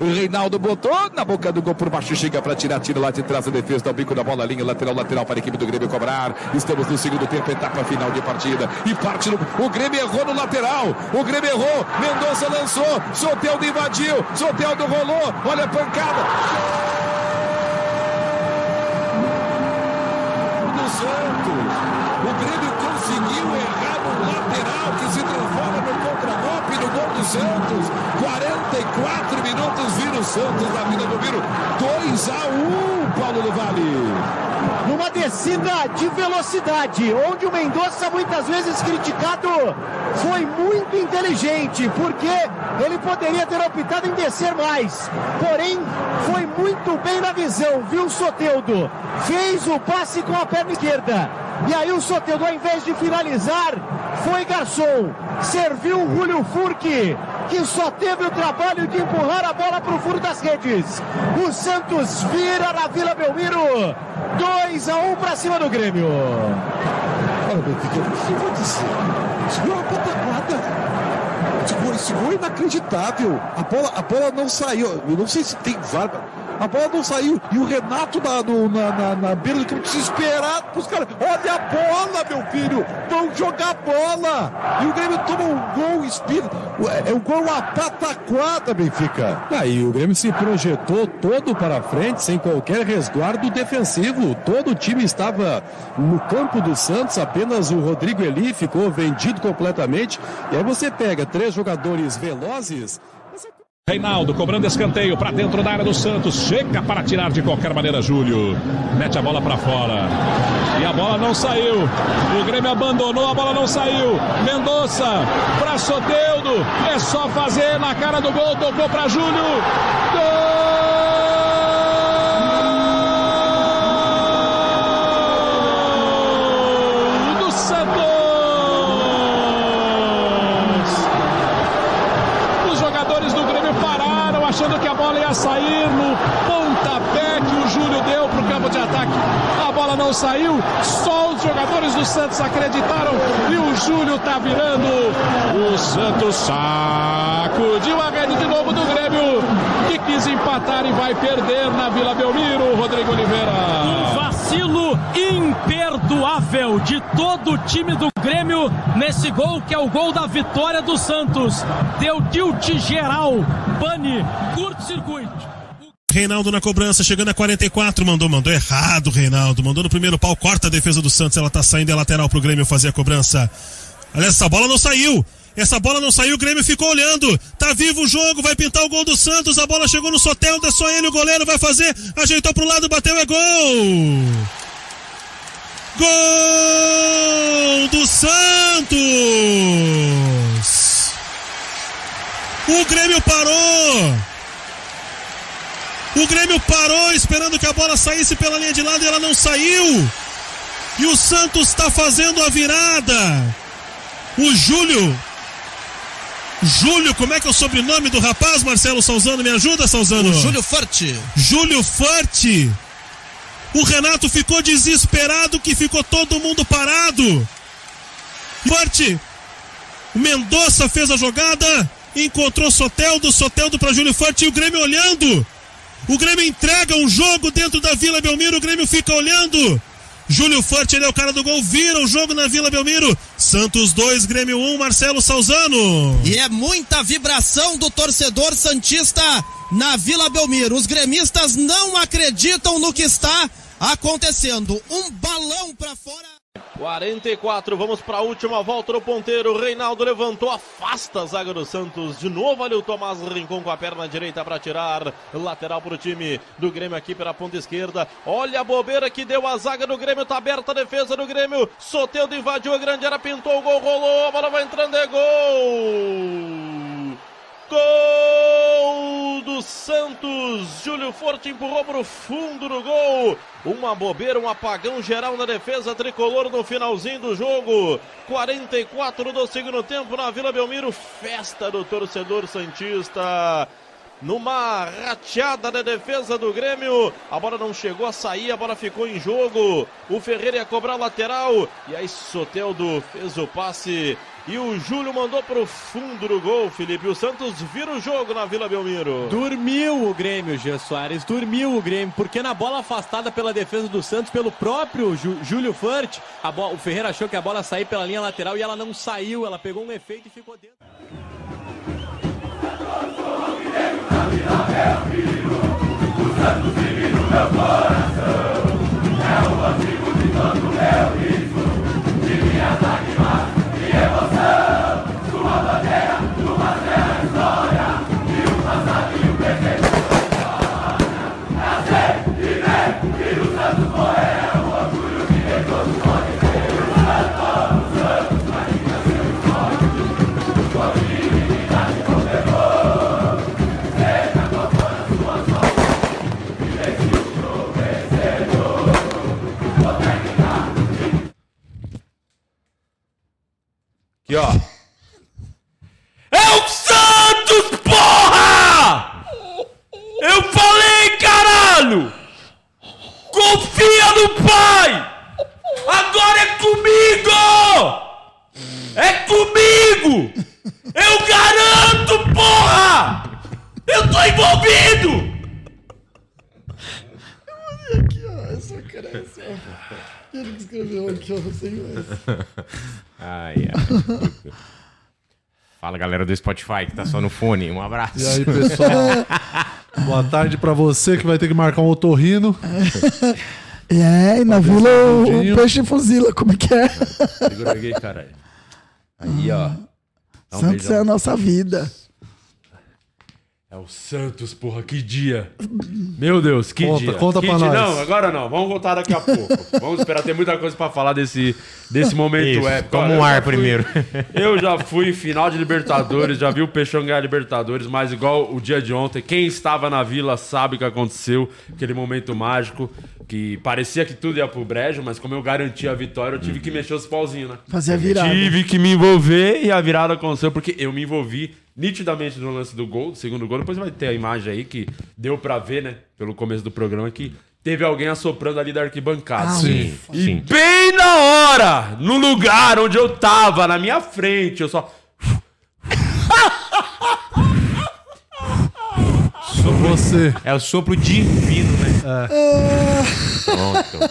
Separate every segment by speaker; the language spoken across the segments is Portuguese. Speaker 1: O Reinaldo botou na boca do gol por baixo, chega para tirar, tiro lá de trás, a defesa, dá o bico da bola, linha lateral, lateral para a equipe do Grêmio cobrar. Estamos no segundo tempo, etapa final de partida. E parte no. O Grêmio errou no lateral. O Grêmio errou. Mendonça lançou. Soteldo invadiu. Soteldo rolou. Olha a pancada. Gol do Santos. O Grêmio conseguiu errar no lateral que se transforma no contra-golpe no gol do Santos. 44 minutos vira o Santos na vida do Miro. 2 a 1, Paulo do Vale
Speaker 2: numa descida de velocidade, onde o Mendonça, muitas vezes criticado, foi muito inteligente, porque ele poderia ter optado em descer mais. Porém, foi muito bem na visão, viu o Soteudo? Fez o passe com a perna esquerda. E aí o Soteudo, ao invés de finalizar, foi garçom. Serviu o Julio Furque, que só teve o trabalho de empurrar a bola para o furo das redes. O Santos vira na Vila Belmiro. 2 a 1 um para cima do Grêmio.
Speaker 3: Olha, meu filho, o que eu vou dizer? Segura uma pataquada. Segura, segura inacreditável. A bola, a bola não saiu. Eu não sei se tem vaga. A bola não saiu. E o Renato na, no, na, na, na beira do campo desesperado pros caras. Olha a bola, meu filho! Vão jogar bola! E o Grêmio toma um gol espírito. É um gol a pataquada, Benfica.
Speaker 4: Aí o Grêmio se projetou todo para frente, sem qualquer resguardo defensivo. Todo o time estava no campo do Santos, apenas o Rodrigo Eli ficou vendido completamente. E aí você pega três jogadores velozes.
Speaker 5: Reinaldo cobrando escanteio para dentro da área do Santos. Chega para tirar de qualquer maneira, Júlio. Mete a bola para fora. E a bola não saiu. O Grêmio abandonou, a bola não saiu. Mendonça para Soteudo. É só fazer na cara do gol. Tocou para Júlio. Gol! achando que a bola ia sair no pontapé que o Júlio deu para o campo de ataque. A bola não saiu, só os jogadores do Santos acreditaram e o Júlio tá virando. O Santos sacudiu a rede de novo do Grêmio, que quis empatar e vai perder na Vila Belmiro, Rodrigo Oliveira.
Speaker 6: Um vacilo imperdoável de todo o time do Grêmio nesse gol que é o gol da vitória do Santos. Deu tilt geral, pane, curto-circuito.
Speaker 7: Reinaldo na cobrança, chegando a 44, mandou, mandou errado, Reinaldo. Mandou no primeiro pau, corta a defesa do Santos, ela tá saindo, é lateral pro Grêmio fazer a cobrança. Aliás, essa bola não saiu. Essa bola não saiu, o Grêmio ficou olhando. Tá vivo o jogo, vai pintar o gol do Santos. A bola chegou no Soteldo, é só ele, o goleiro vai fazer. Ajeitou pro lado, bateu, é gol! Gol do Santos! O Grêmio parou! O Grêmio parou esperando que a bola saísse pela linha de lado e ela não saiu. E o Santos está fazendo a virada. O Júlio. Júlio, como é que é o sobrenome do rapaz, Marcelo Salzano? Me ajuda, Salzano? O
Speaker 8: Júlio Forte.
Speaker 7: Júlio Forte. O Renato ficou desesperado que ficou todo mundo parado. Forte. O Mendonça fez a jogada. Encontrou Soteldo, Soteldo para Júlio Forte e o Grêmio olhando. O Grêmio entrega um jogo dentro da Vila Belmiro, o Grêmio fica olhando. Júlio Forte, ele é o cara do gol, vira o jogo na Vila Belmiro. Santos 2, Grêmio 1, um, Marcelo Salzano.
Speaker 8: E é muita vibração do torcedor Santista na Vila Belmiro. Os gremistas não acreditam no que está acontecendo. Um balão para fora.
Speaker 9: 44, vamos para a última volta do ponteiro. Reinaldo levantou, afasta a zaga do Santos. De novo ali o Tomás Rincon com a perna direita para tirar. Lateral para o time do Grêmio aqui pela ponta esquerda. Olha a bobeira que deu a zaga do Grêmio. Tá aberta a defesa do Grêmio. Soteudo invadiu a grande área, pintou o gol, rolou. A bola vai entrando, é gol! Gol do Santos! Júlio Forte empurrou para o fundo do gol. Uma bobeira, um apagão geral na defesa tricolor no finalzinho do jogo. 44 do segundo tempo na Vila Belmiro. Festa do torcedor Santista numa rateada da defesa do Grêmio. A bola não chegou a sair, a bola ficou em jogo. O Ferreira ia cobrar lateral e aí Soteldo fez o passe E o Júlio mandou pro fundo do gol, Felipe. O Santos vira o jogo na Vila Belmiro.
Speaker 10: Dormiu o Grêmio, Gê Soares, dormiu o Grêmio, porque na bola afastada pela defesa do Santos, pelo próprio Jú- Júlio Furt, a bo- o Ferreira achou que a bola saiu pela linha lateral e ela não saiu, ela pegou um efeito e ficou dentro.
Speaker 1: Aqui, ó.
Speaker 11: É o Santos, porra! Eu falei, caralho! Confia no pai! Agora é comigo! É comigo! Eu garanto, porra! Eu tô envolvido!
Speaker 12: Ai, ai. Fala galera do Spotify que tá só no fone, um abraço.
Speaker 13: E aí, pessoal? Boa tarde pra você que vai ter que marcar um otorrino.
Speaker 14: É, e na vila o- o
Speaker 13: Mundinho.
Speaker 14: peixe fuzila, como é que é?
Speaker 11: Segura aqui, caralho. Aí, ó. Dá um
Speaker 14: Santos é
Speaker 11: beijão.
Speaker 14: a nossa vida.
Speaker 11: É o Santos, porra, que dia. Meu Deus, que
Speaker 12: Conta,
Speaker 11: dia.
Speaker 12: conta
Speaker 11: que
Speaker 12: pra
Speaker 11: dia.
Speaker 12: nós.
Speaker 11: Não, agora não. Vamos contar daqui a pouco. Vamos esperar. Tem muita coisa pra falar desse, desse momento
Speaker 12: Isso,
Speaker 11: épico.
Speaker 12: toma
Speaker 11: Olha,
Speaker 12: um
Speaker 11: eu
Speaker 12: ar
Speaker 11: já fui-
Speaker 12: primeiro.
Speaker 11: Eu já fui em final de Libertadores, já vi o Peixão ganhar Libertadores, mas igual o dia de ontem, quem estava na vila sabe o que aconteceu. Aquele momento mágico que parecia que tudo ia pro brejo, mas como eu garanti a vitória, eu tive que mexer os pauzinhos, né?
Speaker 14: Fazer a virada.
Speaker 11: Tive que me envolver e a virada aconteceu porque eu me envolvi nitidamente no lance do gol, do segundo gol. Depois vai ter a imagem aí que deu pra ver, né? Pelo começo do programa que teve alguém assoprando ali da arquibancada.
Speaker 12: Ah, Sim,
Speaker 11: E bem na hora, no lugar onde eu tava, na minha frente, eu só
Speaker 12: Sopro você. É o sopro divino, né? Pronto.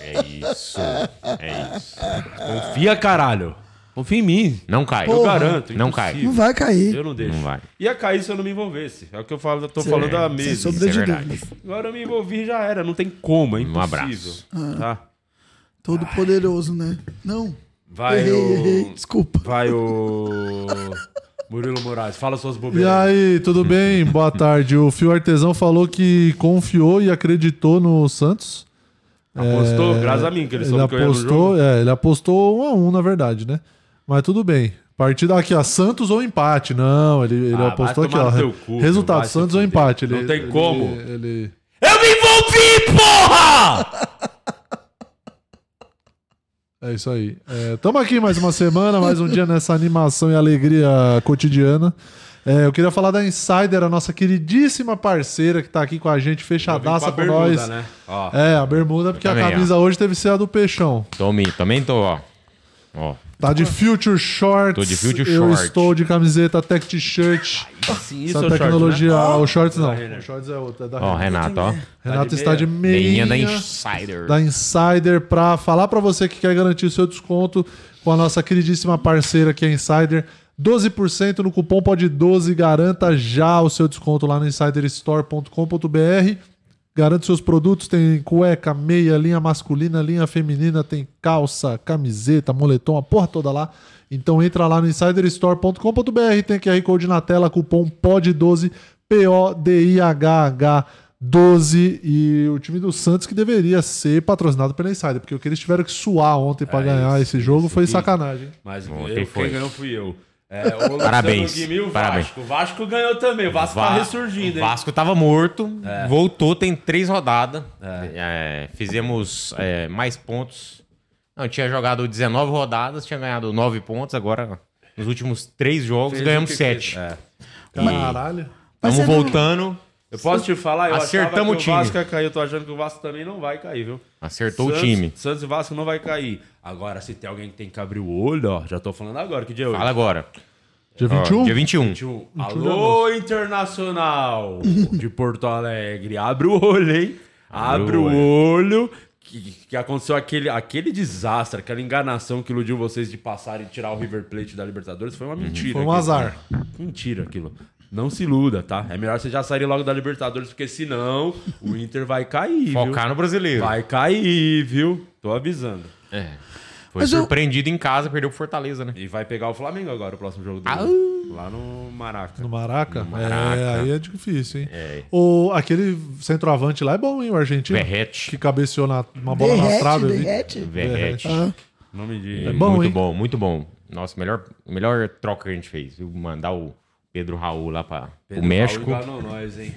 Speaker 12: É isso. É isso.
Speaker 11: Confia, caralho. Confia em mim.
Speaker 12: Não cai.
Speaker 11: Eu garanto,
Speaker 12: Não
Speaker 11: impossível.
Speaker 12: cai.
Speaker 14: Não vai cair.
Speaker 11: Eu não deixo.
Speaker 12: Não vai.
Speaker 11: ia cair se eu não me envolvesse. É o que eu falo, eu tô
Speaker 14: Sim.
Speaker 11: falando há
Speaker 14: Sem
Speaker 11: meses.
Speaker 14: sombra de Isso é verdade.
Speaker 11: Agora eu me envolvi e já era, não tem como, é
Speaker 12: Um
Speaker 11: impossível.
Speaker 12: abraço.
Speaker 11: Tá?
Speaker 14: Ah, Todo poderoso, né? Não.
Speaker 11: Vai
Speaker 14: Errei,
Speaker 11: o
Speaker 14: errei, Desculpa.
Speaker 11: Vai o Murilo Moraes, fala suas
Speaker 13: E
Speaker 11: bobeiras.
Speaker 13: aí, tudo bem? Boa tarde. O Fio Artesão falou que confiou e acreditou no Santos. É,
Speaker 11: Apostou, graças a mim, que ele soube que eu ia no
Speaker 13: apostou, é, ele apostou um a um, na verdade, né? Mas tudo bem. Partida aqui, ó. Santos ou empate? Não, ele, ele
Speaker 11: Ah,
Speaker 13: apostou
Speaker 11: vai
Speaker 13: aqui,
Speaker 11: tomar
Speaker 13: ó.
Speaker 11: no teu cu,
Speaker 13: resultado,
Speaker 11: vai se
Speaker 13: Santos ou
Speaker 11: fuder.
Speaker 13: empate. Ele,
Speaker 11: Não tem
Speaker 13: ele-
Speaker 11: como.
Speaker 13: ele-
Speaker 11: Eu me envolvi, porra!
Speaker 13: É isso aí. É, tamo aqui mais uma semana, mais um dia nessa animação e alegria cotidiana. É, eu queria falar da Insider, a nossa queridíssima parceira que tá aqui com a gente, fechadaça
Speaker 11: com a
Speaker 13: com
Speaker 11: bermuda,
Speaker 13: nós.
Speaker 11: né? Ó.
Speaker 13: É, a bermuda, porque
Speaker 12: também,
Speaker 13: a camisa hoje teve que ser a do Peixão.
Speaker 12: Tome, também tô, ó. Ó.
Speaker 13: Tá de Future Shorts.
Speaker 12: Tô de Future
Speaker 13: Eu
Speaker 12: Short.
Speaker 13: estou de camiseta Tech T-shirt.
Speaker 11: Sim,
Speaker 13: Essa tecnologia. ah, o Shorts não. O Shorts é outro. É da
Speaker 12: Ó, o Renato, ó.
Speaker 13: Renato está de meia.
Speaker 12: Meinha da Insider.
Speaker 13: da Insider para falar para você que quer garantir o seu desconto com a nossa queridíssima parceira que é a Insider. 12% no cupom pode 12, garanta já o seu desconto lá no insiderstore.com.br. Garante seus produtos, tem cueca, meia, linha masculina, linha feminina, tem calça, camiseta, moletom, a porra toda lá. Então entra lá no insiderstore.com.br, tem QR Code na tela, cupom POD12, P-O-D-I-H-H 12 e o time do Santos que deveria ser patrocinado pela Insider, porque o que eles tiveram que suar ontem pra ganhar esse jogo foi sacanagem.
Speaker 11: Mas
Speaker 12: Ontem
Speaker 11: eu, quem
Speaker 12: foi.
Speaker 11: ganhou fui eu. É, o Luciano
Speaker 12: Parabéns,
Speaker 11: Guimi e o
Speaker 12: parabéns.
Speaker 11: Vasco. O Vasco ganhou também. O Vasco tá
Speaker 12: Va-
Speaker 11: ressurgindo,
Speaker 12: o
Speaker 11: hein? É.
Speaker 12: Vasco tava morto, É. voltou, tem três rodadas. É, fizemos é, mais pontos. Não, tinha jogado 19 rodadas, tinha ganhado 9 pontos, agora nos últimos três jogos
Speaker 11: Fez
Speaker 12: ganhamos
Speaker 11: o que
Speaker 12: 7.
Speaker 11: fez. É.
Speaker 13: Caralho.
Speaker 14: Mas
Speaker 12: Estamos
Speaker 14: você não-
Speaker 12: voltando.
Speaker 11: Eu posso te falar, eu
Speaker 12: Acertamos o
Speaker 11: achava que
Speaker 12: time.
Speaker 11: o Vasco ia cair. Eu tô achando que o Vasco também não vai cair, viu?
Speaker 12: Acertou o
Speaker 11: Santos-
Speaker 12: time.
Speaker 11: Santos e Vasco não vai cair. Agora, se tem alguém que tem que abrir o olho, ó, já tô falando agora, que dia é hoje?
Speaker 12: Fala agora.
Speaker 11: Dia
Speaker 12: 21? Dia 21.
Speaker 11: 21.
Speaker 12: 21 de
Speaker 11: Alô, Internacional de Porto Alegre. Abre o olho, hein? Abre
Speaker 12: Abre
Speaker 11: o
Speaker 12: o
Speaker 11: olho. Que, que aconteceu aquele, aquele desastre, aquela enganação que iludiu vocês de passarem e tirar o River Plate da Libertadores. Foi
Speaker 12: Uhum.
Speaker 11: uma mentira.
Speaker 13: Foi um
Speaker 11: aquilo.
Speaker 13: azar.
Speaker 11: Mentira aquilo. Não se iluda, tá? É melhor você já sair logo da Libertadores, porque senão o Inter vai cair.
Speaker 12: Focar no brasileiro.
Speaker 11: Vai cair, viu? Tô avisando.
Speaker 12: É. Foi
Speaker 11: Mas eu-
Speaker 12: surpreendido em casa, perdeu pro Fortaleza, né?
Speaker 11: E vai pegar É o Flamengo agora, o próximo jogo do
Speaker 12: Ah.
Speaker 11: Lá no Maraca.
Speaker 13: No Maraca?
Speaker 11: Maraca.
Speaker 13: É, aí é difícil, hein?
Speaker 11: É.
Speaker 13: O, aquele centroavante lá é bom, hein? O argentino.
Speaker 12: Verrete.
Speaker 13: Que cabeceou na, uma bola na trave. ali.
Speaker 12: Verrete. Ah.
Speaker 11: Ah. Nome de.
Speaker 13: É bom,
Speaker 12: muito
Speaker 13: hein?
Speaker 12: bom, muito bom. Nossa, melhor, melhor troca que a gente fez. viu? Mandar o Pedro Raul lá pra
Speaker 11: Pedro
Speaker 12: o México.
Speaker 11: Raul enganou nós, hein?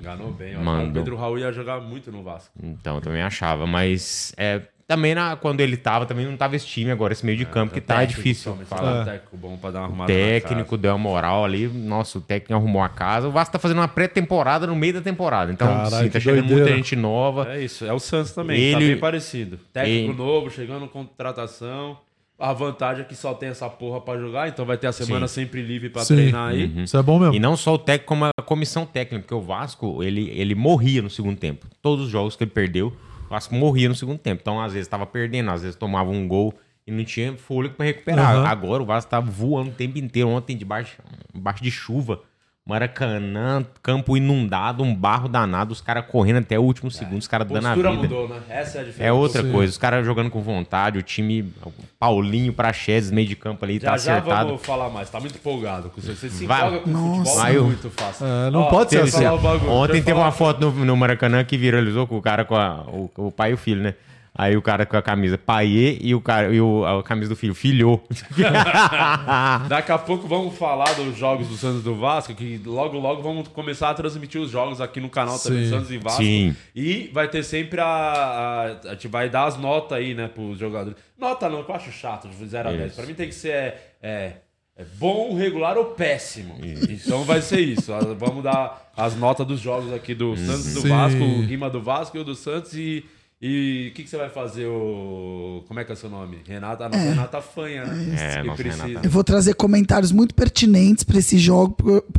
Speaker 11: Enganou bem. Eu achava que
Speaker 12: Mandou.
Speaker 11: O Pedro Raul ia jogar muito no Vasco.
Speaker 12: Então, eu também achava. Mas é, também na, quando ele tava, também não tava esse time agora. Esse meio de campo que tá
Speaker 11: É, técnico,
Speaker 12: difícil.
Speaker 11: principalmente,
Speaker 12: falar.
Speaker 11: tá um técnico bom pra dar uma
Speaker 12: O
Speaker 11: arrumada na
Speaker 12: técnico deu uma moral ali. Nossa, o técnico arrumou a casa. O Vasco tá fazendo uma pré-temporada no meio da temporada. Então,
Speaker 11: Caralho,
Speaker 12: sim,
Speaker 11: que
Speaker 12: tá chegando muita
Speaker 11: doideira.
Speaker 12: gente nova.
Speaker 11: É isso, é o Santos também,
Speaker 12: Ele...
Speaker 11: tá bem parecido. Técnico
Speaker 12: Ele-
Speaker 11: novo, chegando contratação. A vantagem é que só tem essa porra pra jogar, então vai ter a semana
Speaker 12: Sim.
Speaker 11: sempre livre pra
Speaker 13: Sim.
Speaker 11: treinar aí.
Speaker 12: Uhum.
Speaker 13: Isso é bom mesmo.
Speaker 12: E não só o técnico, como a comissão técnica, porque o Vasco, ele, ele morria no segundo tempo. Todos os jogos que ele perdeu, o Vasco morria no segundo tempo. Então, às vezes, estava perdendo, às vezes tomava um gol e não tinha fôlego para recuperar.
Speaker 13: Aham.
Speaker 12: Agora o Vasco tá voando o tempo inteiro. Ontem, debaixo, debaixo de chuva, Maracanã, campo inundado, um barro danado, os caras correndo até o último segundo, os caras dando a vida.
Speaker 11: É. postura mudou, né? Essa é a diferença.
Speaker 12: É outra
Speaker 11: Sim.
Speaker 12: coisa, os caras jogando com vontade, o time, o Paulinho, Praxedes, meio de campo ali,
Speaker 11: Já,
Speaker 12: tá
Speaker 11: já
Speaker 12: acertado.
Speaker 11: vamos falar mais, tá muito empolgado. com isso. Você se
Speaker 12: Vai.
Speaker 11: empolga com o futebol
Speaker 12: Vai,
Speaker 11: é
Speaker 12: eu-
Speaker 11: muito fácil.
Speaker 13: É, não
Speaker 11: Ó,
Speaker 13: pode ser
Speaker 11: deixa eu
Speaker 13: assim.
Speaker 11: falar o bagulho,
Speaker 12: Ontem
Speaker 11: deixa
Speaker 12: teve
Speaker 11: eu falar- um
Speaker 12: uma foto no, no Maracanã que viralizou com o cara com a- o, o pai e o filho, né? Aí o cara com a camisa Paiê e o cara e o, a camisa do filho, filhou.
Speaker 11: Daqui a pouco vamos falar dos jogos do Santos e do Vasco, que logo logo vamos começar a transmitir os jogos aqui no canal também
Speaker 12: Sim.
Speaker 11: Santos e Vasco.
Speaker 12: Sim.
Speaker 11: E vai ter sempre a, a. A gente vai dar as notas aí, né, pros jogadores. Nota não, que eu acho chato, de 0 a 10.
Speaker 12: Isso.
Speaker 11: Pra mim tem que ser é, é, é bom, regular ou péssimo. Então vai ser isso. Ah, Vamos dar as notas dos jogos aqui do Santos e do
Speaker 13: Sim.
Speaker 11: Vasco, o Guima do Vasco e o do Santos e. E o que, que você vai fazer, o. Como é que é o seu nome? Renata, a nossa
Speaker 14: É.
Speaker 11: Renata Fanha, né?
Speaker 12: É,
Speaker 11: Que
Speaker 12: nossa Renata.
Speaker 14: Eu vou trazer comentários muito pertinentes pra esse jogo,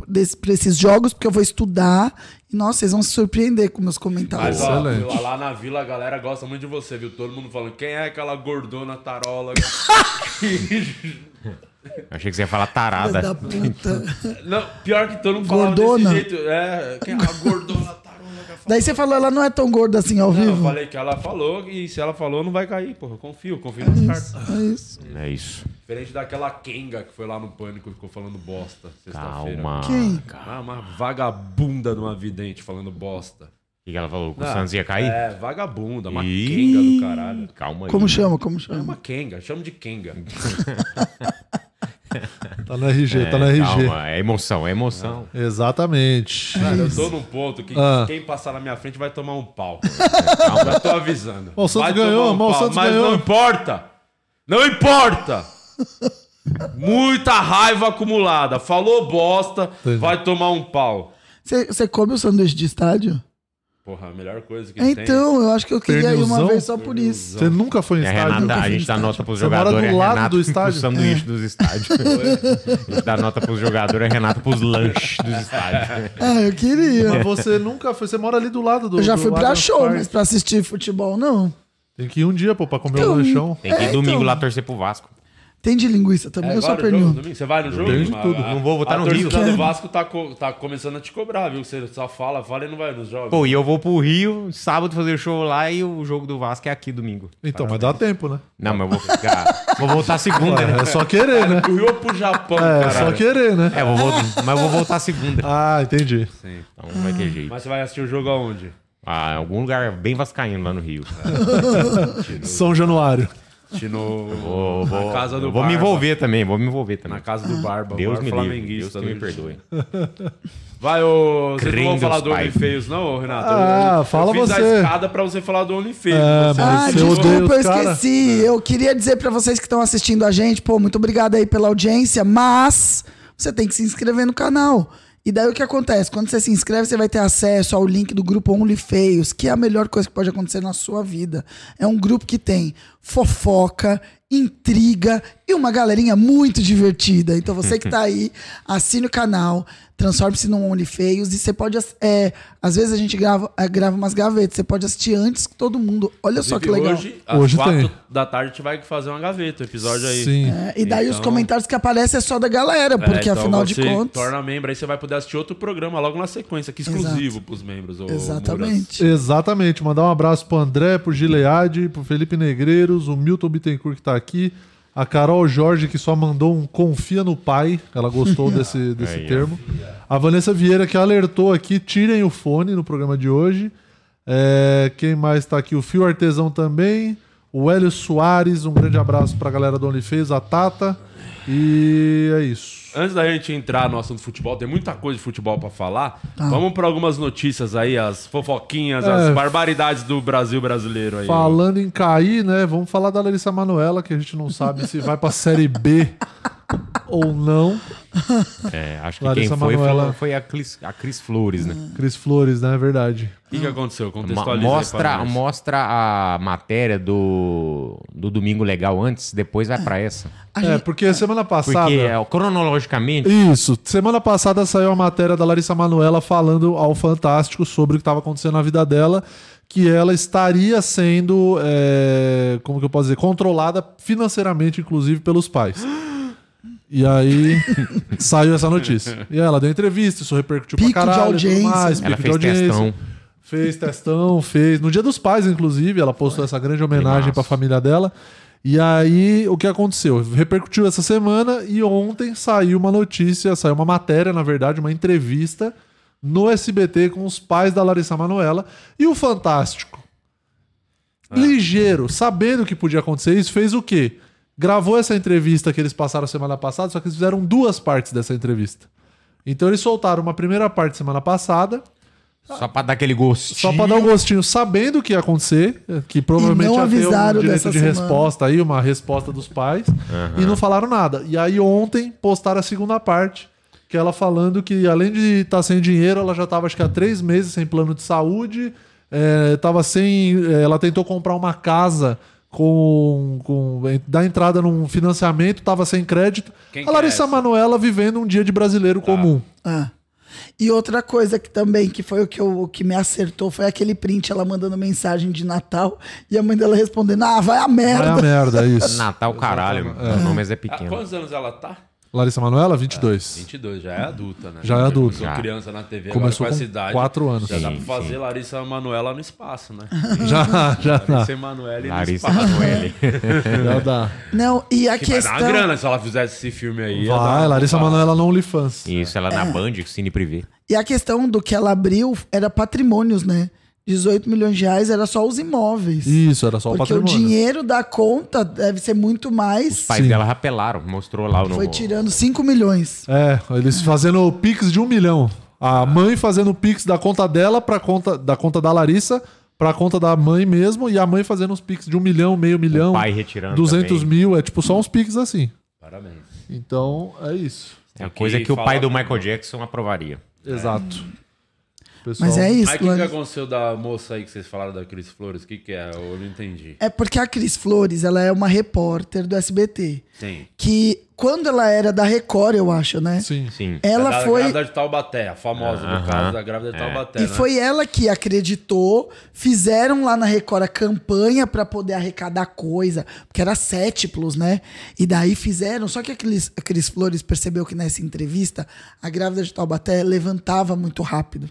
Speaker 14: desse- pra esses jogos, porque eu vou estudar. E, nossa, vocês vão se surpreender com meus comentários.
Speaker 11: Mas ó, lá- lá na vila a galera gosta muito de você, viu? Todo mundo falando, quem é aquela gordona tarola?
Speaker 12: Achei que você ia falar tarada.
Speaker 11: Da Não, pior que todo mundo
Speaker 14: Gordona?
Speaker 11: falava desse jeito. É, quem é a gordona tarola?
Speaker 14: Daí você falou, ela não é tão gorda assim ao
Speaker 11: Eu
Speaker 14: vivo.
Speaker 11: falei que ela falou e se ela falou não vai cair, porra. Eu confio, confio nas cartas.
Speaker 14: É isso.
Speaker 12: É isso.
Speaker 11: Diferente daquela Kenga que foi lá no Pânico e ficou falando bosta sexta-feira.
Speaker 12: Calma.
Speaker 14: Quem?
Speaker 11: Ah, uma vagabunda numa vidente falando bosta.
Speaker 12: O que que ela falou? Que o
Speaker 11: Ah,
Speaker 12: Santos ia cair?
Speaker 11: É, vagabunda, uma
Speaker 12: Ih,
Speaker 11: Kenga do caralho.
Speaker 12: Calma aí.
Speaker 14: Como chama? Como
Speaker 11: É
Speaker 14: chama?
Speaker 11: uma Kenga, chama de Kenga.
Speaker 13: Tá no RG, tá no
Speaker 12: É,
Speaker 13: RG.
Speaker 12: Calma, é emoção, é emoção.
Speaker 13: Exatamente.
Speaker 11: Cara, eu tô num ponto que
Speaker 13: Ah.
Speaker 11: quem passar na minha frente vai tomar um pau.
Speaker 12: Calma.
Speaker 11: Já tô avisando.
Speaker 13: Bom, o Santos
Speaker 11: Vai
Speaker 13: ganhou,
Speaker 11: tomar um
Speaker 13: bom, o Santos
Speaker 11: mas
Speaker 13: ganhou.
Speaker 11: não importa. Não importa. Muita raiva acumulada. Falou bosta, vai tomar um pau.
Speaker 14: Você você come o sanduíche de estádio?
Speaker 11: Porra, a melhor coisa que tem.
Speaker 14: Então, eu acho que eu queria ir uma
Speaker 13: Pernilzão?
Speaker 14: vez só por isso.
Speaker 13: Você nunca foi em
Speaker 12: E a
Speaker 13: estádio?
Speaker 12: Renata, a gente dá nota pros
Speaker 13: Você mora
Speaker 12: jogadores,
Speaker 13: do
Speaker 12: é
Speaker 13: lado
Speaker 12: Renato
Speaker 13: do estádio?
Speaker 12: pros sanduíches dos estádios. a gente dá nota pros jogadores, é Renato pros lanches dos estádios.
Speaker 14: Ah, eu queria.
Speaker 13: Mas você nunca foi, você mora ali do lado do.
Speaker 14: eu já
Speaker 13: do
Speaker 14: fui pra
Speaker 13: Allianz
Speaker 14: show,
Speaker 13: Parque.
Speaker 14: mas pra assistir futebol, não.
Speaker 13: Tem que ir um dia, pô, pra comer o
Speaker 14: Então,
Speaker 13: lanchão.
Speaker 12: Tem que ir
Speaker 14: É,
Speaker 12: domingo
Speaker 14: então.
Speaker 12: lá torcer pro Vasco.
Speaker 14: Tem de linguiça também,
Speaker 11: É,
Speaker 14: eu só
Speaker 11: vai no jogo,
Speaker 14: pernil.
Speaker 11: domingo? Você vai no jogo?
Speaker 12: tenho de
Speaker 11: Mas
Speaker 12: tudo.
Speaker 11: a-
Speaker 12: Não vou votar
Speaker 11: a
Speaker 12: no
Speaker 11: torcida
Speaker 12: Rio.
Speaker 11: do Vasco tá, co- tá começando a te cobrar, viu? Você só fala, fala e não vai nos jogos.
Speaker 12: Pô, e eu vou pro Rio, sábado fazer show lá e o jogo do Vasco é aqui domingo.
Speaker 13: Então, mas dá tempo, né?
Speaker 12: Não, mas eu vou ficar. vou voltar segunda, né?
Speaker 13: É só querer, né?
Speaker 11: Pro Rio ou pro Japão,
Speaker 13: É,
Speaker 11: cara.
Speaker 13: só querer, né?
Speaker 12: É, eu vou voltar, mas eu vou voltar segunda.
Speaker 13: Ah, entendi.
Speaker 12: Então não vai ter jeito.
Speaker 11: Hum. Mas você vai assistir o jogo aonde?
Speaker 12: Ah, em algum lugar bem vascaíno lá no Rio.
Speaker 13: São Januário.
Speaker 11: Assistir no...
Speaker 12: Vou, vou,
Speaker 11: Na casa do
Speaker 12: eu vou me
Speaker 11: Barba.
Speaker 12: envolver também, vou me envolver também.
Speaker 11: Na casa
Speaker 13: Ah.
Speaker 11: do Barba.
Speaker 12: Deus
Speaker 11: o
Speaker 12: me
Speaker 11: maior
Speaker 12: livre, Deus
Speaker 11: flamenguista
Speaker 12: que me
Speaker 11: do-
Speaker 12: perdoe.
Speaker 11: Vai, ô. Vocês não vão
Speaker 12: Gringos,
Speaker 11: falar do
Speaker 12: pai.
Speaker 11: OnlyFeios, não, ô, Renato?
Speaker 13: Ah, fala
Speaker 11: eu fiz a
Speaker 13: você.
Speaker 11: escada pra você falar do OnlyFeios.
Speaker 13: É,
Speaker 11: Você-
Speaker 13: mas
Speaker 14: Ah,
Speaker 13: eu odeio
Speaker 14: desculpa, eu
Speaker 13: os cara.
Speaker 14: esqueci. É. Eu queria dizer pra vocês que estão assistindo a gente, pô, muito obrigado aí pela audiência, mas você tem que se inscrever no canal. E daí o que acontece? Quando você se inscreve, você vai ter acesso ao link do grupo Only Feios, que é a melhor coisa que pode acontecer na sua vida. É um grupo que tem fofoca, intriga e uma galerinha muito divertida. Então você que tá aí, assine o canal, transforme-se num OnlyFeios e você pode. ass- É, às vezes a gente grava, eh, grava umas gavetas, você pode assistir antes que todo mundo. Olha só que legal.
Speaker 11: Hoje, às
Speaker 13: Hoje
Speaker 11: quatro
Speaker 13: tem.
Speaker 11: da tarde, a gente vai fazer uma gaveta, o episódio aí.
Speaker 13: Sim.
Speaker 14: É, e daí os
Speaker 11: Então-
Speaker 14: comentários que aparecem é só da galera,
Speaker 11: É,
Speaker 14: porque
Speaker 11: então
Speaker 14: afinal de
Speaker 11: você
Speaker 14: contas.
Speaker 11: torna membro, aí você vai poder assistir outro programa logo na sequência, que é exclusivo pros membros. ô, Muras.
Speaker 13: Exatamente. Mandar um abraço pro André, pro Gileade, pro Felipe Negreiros, o Milton Bittencourt que tá aqui, a Carol Jorge, que só mandou um confia no pai, ela gostou desse, desse
Speaker 11: Aí, ó.
Speaker 13: termo. A Vanessa Vieira, que alertou aqui, tirem o fone no programa de hoje. É, quem mais tá aqui? O Fio Artesão também. O Hélio Soares, um grande abraço pra galera do OnlyFans, a Tata. E é isso.
Speaker 11: Antes da gente entrar no assunto futebol, tem muita coisa de futebol pra falar. Vamos pra algumas notícias aí, as fofoquinhas,
Speaker 13: Tá. É.
Speaker 11: as barbaridades do Brasil brasileiro aí.
Speaker 13: Falando em cair, né? Vamos falar da Larissa Manoela, que a gente não sabe se vai pra Série B ou não.
Speaker 12: É, acho que
Speaker 13: Larissa
Speaker 12: quem foi
Speaker 13: Manoela.
Speaker 12: falou foi a Cris, a Cris Flores,
Speaker 11: Hum.
Speaker 12: né?
Speaker 13: Cris Flores, né? É verdade.
Speaker 11: O que, que aconteceu?
Speaker 12: Ma-
Speaker 11: Contextualiza aí pra
Speaker 12: Mostra,
Speaker 11: nós.
Speaker 12: mostra a matéria do, do Domingo Legal antes, depois vai pra essa.
Speaker 13: É, porque semana passada.
Speaker 12: Porque é, cronologicamente.
Speaker 13: Isso. Semana passada saiu a matéria da Larissa Manoela falando ao Fantástico sobre o que estava acontecendo na vida dela, que ela estaria sendo, é, como que eu posso dizer, controlada financeiramente, inclusive, pelos pais. E aí saiu essa notícia. E ela deu entrevista, isso repercutiu
Speaker 14: Pico
Speaker 13: pra
Speaker 14: de
Speaker 13: caralho. e tudo
Speaker 14: audiência.
Speaker 13: mais,
Speaker 12: Ela
Speaker 13: pico
Speaker 12: fez
Speaker 13: de audiência.
Speaker 12: testão.
Speaker 13: Fez testão, fez. No Dia dos Pais, inclusive, ela postou essa grande homenagem para a família dela. E aí, o que aconteceu? Repercutiu essa semana e ontem saiu uma notícia, saiu uma matéria, na verdade, uma entrevista no SBT com os pais da Larissa Manoela e o Fantástico. Ligeiro, sabendo que podia acontecer isso, fez o quê? Gravou essa entrevista que eles passaram semana passada, só que eles fizeram duas partes dessa entrevista. Então eles soltaram uma primeira parte semana passada,
Speaker 12: Só pra dar aquele gosto.
Speaker 13: só pra dar um gostinho, sabendo que ia acontecer, que provavelmente
Speaker 14: não
Speaker 13: ia ter
Speaker 14: avisaram
Speaker 13: um direito
Speaker 14: dessa
Speaker 13: de
Speaker 14: semana.
Speaker 13: resposta aí, uma resposta dos pais, e não falaram nada. E aí ontem postaram a segunda parte, que ela falando que além de estar sem dinheiro, ela já estava acho que há três meses sem plano de saúde, é, tava sem, é, ela tentou comprar uma casa com, com da entrada num financiamento, estava sem crédito.
Speaker 11: Quem
Speaker 13: a
Speaker 11: que é
Speaker 13: Larissa
Speaker 11: essa?
Speaker 13: Manoela vivendo um dia de brasileiro
Speaker 12: Tá.
Speaker 13: comum.
Speaker 14: Ah. E outra coisa que também, que foi o que, eu- o que me acertou, foi aquele print, ela mandando mensagem de Natal e a mãe dela respondendo: Ah, vai a
Speaker 13: Vai a
Speaker 14: merda.
Speaker 13: merda, é isso.
Speaker 12: Natal, caralho. Meu nome mas é
Speaker 11: Ah,
Speaker 12: pequeno.
Speaker 11: quantos anos ela tá?
Speaker 13: Larissa Manoela, 22.
Speaker 11: 22, já é adulta, né?
Speaker 13: Já é adulta.
Speaker 11: Começou
Speaker 12: Já.
Speaker 11: criança na TV,
Speaker 13: Começou
Speaker 11: agora com
Speaker 13: com
Speaker 11: essa idade.
Speaker 13: quatro anos.
Speaker 11: Já dá pra
Speaker 12: Sim,
Speaker 11: fazer
Speaker 12: sim.
Speaker 11: Larissa Manoela no espaço, né?
Speaker 13: Já, já dá.
Speaker 11: Larissa Emanuele no
Speaker 12: Larissa
Speaker 11: espaço.
Speaker 12: Manoeli.
Speaker 13: Já dá.
Speaker 14: Não, e a
Speaker 11: Que vai dar uma
Speaker 14: questão.
Speaker 11: grana se ela fizesse esse filme aí. ia dar
Speaker 13: Vai,
Speaker 11: uma-
Speaker 13: Larissa Manoela é
Speaker 12: É.
Speaker 13: no OnlyFans.
Speaker 12: Isso, ela na Band, Cine Privé.
Speaker 14: E a questão do que ela abriu era patrimônios, né? 18 milhões de reais era só os imóveis.
Speaker 13: Isso, era só o
Speaker 14: porque o
Speaker 13: patrimônio.
Speaker 14: dinheiro da conta deve ser muito
Speaker 12: Os
Speaker 14: mais.
Speaker 12: pais
Speaker 13: Sim.
Speaker 12: dela rapelaram, mostrou lá o
Speaker 14: Foi
Speaker 12: nome.
Speaker 14: tirando 5 milhões.
Speaker 13: É, eles fazendo o pix de um milhão. A mãe fazendo o pix da conta dela pra conta da conta da Larissa pra conta da mãe mesmo e a mãe fazendo os pix de um milhão, meio milhão,
Speaker 12: pai retirando
Speaker 13: 200
Speaker 12: também.
Speaker 13: mil, é tipo só uns pix assim.
Speaker 11: Parabéns.
Speaker 13: Então é isso.
Speaker 12: É a coisa que o pai do Michael Jackson aprovaria.
Speaker 13: Exato. Pessoal,
Speaker 14: Mas é
Speaker 11: Aí
Speaker 14: isso,
Speaker 11: É. o que, que
Speaker 14: Lani.
Speaker 11: aconteceu da moça aí que vocês falaram da Cris Flores? O que, que é? Eu não entendi.
Speaker 14: É porque a Cris Flores, ela é uma repórter do SBT.
Speaker 11: Sim.
Speaker 14: Que quando ela era da Record, eu acho, né?
Speaker 13: Sim. É.
Speaker 12: Sim.
Speaker 14: Ela
Speaker 11: é da
Speaker 14: foi.
Speaker 11: grávida de Taubaté, a famosa, no
Speaker 12: Aham.
Speaker 11: caso da grávida de Taubaté.
Speaker 14: E
Speaker 11: né?
Speaker 14: foi ela que acreditou, fizeram lá na Record a campanha pra poder arrecadar coisa, porque era sétiplos, né? E daí fizeram, só que a Cris, a Cris Flores percebeu que nessa entrevista a grávida de Taubaté levantava muito rápido.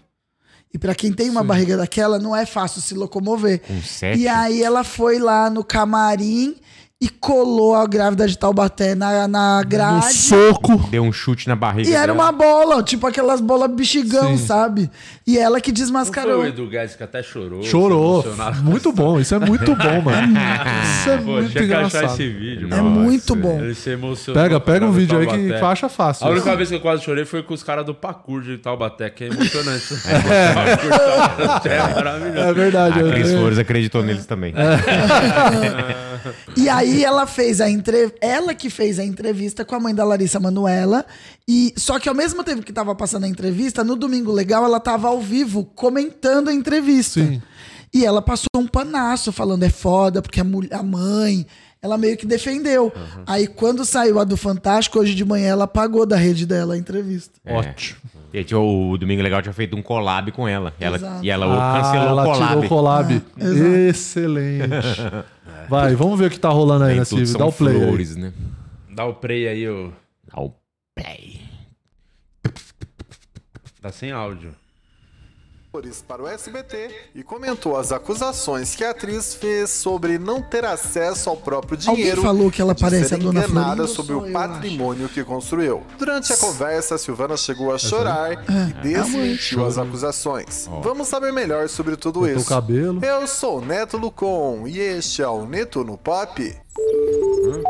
Speaker 14: E pra quem tem uma barriga daquela, não é fácil se locomover.
Speaker 12: Com sete?
Speaker 14: E aí ela foi lá no camarim e colou a grávida de Taubaté na, na grade.
Speaker 13: Soco.
Speaker 12: Deu um chute na barriga.
Speaker 14: E era
Speaker 12: dela.
Speaker 14: uma bola, tipo aquelas bolas bexigão,
Speaker 13: Sim.
Speaker 14: sabe? E ela que
Speaker 11: Não foi
Speaker 14: desmascarou.
Speaker 11: o Edu Guedes que até chorou.
Speaker 13: Chorou.
Speaker 11: se emocionaram.
Speaker 13: Muito bom, isso é muito bom, mano. Isso é
Speaker 11: Pô,
Speaker 13: muito
Speaker 11: tinha que achar
Speaker 13: engraçado.
Speaker 11: esse vídeo.
Speaker 14: É
Speaker 11: mano.
Speaker 14: muito bom.
Speaker 11: Ele se emocionou.
Speaker 13: Pega,
Speaker 11: com a
Speaker 13: pega um
Speaker 11: grávida
Speaker 13: vídeo
Speaker 11: de
Speaker 13: aí que
Speaker 11: Taubaté.
Speaker 13: que acha fácil. assim.
Speaker 11: A única vez que eu quase chorei foi com os caras do Pacur de Taubaté, que é emocionante. é, maravilhoso.
Speaker 13: É verdade,
Speaker 12: A Cris
Speaker 13: é-
Speaker 12: Flores acreditou neles também.
Speaker 14: É. E aí ela fez a entre... ela que fez a entrevista com a mãe da Larissa Manuela e só que ao mesmo tempo que tava passando a entrevista, no domingo legal ela tava ao vivo comentando a entrevista.
Speaker 13: Sim.
Speaker 14: E ela passou um panaço falando é foda, porque a, mulher, a mãe. Ela meio que defendeu. Aí quando saiu a do Fantástico, hoje de manhã ela apagou da rede dela a entrevista.
Speaker 12: É. E tinha- o Domingo Legal tinha feito um collab com ela. E ela,
Speaker 14: Exato.
Speaker 12: e ela
Speaker 13: Ah,
Speaker 12: cancelou
Speaker 13: ela
Speaker 12: o collab.
Speaker 13: tirou o collab.
Speaker 12: Ah,
Speaker 13: Excelente. Vai, vamos ver o que tá rolando aí
Speaker 12: Nem
Speaker 13: nesse
Speaker 12: tudo
Speaker 13: vídeo.
Speaker 12: são
Speaker 13: Dá o play. aí.
Speaker 12: flores, né?
Speaker 11: Dá o play aí, ô.
Speaker 12: Dá o play.
Speaker 11: Tá sem áudio.
Speaker 15: para o SBT e comentou as acusações que a atriz fez sobre não ter acesso ao próprio
Speaker 14: Alguém
Speaker 15: dinheiro.
Speaker 14: falou que ela
Speaker 15: de
Speaker 14: parece
Speaker 15: ser
Speaker 14: a Dona
Speaker 15: enganada
Speaker 14: Florinda ou
Speaker 15: sobre
Speaker 14: sou
Speaker 15: o
Speaker 14: eu,
Speaker 15: patrimônio que construiu. Durante a conversa, a Silvana chegou a chorar
Speaker 13: Ah,
Speaker 15: e
Speaker 14: É,
Speaker 13: ah,
Speaker 15: desmentiu
Speaker 13: mãe.
Speaker 15: as acusações.
Speaker 13: Ó.
Speaker 15: Vamos saber melhor sobre tudo
Speaker 13: Cortou o
Speaker 15: isso.
Speaker 13: cabelo.
Speaker 15: Eu sou o Neto Lucon e este é o Neto no Pop.
Speaker 13: Não, eu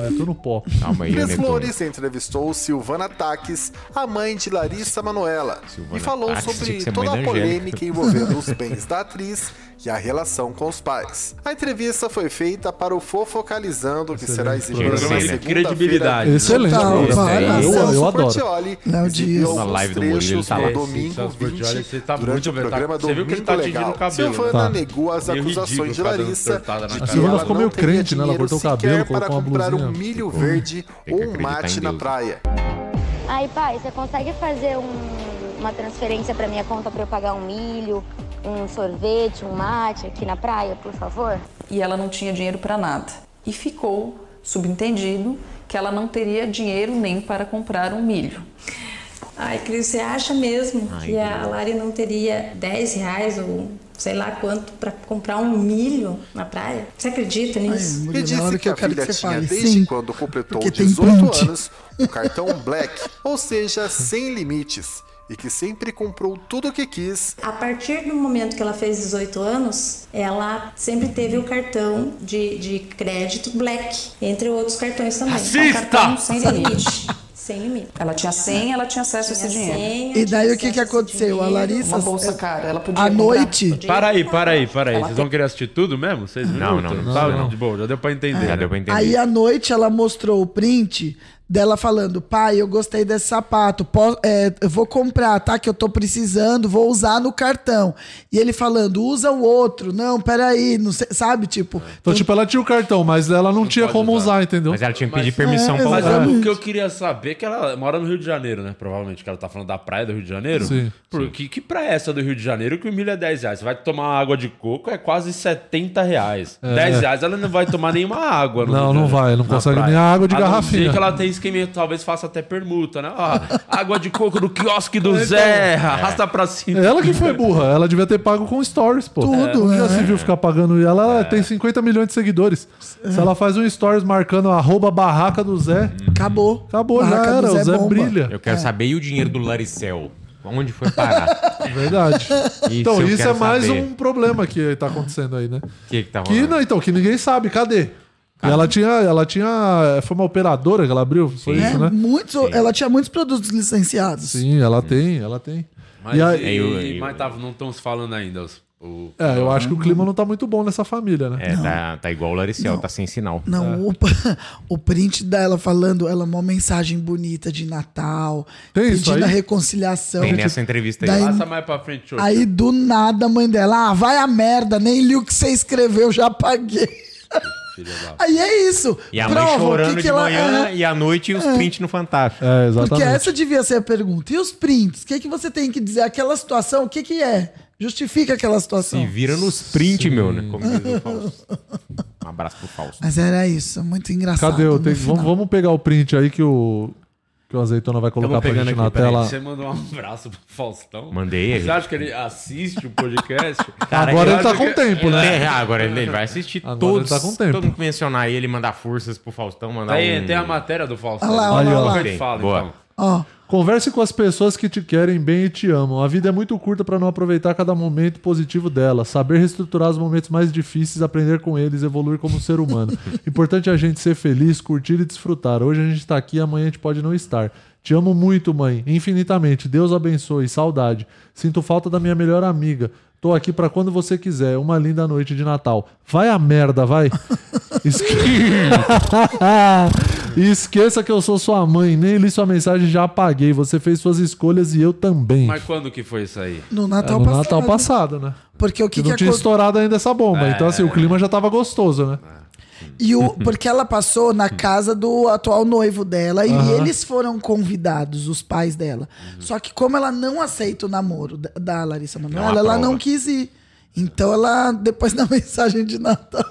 Speaker 13: É, tô no pó.
Speaker 12: Calma né,
Speaker 15: Cris Flores entrevistou Silvana Taques, a mãe de Larissa Manoela, e falou
Speaker 12: Taques, tinha
Speaker 15: sobre
Speaker 12: que ser
Speaker 15: toda
Speaker 12: mãe
Speaker 15: a
Speaker 12: da Angélica.
Speaker 15: polêmica envolvendo os bens da atriz e a relação com os pais. A entrevista foi feita para o Fofocalizando, que será
Speaker 11: Excelente.
Speaker 15: exibido na
Speaker 11: Programa de
Speaker 15: segunda-feira.
Speaker 11: credibilidade. Excelente,
Speaker 15: Total,
Speaker 11: programa.
Speaker 15: vai,
Speaker 11: Eu-
Speaker 15: Celso
Speaker 11: eu adoro.
Speaker 15: Portiolli
Speaker 13: né?
Speaker 14: É
Speaker 11: Léo
Speaker 15: exibiu
Speaker 11: Dias.
Speaker 15: alguns
Speaker 11: Na live do Murilo, ele tá
Speaker 15: trechos
Speaker 11: tava-
Speaker 15: no
Speaker 11: Esse
Speaker 15: domingo
Speaker 11: Celso Portiolli,
Speaker 15: 20,
Speaker 11: ele tá
Speaker 15: durante
Speaker 11: muito-
Speaker 15: o programa
Speaker 11: tá- você viu que ele
Speaker 15: Domingo
Speaker 11: tá tingindo
Speaker 15: Legal.
Speaker 11: o cabelo,
Speaker 15: Silvana
Speaker 11: né?
Speaker 13: Tá.
Speaker 15: negou as
Speaker 11: Meio ridículo
Speaker 15: acusações de
Speaker 11: ficar dando
Speaker 15: Larissa
Speaker 11: tortada na
Speaker 15: de
Speaker 11: cara.
Speaker 13: A
Speaker 15: que
Speaker 13: Silvana
Speaker 15: ela
Speaker 13: ficou
Speaker 15: não
Speaker 13: meio
Speaker 15: teria
Speaker 13: crente, né? Ela
Speaker 15: dinheiro
Speaker 13: cortou o
Speaker 15: sequer
Speaker 13: cabelo, colocou
Speaker 15: para
Speaker 13: uma
Speaker 15: comprar um
Speaker 13: blusinha. Tipo,
Speaker 15: milho
Speaker 13: Tem que
Speaker 15: verde ou um
Speaker 13: acreditar em
Speaker 15: mate na
Speaker 13: Deus. né?
Speaker 15: praia.
Speaker 16: Aí, pai, você consegue fazer um- uma transferência pra minha conta pra eu pagar um milho, um sorvete, um mate aqui na praia, por favor?
Speaker 17: e ela não tinha dinheiro para nada. E ficou subentendido que ela não teria dinheiro nem para comprar um milho.
Speaker 18: Ai, Cris, você acha mesmo que a Lari não teria 10 reais ou sei lá quanto pra comprar um milho na praia? Você acredita nisso?
Speaker 15: E É disse que a filha tinha, desde quando completou
Speaker 18: porque tem
Speaker 15: 18
Speaker 18: print.
Speaker 15: anos, o cartão Black, ou seja, sem limites, e que sempre comprou tudo o que quis.
Speaker 18: A partir do momento que ela fez 18 anos, ela sempre teve o cartão de, de crédito Black, entre outros cartões também. É um
Speaker 17: Racista!
Speaker 18: cartão sem limite. Sem limite.
Speaker 17: Ela tinha 100, ela tinha acesso a esse
Speaker 18: Tinha
Speaker 17: dinheiro.
Speaker 14: E daí o que, que aconteceu? A Larissa. é,
Speaker 17: Uma bolsa cara, ela podia
Speaker 14: à
Speaker 17: comprar.
Speaker 14: noite.
Speaker 11: Para aí, para aí, para aí.
Speaker 14: Ela
Speaker 11: Vocês
Speaker 14: tem-
Speaker 11: vão querer assistir tudo mesmo? Seis
Speaker 12: Não,
Speaker 11: minutos?
Speaker 12: não, não
Speaker 11: Tá,
Speaker 12: precisa, não.
Speaker 11: de boa, já deu pra entender.
Speaker 12: Já
Speaker 11: né?
Speaker 12: deu pra entender.
Speaker 14: Aí à noite ela mostrou o print dela falando: pai, eu gostei desse sapato, po- é, eu vou comprar, tá? Que eu tô precisando, vou usar no cartão. E ele falando: usa o outro, não, peraí, não sei, sabe? Tipo,
Speaker 12: É.
Speaker 13: Então, tipo, ela tinha o cartão, mas ela não, tinha como usar. entendeu?
Speaker 12: Mas ela tinha que
Speaker 13: Mas-
Speaker 12: pedir permissão
Speaker 13: É,
Speaker 12: pra
Speaker 11: Mas
Speaker 12: usar.
Speaker 11: eu- o que eu queria saber é que ela mora no Rio de Janeiro, né? Provavelmente que ela tá falando da praia do Rio de Janeiro.
Speaker 13: Sim.
Speaker 11: Porque que praia é essa do Rio de Janeiro que o milho é 10 reais? Você vai tomar uma água de coco, é quase 70 reais.
Speaker 13: É.
Speaker 11: 10 reais ela não vai tomar nenhuma água.
Speaker 13: Não,
Speaker 11: no Rio de
Speaker 13: não
Speaker 11: Janeiro,
Speaker 13: vai, não
Speaker 11: na
Speaker 13: consegue nem a água de
Speaker 12: Ah,
Speaker 11: a não ser
Speaker 13: garrafinha.
Speaker 11: que ela tem esquema, talvez faça até permuta, né? Ó, água de coco do quiosque do Zé, arrasta pra cima.
Speaker 13: É, então. Ela que foi burra, ela devia ter pago com stories, pô.
Speaker 11: Tudo,
Speaker 13: Não já
Speaker 11: né?
Speaker 13: se viu ficar pagando. E
Speaker 12: É.
Speaker 13: ela tem 50 milhões de seguidores. Se ela faz um stories marcando arroba barraca do Zé.
Speaker 14: Acabou.
Speaker 13: Acabou,
Speaker 12: Barraca
Speaker 13: já
Speaker 12: do
Speaker 13: era.
Speaker 12: Zé
Speaker 13: o Zé
Speaker 12: bomba.
Speaker 13: brilha.
Speaker 12: Eu quero saber e o dinheiro do Laricel. Onde foi parar?
Speaker 13: Verdade. então,
Speaker 12: eu
Speaker 13: isso é
Speaker 12: quero
Speaker 13: mais
Speaker 12: saber.
Speaker 13: um problema que tá acontecendo aí, né?
Speaker 12: O que, que tá
Speaker 13: Que
Speaker 12: rolando?
Speaker 13: não, então, que ninguém sabe, cadê? E Ela tinha, ela tinha. Foi uma operadora que ela abriu? Foi
Speaker 14: né?
Speaker 13: isso, né?
Speaker 14: Muitos, ela tinha muitos produtos licenciados.
Speaker 13: Sim,
Speaker 12: Hum.
Speaker 13: ela tem, ela tem.
Speaker 11: Mas,
Speaker 13: E aí-
Speaker 12: é,
Speaker 11: e- mas tava- não estão se falando ainda. os- o-
Speaker 13: É, eu acho que o clima não tá muito bom nessa família, né?
Speaker 12: É, tá, tá igual o Laricel, tá sem sinal.
Speaker 14: Não, o, o print dela falando, ela é uma mensagem bonita de Natal,
Speaker 12: Tem isso
Speaker 14: pedindo
Speaker 12: aí?
Speaker 14: a reconciliação.
Speaker 12: Tem nessa entrevista aí.
Speaker 14: Daí-
Speaker 11: Passa mais pra frente, Xuxa.
Speaker 14: Aí do nada a mãe dela, ah, vai a merda, nem li o que você escreveu, já paguei. Aí é isso.
Speaker 12: E a mãe chorando de manhã
Speaker 14: é.
Speaker 12: e à noite e os
Speaker 14: É.
Speaker 12: prints no Fantástico.
Speaker 13: É,
Speaker 14: Porque essa devia ser a pergunta. E os prints? O que, que você tem que dizer? Aquela situação, o que, que é? Justifica aquela situação.
Speaker 12: Se vira nos prints, meu, né? Como diz o Fausto. Um abraço pro Fausto.
Speaker 14: Mas era isso, muito engraçado.
Speaker 13: Cadê? Eu
Speaker 14: no
Speaker 13: tenho-
Speaker 14: final.
Speaker 13: vamos, vamos pegar o print aí que o, que o Azeitona vai colocar
Speaker 11: Tamo
Speaker 13: pra
Speaker 11: pegando
Speaker 13: gente na
Speaker 11: peraí.
Speaker 13: tela.
Speaker 11: Você mandou um abraço pro Faustão?
Speaker 12: Mandei
Speaker 11: Você
Speaker 12: ele.
Speaker 11: acha que ele assiste o podcast? tá
Speaker 12: Cara,
Speaker 11: Eu
Speaker 12: eu
Speaker 11: acho
Speaker 13: tá
Speaker 12: acho
Speaker 11: que-
Speaker 12: que-
Speaker 13: né?
Speaker 11: né?
Speaker 12: É, agora ele ele vai assistir
Speaker 11: Agora
Speaker 12: todos.
Speaker 11: ele tá com tempo.
Speaker 12: Todo mundo que mencionar ele, mandar forças pro Faustão, mandar
Speaker 11: Aí,
Speaker 12: um...
Speaker 11: tem a matéria do Faustão.
Speaker 12: Olha lá, olha
Speaker 11: Depois
Speaker 12: lá.
Speaker 11: a gente fala,
Speaker 12: Boa.
Speaker 11: então.
Speaker 13: Converse com as pessoas que te querem bem e te amam. A vida é muito curta pra não aproveitar cada momento positivo dela. Saber reestruturar os momentos mais difíceis, aprender com eles, evoluir como ser humano. Importante é a gente ser feliz, curtir e desfrutar. Hoje a gente tá aqui, amanhã a gente pode não estar. Te amo muito, mãe, infinitamente. Deus abençoe, saudade. Sinto falta da minha melhor amiga. Tô aqui pra quando você quiser. Uma linda noite de Natal. Vai a merda, vai. Esque- Esqueça que eu sou sua mãe. Nem li sua mensagem, já apaguei. Você fez suas escolhas e eu também.
Speaker 11: Mas quando que foi isso aí?
Speaker 14: No
Speaker 13: É,
Speaker 14: Natal
Speaker 13: no
Speaker 14: passado.
Speaker 13: Natal passado, né?
Speaker 14: Porque o que,
Speaker 13: Que não
Speaker 14: que
Speaker 13: tinha
Speaker 14: acon-
Speaker 13: estourado ainda essa bomba.
Speaker 11: É.
Speaker 13: Então, assim, o clima já tava gostoso, né?
Speaker 14: E
Speaker 11: Uhum.
Speaker 14: o, porque ela passou na casa do atual noivo dela e
Speaker 13: Aham.
Speaker 14: eles foram convidados, os pais dela.
Speaker 11: Uhum.
Speaker 14: Só que como ela não aceita o namoro da, da Larissa
Speaker 11: é
Speaker 14: Manoela, ela
Speaker 13: aprova.
Speaker 14: não quis ir. Então ela, depois na mensagem de Natal.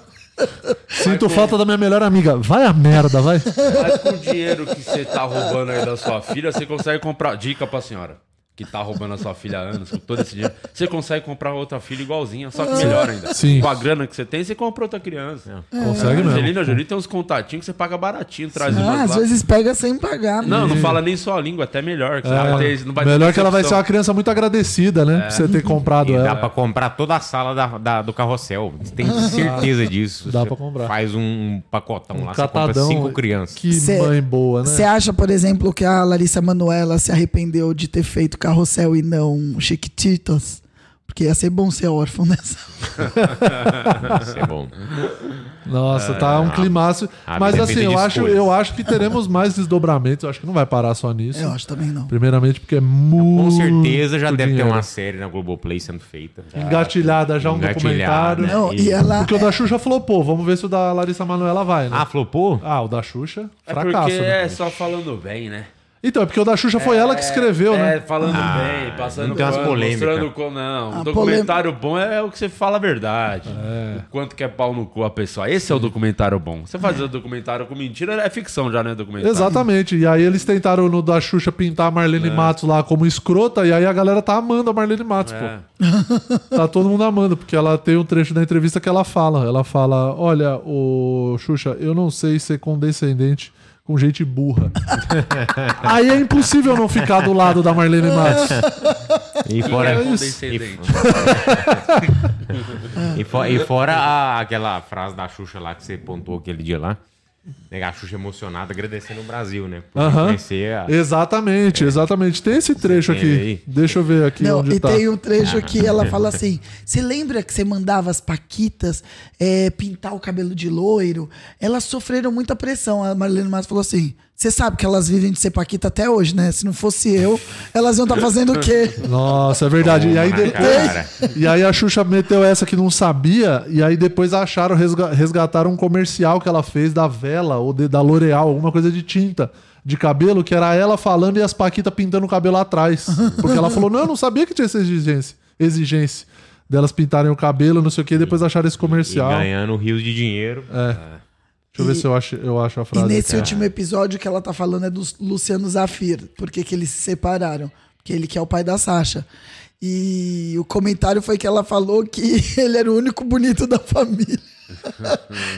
Speaker 13: Sinto falta da minha melhor amiga. Vai a merda, vai.
Speaker 11: Mas com o dinheiro que você tá roubando aí da sua filha, você consegue comprar. Dica pra senhora. Que tá roubando a sua filha há anos, com todo esse dinheiro. Você consegue comprar outra filha igualzinha, só que melhor ainda.
Speaker 13: Sim.
Speaker 11: Com a grana que você tem, você compra outra criança.
Speaker 14: É.
Speaker 13: Consegue mesmo.
Speaker 11: A Angelina Jolie tem uns contatinhos que você paga baratinho, traz umas
Speaker 14: Ah, às
Speaker 11: lá.
Speaker 14: vezes pega sem pagar. né?
Speaker 11: Não, não fala nem só a língua, até melhor. que você
Speaker 13: É,
Speaker 11: vai ter- não vai ter
Speaker 13: melhor que ela vai ser
Speaker 11: decepção.
Speaker 13: uma criança muito agradecida, né? Por você ter comprado
Speaker 12: É. E
Speaker 13: ela.
Speaker 12: dá pra comprar toda a sala da, da- do carrossel. Tenho certeza disso.
Speaker 13: Dá
Speaker 12: Você
Speaker 13: pra comprar.
Speaker 12: Faz um pacotão lá, você compra
Speaker 13: catadão.
Speaker 12: cinco crianças.
Speaker 13: Que mãe boa, né?
Speaker 14: Você acha, por exemplo, que a Larissa Manoela se arrependeu de ter feito carrossel e não Chiquititas? Porque ia ser bom ser órfão nessa.
Speaker 12: Isso é bom.
Speaker 13: Nossa, tá um
Speaker 12: Ah,
Speaker 13: climaço.
Speaker 12: ah,
Speaker 13: Mas
Speaker 12: depende
Speaker 13: assim, eu
Speaker 12: de
Speaker 13: acho,
Speaker 12: escolhas.
Speaker 13: eu acho que teremos mais desdobramentos. Eu acho que não vai parar só nisso.
Speaker 14: Eu acho também não.
Speaker 13: Primeiramente, porque é muito.
Speaker 12: Com certeza já deve ter
Speaker 13: dinheiro.
Speaker 12: uma série na Globoplay sendo feita.
Speaker 13: Engatilhada já um
Speaker 12: Engatilhada,
Speaker 13: documentário.
Speaker 12: né? Não, e ela-
Speaker 14: é
Speaker 13: Porque o da Xuxa flopou. Vamos ver se o da Larissa Manoela vai, né? Ah,
Speaker 12: flopou?
Speaker 13: Ah, o da Xuxa?
Speaker 11: É
Speaker 13: Fracasso.
Speaker 11: porque
Speaker 13: né?
Speaker 11: é só falando bem, né?
Speaker 13: Então, é porque o da Xuxa foi ela que escreveu,
Speaker 11: é,
Speaker 13: né?
Speaker 11: É, falando
Speaker 12: Ah,
Speaker 11: bem, passando
Speaker 12: não tem umas
Speaker 11: pano,
Speaker 12: polêmicas.
Speaker 11: mostrando como. Não,
Speaker 12: Ah,
Speaker 11: um documentário bom é o que você fala a verdade. O quanto que é pau no cu a pessoa. Esse é o documentário bom. Você fazer o documentário com mentira é ficção já, né? Documentário.
Speaker 13: Exatamente. E aí eles tentaram no da Xuxa pintar a Marlene
Speaker 12: É.
Speaker 13: Matos lá como escrota, e aí a galera tá amando a Marlene Matos,
Speaker 11: É.
Speaker 13: pô. Tá todo mundo amando, porque ela tem um trecho da entrevista que ela fala. Ela fala: Olha, ô Xuxa, eu não sei ser condescendente com gente burra. aí é impossível não ficar do lado da Marlene Matos.
Speaker 12: É. E fora,
Speaker 13: É isso.
Speaker 12: e, e fo- e fora a- aquela frase da Xuxa lá que você pontuou aquele dia lá. né, A Xuxa emocionada agradecendo o Brasil, né? Por
Speaker 13: Aham.
Speaker 12: conhecer a.
Speaker 13: Exatamente, exatamente. Tem esse trecho
Speaker 12: tem
Speaker 13: aqui.
Speaker 12: aí?
Speaker 13: Deixa eu ver aqui
Speaker 14: Não,
Speaker 13: onde
Speaker 14: e
Speaker 13: tá.
Speaker 14: tem um trecho que ela fala assim: você lembra que você mandava as Paquitas eh, pintar o cabelo de loiro? Elas sofreram muita pressão. A Marlene Matos falou assim: você sabe que elas vivem de ser Paquita até hoje, né? Se não fosse eu, elas iam estar fazendo o quê?
Speaker 13: Nossa, é verdade. e aí
Speaker 14: na cara.
Speaker 13: depois. E aí a Xuxa meteu essa que não sabia. E aí depois acharam, resga- resgataram um comercial que ela fez da vela ou de- da L'Oreal, alguma coisa de tinta de cabelo, que era ela falando e as Paquita pintando o cabelo atrás. Porque ela falou: não, eu não sabia que tinha essa exigência. exigência delas pintarem o cabelo, não sei o que, e depois acharam esse
Speaker 12: E
Speaker 13: comercial.
Speaker 12: ganhando rios de dinheiro.
Speaker 13: É. Deixa eu ver
Speaker 14: E-
Speaker 13: se eu acho, eu acho a
Speaker 14: E
Speaker 13: frase.
Speaker 14: nesse
Speaker 13: aqui.
Speaker 14: último episódio que ela tá falando é do Luciano Zafir, porque que eles se separaram, porque ele que é o pai da Sasha. E o comentário foi que ela falou que ele era o único bonito da família.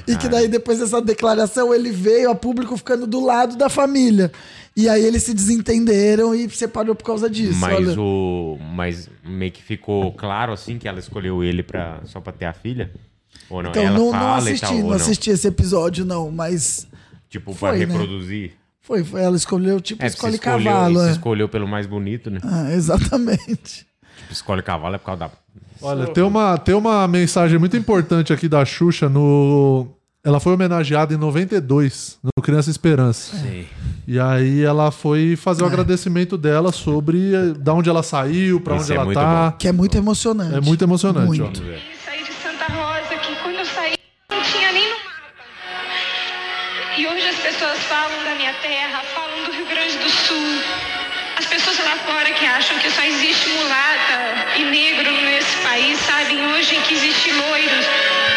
Speaker 14: e que daí depois dessa declaração ele veio a público ficando do lado da família. E aí eles se desentenderam e separou por causa disso.
Speaker 12: Mas
Speaker 14: olha.
Speaker 12: o. Mas meio que ficou claro assim que ela escolheu ele pra, só pra ter a filha? Ou não?
Speaker 14: Então
Speaker 12: ela
Speaker 14: não, não
Speaker 12: fala
Speaker 14: assisti,
Speaker 12: e tal, ou
Speaker 14: não assisti esse episódio não, mas
Speaker 12: Tipo, pra
Speaker 14: Foi, né?
Speaker 12: reproduzir.
Speaker 14: foi, foi ela escolheu tipo
Speaker 12: É, porque
Speaker 14: escolhe
Speaker 12: se escolheu,
Speaker 14: cavalo.
Speaker 12: se
Speaker 14: é.
Speaker 12: escolheu pelo mais bonito, né?
Speaker 14: Ah, exatamente.
Speaker 12: Tipo, escolhe cavalo é por causa da.
Speaker 13: Olha, tem uma, tem uma mensagem muito importante aqui da Xuxa no. Ela foi homenageada em 92, no Criança Esperança.
Speaker 11: Sim.
Speaker 13: E aí ela foi
Speaker 14: É.
Speaker 13: fazer o agradecimento dela sobre eh, da onde ela saiu, pra
Speaker 14: Isso
Speaker 13: onde
Speaker 14: é
Speaker 13: ela
Speaker 14: muito
Speaker 13: tá.
Speaker 14: bom. Que é muito emocionante.
Speaker 13: É muito emocionante,
Speaker 14: Muito.
Speaker 13: ó.
Speaker 19: saí de Santa Rosa, que quando eu saí não tinha nem no mapa. E hoje as pessoas falam da minha terra, falam do Rio Grande do Sul. As pessoas lá fora que acham que só existe mulata e negro nesse país sabem hoje que existe loiros.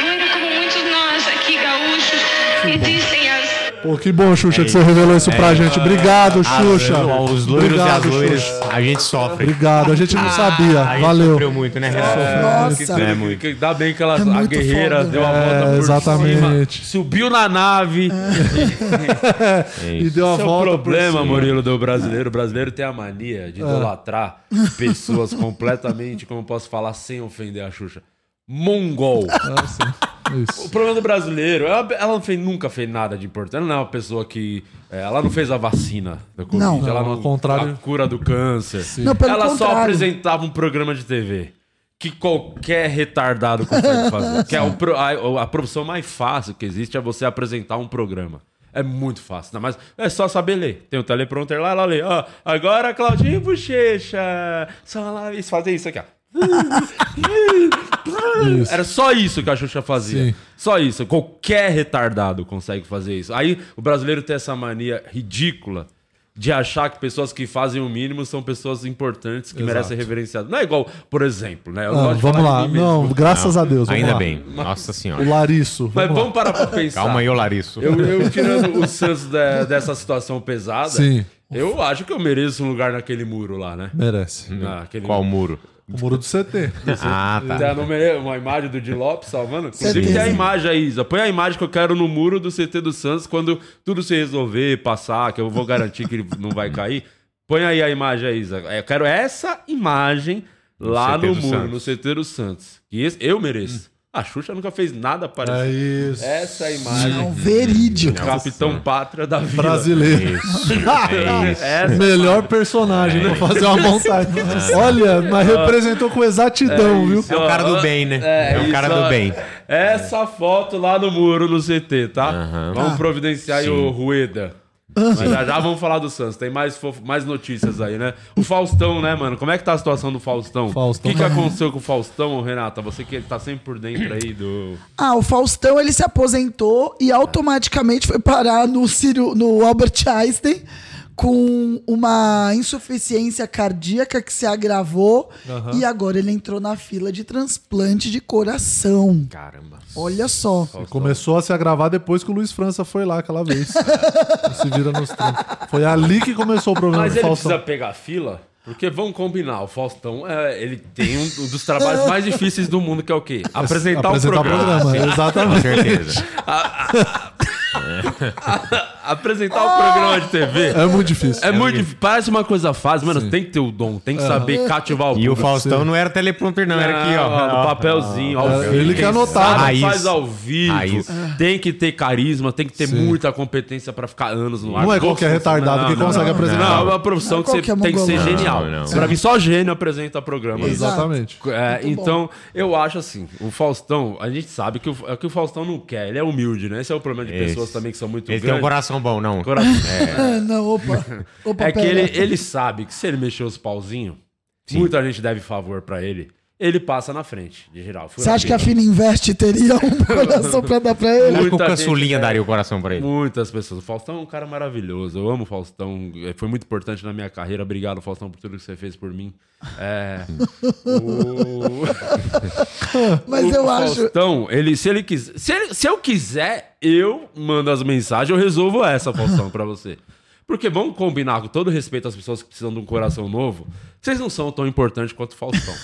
Speaker 19: Loiro como muitos nós aqui gaúchos. Existem as
Speaker 13: Pô, que bom, Xuxa, que você
Speaker 12: isso.
Speaker 13: revelou isso pra
Speaker 12: É
Speaker 13: gente.
Speaker 12: isso.
Speaker 13: Obrigado,
Speaker 12: Às vezes,
Speaker 13: Xuxa.
Speaker 12: ó, Os loiros
Speaker 13: Obrigado,
Speaker 12: e as loiras,
Speaker 13: Xuxa.
Speaker 12: a gente sofre.
Speaker 13: Obrigado, a gente não
Speaker 12: Ah,
Speaker 13: sabia.
Speaker 12: a gente
Speaker 13: Valeu.
Speaker 12: sofreu muito, né, Renato?
Speaker 11: Que,
Speaker 13: Nossa.
Speaker 11: teve-
Speaker 13: É
Speaker 11: que- que dá bem que ela, a guerreira
Speaker 13: foda.
Speaker 11: deu a
Speaker 13: É,
Speaker 11: volta por
Speaker 13: exatamente. É.
Speaker 11: cima, subiu na nave.
Speaker 13: E deu a
Speaker 11: Esse
Speaker 13: volta
Speaker 11: é o
Speaker 13: por
Speaker 11: problema,
Speaker 13: cima.
Speaker 11: Murilo, do brasileiro. O brasileiro tem a mania de
Speaker 13: É.
Speaker 11: idolatrar pessoas completamente, como eu posso falar sem ofender a Xuxa, mongol. O problema do brasileiro, ela, ela não fez, nunca fez nada de importante. Ela não é uma pessoa que. é, Ela não fez a vacina da Covid.
Speaker 14: Não.
Speaker 11: ela
Speaker 14: Não,
Speaker 11: não,
Speaker 14: ao contrário.
Speaker 11: A cura do câncer.
Speaker 14: Não, pelo
Speaker 11: ela só
Speaker 14: contrário.
Speaker 11: apresentava um programa de TV. Que qualquer retardado consegue fazer. que é o pro- a, a profissão mais fácil que existe é você apresentar um programa. É muito fácil. Não, mas é só saber ler. Tem o teleprompter lá, ela lê. Ó, agora Claudinho Bochecha. Só lá. Isso, fazer isso aqui, ó. Era só isso que a Xuxa fazia. Só isso. Qualquer retardado consegue fazer isso. Aí o brasileiro tem essa mania ridícula de achar que pessoas que fazem o mínimo são pessoas importantes que
Speaker 13: Exato.
Speaker 11: merecem ser reverenciadas. Não é igual, por exemplo,
Speaker 12: É
Speaker 11: né? Eu
Speaker 13: Não,
Speaker 11: gosto de
Speaker 13: Ah, vamos
Speaker 11: falar
Speaker 13: lá.
Speaker 11: de mim mesmo.
Speaker 13: Não, graças a Deus. vamos
Speaker 12: Ainda
Speaker 13: lá.
Speaker 12: bem. Nossa senhora.
Speaker 13: O Lariço.
Speaker 11: Mas
Speaker 13: lá.
Speaker 11: vamos parar pra pensar.
Speaker 12: Calma aí, ô Lariço.
Speaker 11: Eu, eu tirando o Santos da- dessa situação pesada,
Speaker 13: Sim.
Speaker 11: eu acho que eu mereço um lugar naquele muro lá, né?
Speaker 13: Merece.
Speaker 11: Naquele
Speaker 12: Qual muro? Ah,
Speaker 13: O muro do CT. Ah,
Speaker 11: Tá no meio, uma imagem do Di Lopes salvando. Inclusive
Speaker 13: Certeza.
Speaker 11: tem a imagem aí, Isa. Põe a imagem que eu quero no muro do CT do Santos quando tudo se resolver, passar, que eu vou garantir que ele não vai cair. Põe aí a imagem aí, Isa. É, Eu quero essa imagem lá
Speaker 12: CT
Speaker 11: no
Speaker 12: do
Speaker 11: muro,
Speaker 12: Santos.
Speaker 11: no CT do Santos. Que esse- eu mereço. A Xuxa nunca fez nada parecido.
Speaker 13: É isso.
Speaker 11: Essa imagem.
Speaker 13: Não, verídico.
Speaker 11: O Capitão Pátria da Vila.
Speaker 13: Brasileiro. é
Speaker 12: É
Speaker 11: Essa
Speaker 13: Melhor personagem pra fazer uma montagem. Olha, mas representou com exatidão,
Speaker 11: É
Speaker 13: viu?
Speaker 11: isso, ó.
Speaker 12: né?
Speaker 11: É, isso, ó. Essa foto lá no muro no CT, tá? Vamos
Speaker 13: Ah,
Speaker 11: providenciar aí
Speaker 13: sim.
Speaker 11: o Rueda. Mas já, já vamos falar do Santos. Tem mais, fofo- mais notícias aí, né? O Faustão, né, mano? Como é que tá a situação do Faustão?
Speaker 13: Faustão. né?
Speaker 11: O que, que aconteceu com o Faustão, Renata? Você que tá sempre por dentro aí do.
Speaker 14: Ah, o Faustão ele se aposentou e automaticamente foi parar no, Ciro, no Albert Einstein com uma insuficiência cardíaca que se agravou
Speaker 13: Aham.
Speaker 14: e agora ele entrou na fila de transplante de coração.
Speaker 11: Caramba.
Speaker 14: Olha só.
Speaker 13: Começou a se agravar depois que o Luiz França foi lá aquela vez. se vira nos 30. Foi ali que começou o problema
Speaker 11: Mas
Speaker 13: do
Speaker 11: ele
Speaker 13: Faustão.
Speaker 11: precisa pegar fila? Porque vamos combinar, o Faustão, é, ele tem um dos trabalhos mais difíceis do mundo, que é o quê? Apresentar,
Speaker 13: apresentar
Speaker 11: o
Speaker 13: o
Speaker 11: programa.
Speaker 13: programa, exatamente. Com certeza.
Speaker 11: A- a- a- apresentar o programa de TV.
Speaker 13: É muito É. difícil.
Speaker 11: É muito difícil. Parece uma coisa fácil, mano. Tem que ter o dom, tem que
Speaker 12: Aham.
Speaker 11: saber cativar o
Speaker 12: E o
Speaker 11: público.
Speaker 12: Faustão não era teleprompter, não. Era aqui, ó.
Speaker 11: Não, no papelzinho, ao
Speaker 13: É,
Speaker 12: Ah,
Speaker 11: vivo.
Speaker 12: ele que
Speaker 11: Quem
Speaker 12: anotava.
Speaker 11: sabe
Speaker 12: Raiz.
Speaker 11: Faz ao vivo.
Speaker 12: Raiz.
Speaker 11: Tem que ter carisma, tem que ter muita competência pra ficar anos no ar.
Speaker 13: Não é
Speaker 11: Todos
Speaker 13: qualquer
Speaker 11: os profissionais-
Speaker 13: retardado que consegue apresentar.
Speaker 11: Não, é uma profissão
Speaker 13: Não é
Speaker 11: que você
Speaker 13: qualquer
Speaker 11: tem que ser
Speaker 13: mongolão.
Speaker 11: genial.
Speaker 13: Não, não.
Speaker 11: Pra mim, só gênio apresenta programa.
Speaker 13: Exatamente.
Speaker 14: Tá
Speaker 11: É,
Speaker 13: Muito bom.
Speaker 11: então, eu acho assim, o Faustão, a gente sabe que o, é que o Faustão não quer, ele é humilde, né? Esse é o problema de
Speaker 12: Esse.
Speaker 11: pessoas também que são muito
Speaker 12: Ele tem
Speaker 11: grandes.
Speaker 12: um coração bom, não.
Speaker 11: Coração.
Speaker 12: É.
Speaker 14: Ah, não, opa. Opa,
Speaker 11: É que
Speaker 14: pera.
Speaker 11: ele, ele sabe que se ele mexer os pauzinhos, muita gente deve favor pra ele, ele passa na frente, de geral. Fui
Speaker 14: Você
Speaker 11: lá
Speaker 14: acha que a
Speaker 11: ver.
Speaker 14: Fina Invest teria um coração pra dar pra ele?
Speaker 11: Muita gente, é.
Speaker 12: o coração pra ele.
Speaker 11: Muitas pessoas. O Faustão é um cara maravilhoso. Eu amo o Faustão. É, Foi muito importante na minha carreira. Obrigado, Faustão, por tudo que você fez por mim. É. o...
Speaker 14: Mas eu acho-
Speaker 11: Faustão, ele, se ele quiser. Se, ele- se eu quiser, eu mando as mensagens, eu resolvo essa, Faustão, pra você. Porque vamos combinar, com todo respeito às pessoas que precisam de um coração novo, vocês não são tão importantes quanto o Faustão.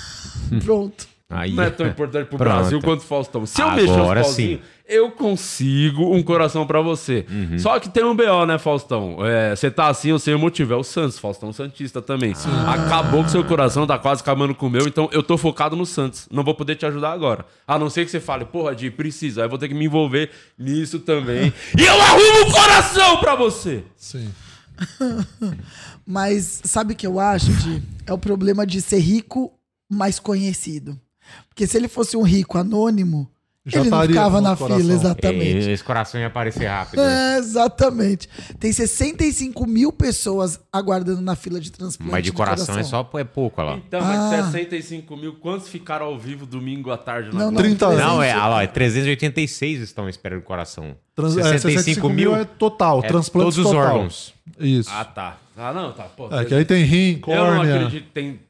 Speaker 14: Pronto.
Speaker 12: Aí.
Speaker 11: Não é tão importante pro
Speaker 12: Pronto.
Speaker 11: Brasil quanto o Faustão. Se eu
Speaker 12: Agora
Speaker 11: mexer os
Speaker 12: sim.
Speaker 11: pauzinhos, eu consigo um coração pra você.
Speaker 12: Uhum.
Speaker 11: Só que tem um BO, né, Faustão? É, Você tá assim, eu sei o motivo. É o Santos, Faustão Santista também.
Speaker 12: Ah.
Speaker 11: Acabou com seu coração, tá quase acabando com o meu, então eu tô focado no Santos. Não vou poder te ajudar agora. A não ser que você fale, porra, Di, precisa. Aí eu vou ter que me envolver nisso também. e eu arrumo um coração pra você!
Speaker 13: Sim.
Speaker 14: Mas sabe o que eu acho, Di? É o problema de ser rico, mas conhecido. Porque se ele fosse um rico anônimo, ele não ficava na fila, exatamente.
Speaker 12: Esse coração ia aparecer rápido. né?
Speaker 14: É, exatamente. Tem 65 mil pessoas aguardando na fila de transplante.
Speaker 12: Mas de coração é só é pouco, olha lá.
Speaker 11: Então, mas
Speaker 14: Ah.
Speaker 11: 65 mil, quantos ficaram ao vivo domingo à tarde?
Speaker 14: Não,
Speaker 11: Globo?
Speaker 12: Não, é, olha lá, é 386 estão esperando o coração.
Speaker 13: Trans- é, 65 mil é total, transplante
Speaker 12: todos os
Speaker 13: total.
Speaker 12: órgãos.
Speaker 13: Isso.
Speaker 11: Ah, tá. Ah, não, tá. Pô,
Speaker 13: É, que aí tem rim,
Speaker 11: Eu não
Speaker 13: córnea.
Speaker 11: acredito. Tem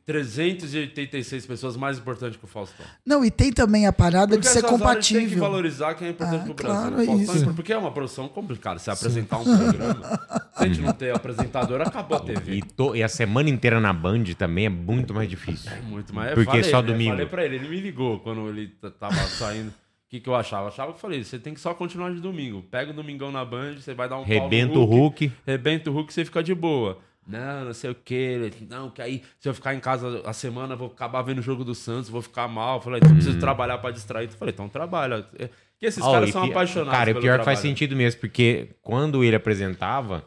Speaker 11: 386 pessoas mais importantes que o Faustão.
Speaker 14: Não, e tem também a parada de ser
Speaker 11: essas horas
Speaker 14: é compatível.
Speaker 11: Tem que valorizar quem é importante pro Brasil.
Speaker 14: claro,
Speaker 11: O
Speaker 14: é
Speaker 11: Faustão
Speaker 14: isso.
Speaker 11: impor- Porque é uma produção complicada. Se apresentar um programa, se a gente não ter apresentador, acabou a TV.
Speaker 12: E, to- e a semana inteira na Band também é muito mais difícil. É
Speaker 11: muito mas eu
Speaker 12: Porque
Speaker 11: falei,
Speaker 12: só
Speaker 11: né?
Speaker 12: domingo.
Speaker 11: Falei pra ele, ele me ligou quando ele t- tava saindo. O que, que eu achava? Achava que eu falei, você tem que só continuar de domingo. Pega o domingão na Band, você vai dar um pau no
Speaker 12: Rebenta o Hulk.
Speaker 11: Rebenta o Hulk, você fica de boa. Não, não sei o que. Não, que aí, se eu ficar em casa a semana, eu vou acabar vendo o jogo do Santos, vou ficar mal. Eu falei, então preciso trabalhar pra distrair. Eu falei, então trabalha. Que esses
Speaker 12: Hum. Ó,
Speaker 11: caras
Speaker 12: e
Speaker 11: são
Speaker 12: pi-
Speaker 11: apaixonados.
Speaker 12: Cara, e
Speaker 11: pelo
Speaker 12: pior que faz
Speaker 11: trabalho.
Speaker 12: sentido mesmo, porque quando ele apresentava,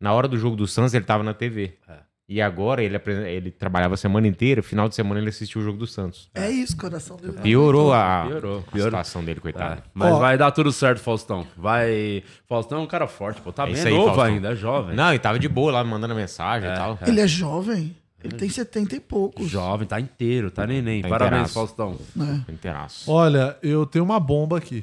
Speaker 12: na hora do jogo do Santos, ele tava na TV.
Speaker 11: É.
Speaker 12: E agora ele, apresen- ele trabalhava a semana inteira, final de semana ele assistiu o jogo do Santos.
Speaker 14: É isso, coração do
Speaker 12: Piorou a,
Speaker 11: Piorou,
Speaker 12: a situação dele, coitado.
Speaker 11: É, mas
Speaker 12: Ó.
Speaker 11: vai dar tudo certo, Faustão. Vai. Faustão é um cara forte, pô. Tá
Speaker 12: É
Speaker 11: bem
Speaker 12: isso aí,
Speaker 11: novo
Speaker 12: Faustão.
Speaker 11: ainda, é jovem.
Speaker 12: Não, e tá tava de boa lá, mandando mensagem e tal.
Speaker 14: Ele é jovem? Ele tem 70 e poucos.
Speaker 11: Jovem, tá inteiro, tá neném.
Speaker 12: Tá
Speaker 11: Parabéns,
Speaker 12: inteiraço.
Speaker 11: Faustão.
Speaker 12: É.
Speaker 13: Olha, eu tenho uma bomba aqui.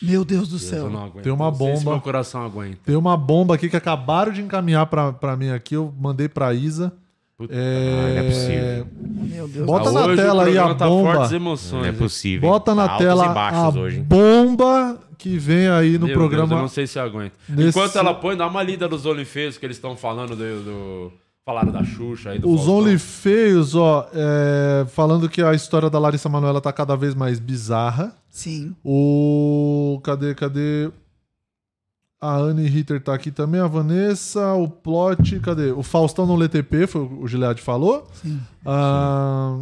Speaker 14: Meu Deus do
Speaker 11: Deus, eu não aguento.
Speaker 13: Tem uma
Speaker 11: Não sei se
Speaker 13: bomba.
Speaker 11: meu coração aguenta.
Speaker 13: Tem uma bomba aqui que acabaram de encaminhar pra, pra mim aqui. Eu mandei pra Isa.
Speaker 11: Ah,
Speaker 13: é...
Speaker 11: não é possível.
Speaker 14: Meu Deus.
Speaker 13: Bota
Speaker 11: Ah,
Speaker 13: na
Speaker 11: hoje o
Speaker 13: tela aí a
Speaker 11: programa tá
Speaker 13: bomba.
Speaker 11: fortes emoções, Não é hein? possível, hein?
Speaker 13: Bota na
Speaker 11: Altos e
Speaker 13: tela
Speaker 11: baixos
Speaker 13: a
Speaker 11: hoje, hein?
Speaker 13: bomba que vem aí no
Speaker 11: Meu
Speaker 13: programa.
Speaker 11: Deus, eu não sei se aguenta.
Speaker 13: Nesse-
Speaker 11: Enquanto ela põe, dá uma lida dos OnlyFans que eles estão falando do, do- Falaram da Xuxa aí do
Speaker 13: Os
Speaker 11: Faustão.
Speaker 13: Only Feios, ó, é, falando que a história da Larissa Manoela tá cada vez mais bizarra.
Speaker 14: Sim.
Speaker 13: O. Cadê, cadê? A Anne Ritter tá aqui também, a Vanessa, o Plot, cadê? O Faustão no LTP, foi o que o Gilead falou.
Speaker 14: Sim.
Speaker 13: Ah,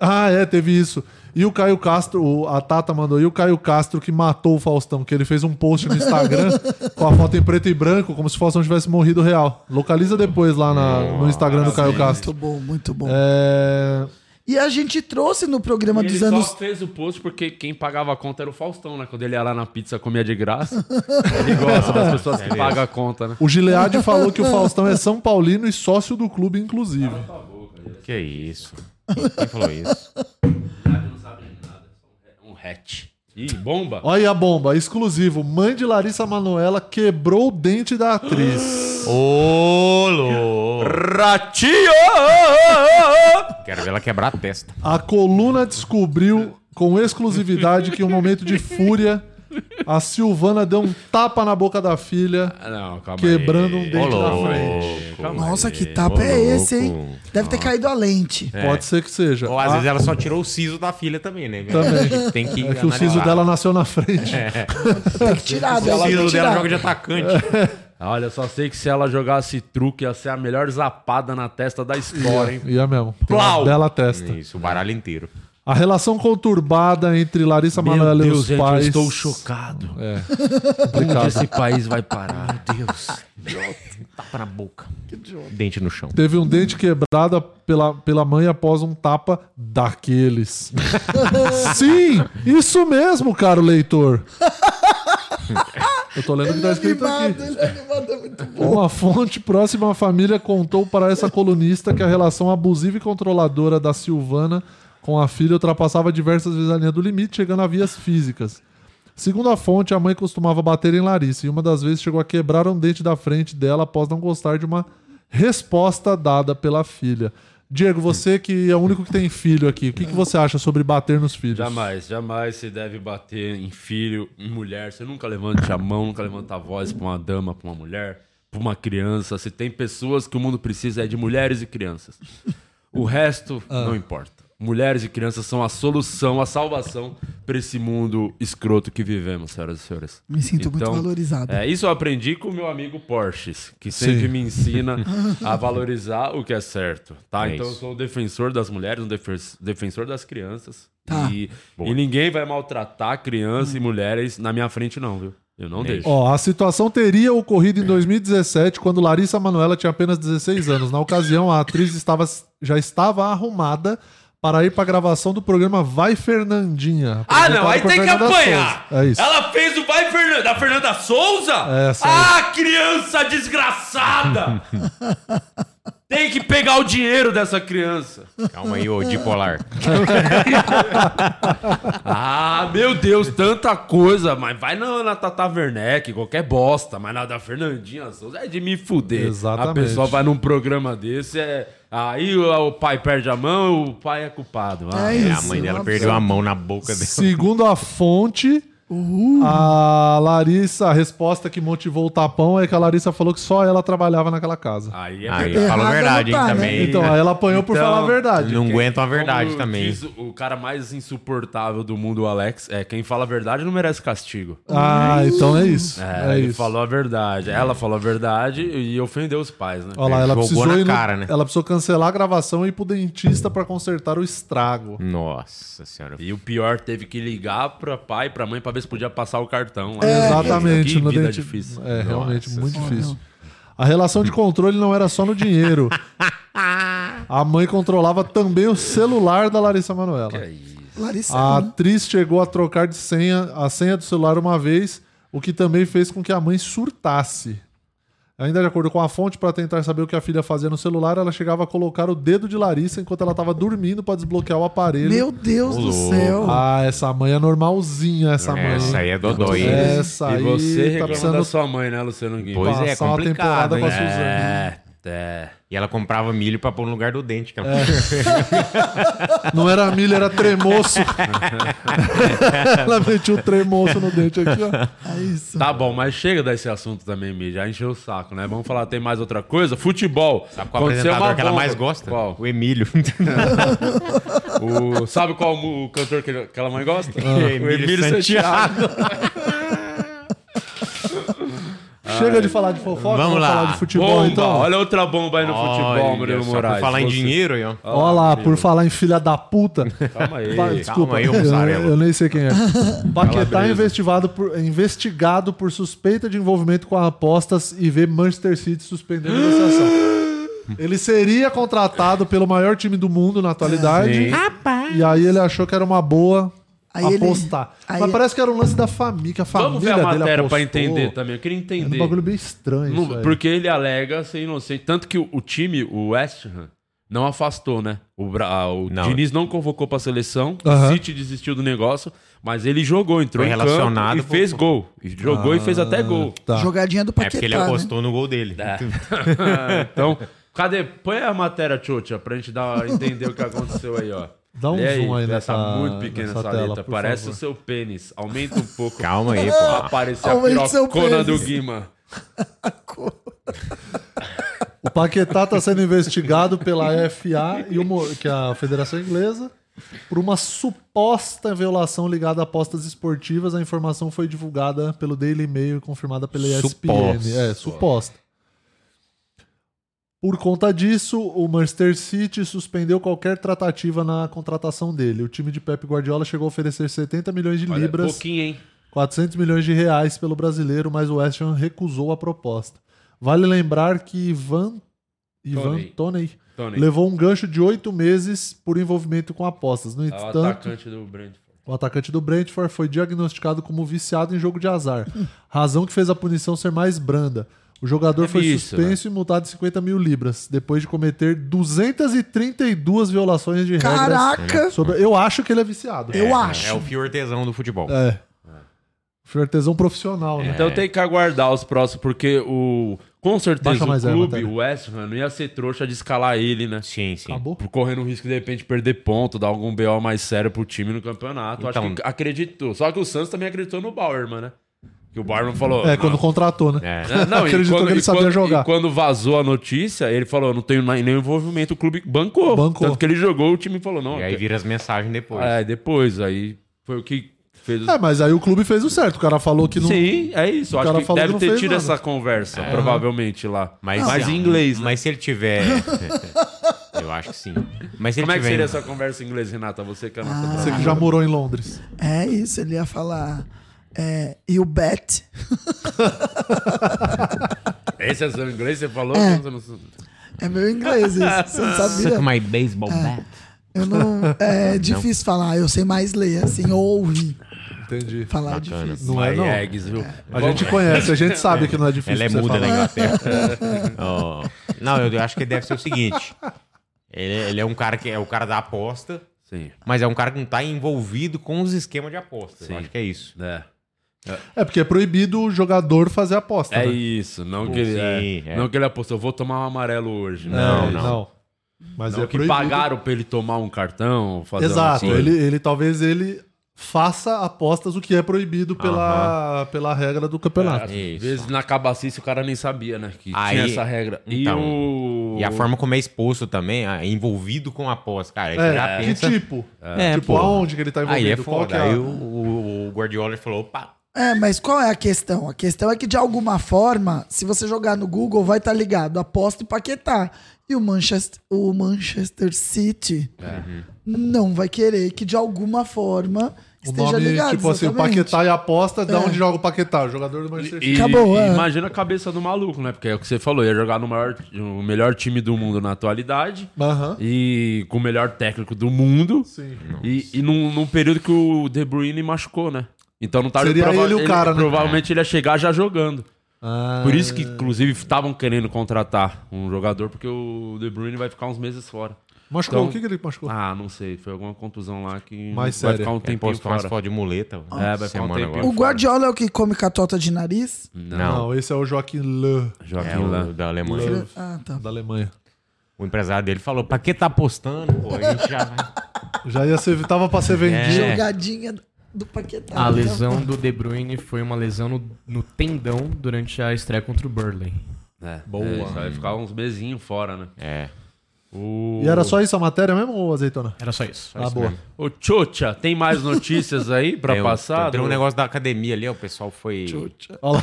Speaker 13: ah, é, teve isso. E o Caio Castro, o- a Tata mandou, e o Caio Castro que matou o Faustão, que ele fez um post no Instagram com a foto em preto e branco, como se o Faustão tivesse morrido real. Localiza depois lá na- no Instagram do Caio Castro.
Speaker 14: Muito bom, muito bom.
Speaker 13: É...
Speaker 14: E a gente trouxe no programa
Speaker 11: ele
Speaker 14: dos anos.
Speaker 11: só fez o post porque quem pagava a conta era o Faustão, né? Quando ele ia lá na pizza comia de graça. Ele gosta das pessoas
Speaker 13: É
Speaker 11: que
Speaker 13: mesmo.
Speaker 11: pagam a conta, né?
Speaker 13: O Gilead falou que o Faustão é São Paulino e sócio do clube, inclusive.
Speaker 12: Que isso? Quem falou isso?
Speaker 11: Um hatch. Ih, bomba.
Speaker 13: Olha aí a bomba, exclusivo. Mãe de Larissa Manoela quebrou o dente da atriz.
Speaker 12: Ô, louco!
Speaker 11: Ratinho!
Speaker 12: Quero ver ela quebrar a testa.
Speaker 13: A coluna descobriu com exclusividade que em um momento de fúria, a Silvana deu um tapa na boca da filha,
Speaker 11: Ah, não, calma
Speaker 13: quebrando um
Speaker 11: aí.
Speaker 13: dente
Speaker 11: Ô,
Speaker 13: na
Speaker 11: louco,
Speaker 13: frente.
Speaker 11: calma
Speaker 14: Nossa,
Speaker 11: aí.
Speaker 14: que tapa é esse, hein? Deve ter caído a lente.
Speaker 11: É.
Speaker 13: Pode ser que seja.
Speaker 12: Ou às
Speaker 13: Ah.
Speaker 12: vezes ela só tirou o siso da filha também, né? A
Speaker 13: Também.
Speaker 12: gente Tem que
Speaker 13: é que o siso
Speaker 12: analisar.
Speaker 13: dela nasceu na frente.
Speaker 12: É.
Speaker 14: Tem que tirar,
Speaker 12: O
Speaker 14: deve
Speaker 12: siso
Speaker 14: ter
Speaker 12: dela
Speaker 14: tirado.
Speaker 12: joga de atacante.
Speaker 11: Olha, eu só sei que se ela jogasse truque, ia ser a melhor zapada na testa da história, hein?
Speaker 13: Ia, ia mesmo. Tem uma
Speaker 11: Plau!
Speaker 13: bela testa.
Speaker 12: Isso, o baralho inteiro.
Speaker 13: A relação conturbada entre Larissa Manoela e os
Speaker 11: gente,
Speaker 13: pais. É,
Speaker 11: eu estou chocado.
Speaker 13: Complicado.
Speaker 11: Onde esse país vai parar?
Speaker 12: Meu Deus. Tapa na boca. Dente no chão.
Speaker 13: Teve um dente quebrado pela, pela mãe após um tapa daqueles. Sim, isso mesmo, caro leitor. Eu tô lendo
Speaker 11: é
Speaker 13: o que tá escrito aqui.
Speaker 14: Ele animado, é muito bom.
Speaker 13: Uma fonte próxima à família contou para essa colunista que a relação abusiva e controladora da Silvana com a filha ultrapassava diversas vezes a linha do limite, chegando a vias físicas. Segundo a fonte, a mãe costumava bater em Larissa e uma das vezes chegou a quebrar um dente da frente dela após não gostar de uma resposta dada pela filha. Diego, você que é o único que tem filho aqui, o que, que você acha sobre bater nos filhos?
Speaker 11: Jamais, jamais se deve bater em filho, em mulher. Você nunca levante a mão, nunca levanta a voz pra uma dama, pra uma mulher, pra uma criança. Se tem pessoas que o mundo precisa é de mulheres e crianças. O resto não importa. Mulheres e crianças são a solução, a salvação pra esse mundo escroto que vivemos, senhoras e senhores.
Speaker 14: Me sinto muito valorizado.
Speaker 11: É, isso eu aprendi com o meu amigo Porches, que
Speaker 13: Sim.
Speaker 11: sempre me ensina a valorizar o que é certo, tá?
Speaker 12: É
Speaker 11: então eu
Speaker 12: isso.
Speaker 11: sou um defensor das mulheres, um defen- defensor das crianças.
Speaker 14: Tá.
Speaker 11: E, e ninguém vai maltratar criança e mulheres na minha frente, não, viu? Eu não deixo.
Speaker 13: Ó, a situação teria ocorrido em 2017, quando Larissa Manoela tinha apenas 16 anos. Na ocasião, a atriz estava, já estava arrumada para ir para a gravação do programa Vai Fernandinha.
Speaker 11: Ah, não, aí
Speaker 13: apresentado por
Speaker 11: tem que
Speaker 13: Fernanda
Speaker 11: apanhar.
Speaker 13: Souza. É isso.
Speaker 11: Ela fez o vai Fernanda, da Fernanda Souza?
Speaker 13: É, sim.
Speaker 11: ah, criança desgraçada! tem que pegar o dinheiro dessa criança.
Speaker 12: Calma aí, ô dipolar.
Speaker 11: ah, meu Deus, tanta coisa. Mas vai na, na Tata Werneck, qualquer bosta. Mas na da Fernandinha Souza é de me fuder.
Speaker 13: Exatamente.
Speaker 11: A pessoa vai num programa desse, é... aí o, o pai perde a mão, o pai é culpado. Ah,
Speaker 14: É
Speaker 12: É,
Speaker 14: isso.
Speaker 12: a mãe dela
Speaker 14: absurdo.
Speaker 12: perdeu a mão na boca dela.
Speaker 13: Segundo a fonte, A Larissa, a resposta que motivou o tapão é que a Larissa falou que só ela trabalhava naquela casa.
Speaker 12: Aí,
Speaker 13: Errado
Speaker 12: fala a verdade, hein,
Speaker 13: não tá, né?
Speaker 12: também.
Speaker 13: Então, aí ela apanhou por falar a verdade.
Speaker 12: Não
Speaker 11: Quem-
Speaker 12: aguento a verdade
Speaker 11: como
Speaker 12: também.
Speaker 11: diz o o cara mais insuportável do mundo, o Alex, é quem fala a verdade não merece castigo.
Speaker 13: Ah, então é isso.
Speaker 11: É,
Speaker 13: É
Speaker 11: ele
Speaker 13: isso.
Speaker 11: falou a verdade. Ela falou a verdade e ofendeu os pais, né?
Speaker 13: Olha lá, ela precisou, ir no-
Speaker 11: cara, né?
Speaker 13: ela precisou cancelar a gravação e ir pro dentista pra consertar o estrago.
Speaker 12: Nossa senhora.
Speaker 11: E o pior, teve que ligar pra pai e pra mãe pra ver se podia passar o cartão lá.
Speaker 13: É, exatamente.
Speaker 11: Que
Speaker 13: no
Speaker 11: vida
Speaker 13: denti-
Speaker 11: difícil.
Speaker 13: É, realmente,
Speaker 11: Nossa
Speaker 13: muito
Speaker 11: Senhora.
Speaker 13: difícil. A relação de controle não era só no dinheiro. A mãe controlava também o celular da Larissa Manoela.
Speaker 11: é
Speaker 14: Larissa.
Speaker 15: Ah,
Speaker 13: A
Speaker 14: né?
Speaker 13: atriz chegou a trocar de senha, a senha do celular uma vez, o que também fez com que a mãe surtasse. Ainda de acordo com a fonte, para tentar saber o que a filha fazia no celular, ela chegava a colocar o dedo de Larissa enquanto ela estava dormindo para desbloquear o aparelho.
Speaker 14: Meu Deus do Ô, céu. louco.
Speaker 13: Ah, essa mãe é normalzinha, essa mãe.
Speaker 12: Essa aí é dodói, hein?
Speaker 13: Essa
Speaker 11: E
Speaker 13: aí
Speaker 11: você
Speaker 13: tá
Speaker 11: reclama da
Speaker 13: precisando...
Speaker 11: sua mãe, né, Luciano Guim?
Speaker 12: Pois é,
Speaker 13: Passar uma
Speaker 12: complicado.
Speaker 13: temporada
Speaker 12: hein?
Speaker 13: com a Suzane.
Speaker 12: É, é. E ela comprava milho pra pôr no lugar do dente. Que ela...
Speaker 13: É. Não era milho, era tremoço. ela metiu o tremoço no dente aqui, ó.
Speaker 11: Tá bom, mas chega desse assunto também, mídia. Já encheu o saco, né? Vamos falar, tem mais outra coisa? Futebol. Sabe
Speaker 12: qual é apresentador que ela mais gosta?
Speaker 11: O Emílio. Sabe qual o cantor que que ela mais gosta?
Speaker 12: Ah. Emílio
Speaker 13: Chega
Speaker 11: É.
Speaker 13: de falar de fofoca, vamos falar de futebol,
Speaker 11: Bomba.
Speaker 13: então.
Speaker 11: Olha outra bomba aí no
Speaker 12: Olha,
Speaker 11: futebol, Murilo
Speaker 12: só por
Speaker 11: Moraes.
Speaker 12: falar em
Speaker 11: Você-
Speaker 12: dinheiro aí, ó.
Speaker 11: Ah,
Speaker 13: Olha lá,
Speaker 11: Murilo.
Speaker 13: por falar em filha da puta.
Speaker 11: Calma aí.
Speaker 13: Pa- Desculpa,
Speaker 11: Calma aí,
Speaker 13: eu,
Speaker 11: Mussarela.
Speaker 13: eu nem sei quem é. Paquetá é
Speaker 11: Calabresa.
Speaker 13: investigado por, investigado por suspeita de envolvimento com apostas e vê Manchester City suspender a negociação. Ele seria contratado pelo maior time do mundo na atualidade.
Speaker 14: Sim.
Speaker 13: E aí ele achou que era uma boa
Speaker 14: Aí ele-
Speaker 13: apostar.
Speaker 14: aí-
Speaker 13: Mas parece que era um lance da família, que a família
Speaker 11: Vamos ver a
Speaker 13: dele
Speaker 11: matéria pra
Speaker 13: apostou.
Speaker 11: entender também. Eu queria
Speaker 13: Era
Speaker 11: entender.
Speaker 13: um bagulho meio estranho
Speaker 11: Não-
Speaker 13: isso aí.
Speaker 11: porque ele alega ser inocente. Tanto que o, o time, o West Ham, não afastou, né? O, Bra- ah, o Diniz não convocou pra seleção.
Speaker 12: Aham.
Speaker 11: O City desistiu do negócio. Mas ele jogou, entrou
Speaker 12: Foi
Speaker 11: em campo
Speaker 12: relacionado
Speaker 11: e
Speaker 12: com-
Speaker 11: fez gol. E jogou e fez
Speaker 13: Ah,
Speaker 11: até gol. É.
Speaker 12: tá.
Speaker 14: Jogadinha do
Speaker 12: É
Speaker 14: Paquetá.
Speaker 12: porque ele
Speaker 14: né?
Speaker 12: apostou no gol dele.
Speaker 11: então, cadê? Põe a matéria, Tchotcha, pra gente dar, entender o que aconteceu aí, ó.
Speaker 13: Dá um
Speaker 11: Lê
Speaker 13: zoom aí
Speaker 11: essa
Speaker 13: nessa-
Speaker 11: muito pequena
Speaker 13: nessa
Speaker 11: essa
Speaker 13: tela,
Speaker 11: letra.
Speaker 13: por
Speaker 11: Parece
Speaker 13: favor.
Speaker 11: o seu pênis. Aumenta um pouco.
Speaker 12: Calma aí, pô.
Speaker 11: Pra aparecer a
Speaker 12: Aumente seu
Speaker 11: pirocona
Speaker 12: pênis.
Speaker 11: do Guima.
Speaker 13: O Paquetá está sendo investigado pela FA, e o Mo- que é a Federação Inglesa, por uma suposta violação ligada a apostas esportivas. A informação foi divulgada pelo Daily Mail e confirmada pela ESPN.
Speaker 12: Suposta.
Speaker 13: É, suposta. Por conta disso, o Manchester City suspendeu qualquer tratativa na contratação dele. O time de Pep Guardiola chegou a oferecer 70 milhões de
Speaker 11: Olha,
Speaker 13: libras.
Speaker 11: pouquinho, hein?
Speaker 13: 400 milhões de reais pelo brasileiro, mas o West Ham recusou a proposta. Vale lembrar que Ivan, Ivan
Speaker 11: Toney.
Speaker 13: Toney
Speaker 11: Toney.
Speaker 13: levou um gancho de oito meses por envolvimento com apostas. No
Speaker 11: É
Speaker 13: entanto,
Speaker 11: o atacante do Brentford.
Speaker 13: o atacante do Brentford foi diagnosticado como viciado em jogo de azar, razão que fez a punição ser mais branda. O jogador
Speaker 11: É
Speaker 13: foi
Speaker 11: isso,
Speaker 13: suspenso e multado em 50 mil libras, depois de cometer 232 violações de regras.
Speaker 12: Caraca!
Speaker 13: sobre- Eu acho que ele é viciado.
Speaker 11: né?
Speaker 12: É, É o fio artesão do futebol.
Speaker 13: É. Foi artesão profissional, né?
Speaker 11: Então tem que aguardar os próximos, porque o. Com certeza
Speaker 13: Baixa mais tá
Speaker 11: o
Speaker 13: ela,
Speaker 11: clube,
Speaker 13: Tânia.
Speaker 11: o West Ham, não ia ser trouxa de escalar ele, né?
Speaker 12: Sim, sim.
Speaker 11: Acabou. Correndo o risco de, de repente perder ponto, dar algum BO mais sério pro time no campeonato. Acho
Speaker 12: Então.
Speaker 11: que acreditou. Só que o Santos também acreditou no Bauerman, né? Que o Bauerman falou.
Speaker 13: É, quando
Speaker 11: "Não,
Speaker 13: contratou, né?
Speaker 11: É, Não, e
Speaker 13: Acreditou
Speaker 11: quando-
Speaker 13: que ele
Speaker 11: e
Speaker 13: sabia
Speaker 11: quando-
Speaker 13: jogar.
Speaker 11: E quando vazou a notícia, ele falou: não tenho na- nenhum envolvimento, o clube bancou.
Speaker 13: Bancou.
Speaker 11: Tanto que ele jogou, o time falou: não.
Speaker 12: E aí vira as mensagens depois.
Speaker 11: É, depois. Aí foi o que fez.
Speaker 13: É, mas aí o clube fez o certo. O cara falou que não.
Speaker 11: Sim, é isso.
Speaker 13: O
Speaker 11: Acho
Speaker 13: cara
Speaker 11: que
Speaker 13: falou
Speaker 11: deve
Speaker 13: que não
Speaker 11: ter
Speaker 13: fez
Speaker 11: tido
Speaker 13: nada.
Speaker 11: essa conversa, provavelmente lá. Mas,
Speaker 12: Não.
Speaker 11: em inglês.
Speaker 12: É.
Speaker 11: né?
Speaker 12: Mas se ele tiver. Eu acho que sim. Mas se ele
Speaker 11: Como é que
Speaker 12: tiver-
Speaker 11: seria essa conversa em inglês, Renata? Você que é a nossa.
Speaker 13: Ah. Você que já morou em Londres.
Speaker 14: É isso, ele ia falar. É, you bet.
Speaker 11: Esse é seu inglês, você falou?
Speaker 14: É.
Speaker 11: Você não-
Speaker 14: É meu inglês isso, você não sabia.
Speaker 12: Suck my baseball
Speaker 14: É.
Speaker 12: bat.
Speaker 14: Eu não. É
Speaker 12: Não.
Speaker 14: difícil falar, eu sei mais ler, assim, ou ouvir.
Speaker 13: Entendi.
Speaker 14: Falar é
Speaker 12: Bacana.
Speaker 14: difícil.
Speaker 13: Não é, não.
Speaker 11: Eggs, viu?
Speaker 13: A gente conhece, a gente sabe que não é difícil.
Speaker 12: Ela é
Speaker 13: pra você
Speaker 12: muda na
Speaker 13: falar.
Speaker 12: Inglaterra. Ó, Não, eu acho que deve ser o seguinte. Ele, ele é um cara que é o cara da aposta.
Speaker 11: Sim.
Speaker 12: Mas é um cara que não tá envolvido com os esquemas de aposta.
Speaker 11: Sim.
Speaker 12: Eu acho que é isso.
Speaker 11: É.
Speaker 13: É porque é proibido o jogador fazer aposta.
Speaker 11: É
Speaker 13: né?
Speaker 11: isso, não
Speaker 12: Sim,
Speaker 11: que ele, é,
Speaker 12: é.
Speaker 11: não que ele apostou, vou tomar um amarelo hoje. né?
Speaker 12: Não, não.
Speaker 11: É isso.
Speaker 12: Não.
Speaker 13: Mas
Speaker 11: não
Speaker 13: é
Speaker 11: que
Speaker 13: proibido.
Speaker 11: pagaram pra ele tomar um cartão, fazer
Speaker 13: Exato.
Speaker 11: uma coisa.
Speaker 13: Ele, ele talvez ele faça apostas, o que é proibido pela, pela regra do campeonato.
Speaker 11: Às vezes na cabacice o cara nem sabia, né? Que
Speaker 12: Aí-
Speaker 11: tinha essa regra.
Speaker 12: Então, e a forma como é exposto também, ah, envolvido com a aposta, cara. aí
Speaker 11: É,
Speaker 12: tu já
Speaker 11: que
Speaker 12: pensa-
Speaker 13: tipo?
Speaker 12: É,
Speaker 13: Tipo,
Speaker 12: pô.
Speaker 13: aonde que ele tá envolvido?
Speaker 12: Aí é
Speaker 13: Qual
Speaker 12: foda.
Speaker 13: que é a-
Speaker 12: Aí o, o, o Guardiola falou, opa,
Speaker 14: É, mas qual é a questão? A questão é que, de alguma forma, se você jogar no Google, vai estar ligado aposta e Paquetá. E o Manchester, o Manchester City
Speaker 13: Uhum.
Speaker 14: não vai querer que, de alguma forma,
Speaker 13: O
Speaker 14: esteja
Speaker 13: nome,
Speaker 14: ligado.
Speaker 13: tipo assim, o
Speaker 14: exatamente.
Speaker 13: Paquetá e a aposta, da
Speaker 14: É.
Speaker 13: onde joga o Paquetá? O jogador do Manchester
Speaker 11: E,
Speaker 13: City.
Speaker 11: e
Speaker 13: é.
Speaker 11: Imagina a cabeça do maluco, né? Porque é o que você falou, ia jogar no maior, o melhor time do mundo na atualidade
Speaker 13: Aham.
Speaker 11: e com o melhor técnico do mundo.
Speaker 13: Sim.
Speaker 11: E, e num, num período que o De Bruyne machucou, né? Então não tava
Speaker 13: Seria ele o cara, né?
Speaker 11: Provavelmente ele ia chegar já jogando.
Speaker 13: Ah.
Speaker 11: Por isso que, inclusive, estavam querendo contratar um jogador, porque o De Bruyne vai ficar uns meses fora.
Speaker 13: Machucou? O que que ele machucou?
Speaker 11: Ah, não sei. Foi alguma contusão lá que
Speaker 12: Mais
Speaker 11: vai
Speaker 12: séria.
Speaker 11: ficar um
Speaker 12: Ele
Speaker 11: tempinho
Speaker 12: É, postou umas
Speaker 11: fora.
Speaker 12: fotos de muleta,
Speaker 11: É, vai ficar um
Speaker 12: semana
Speaker 11: tempinho
Speaker 12: agora.
Speaker 14: O Guardiola é o que come catota de nariz?
Speaker 11: Não.
Speaker 13: Não, esse é o Joaquim Löw.
Speaker 11: Joaquim
Speaker 12: É, o Löw da Alemanha.
Speaker 13: Löw.
Speaker 14: Ah, tá.
Speaker 13: Da Alemanha.
Speaker 12: o empresário dele falou, pra que tá apostando, pô? A gente já vai... É.
Speaker 13: Já ia ser, tava pra ser vendido.
Speaker 14: Jogadinha do Paquetá.
Speaker 20: A lesão do De Bruyne foi uma lesão no, no tendão durante a estreia contra o Burley.
Speaker 11: É, é, isso, vai ficar uns mesinhos fora, né?
Speaker 12: É.
Speaker 13: E era só isso a matéria mesmo, ou azeitona?
Speaker 20: Era só isso.
Speaker 13: Ah, boa.
Speaker 11: Tá Ô, Tchotcha, tem mais notícias aí pra
Speaker 12: Tá Tem um-
Speaker 11: passar?
Speaker 12: Tem um negócio da academia ali, ó, o pessoal foi...
Speaker 13: Olha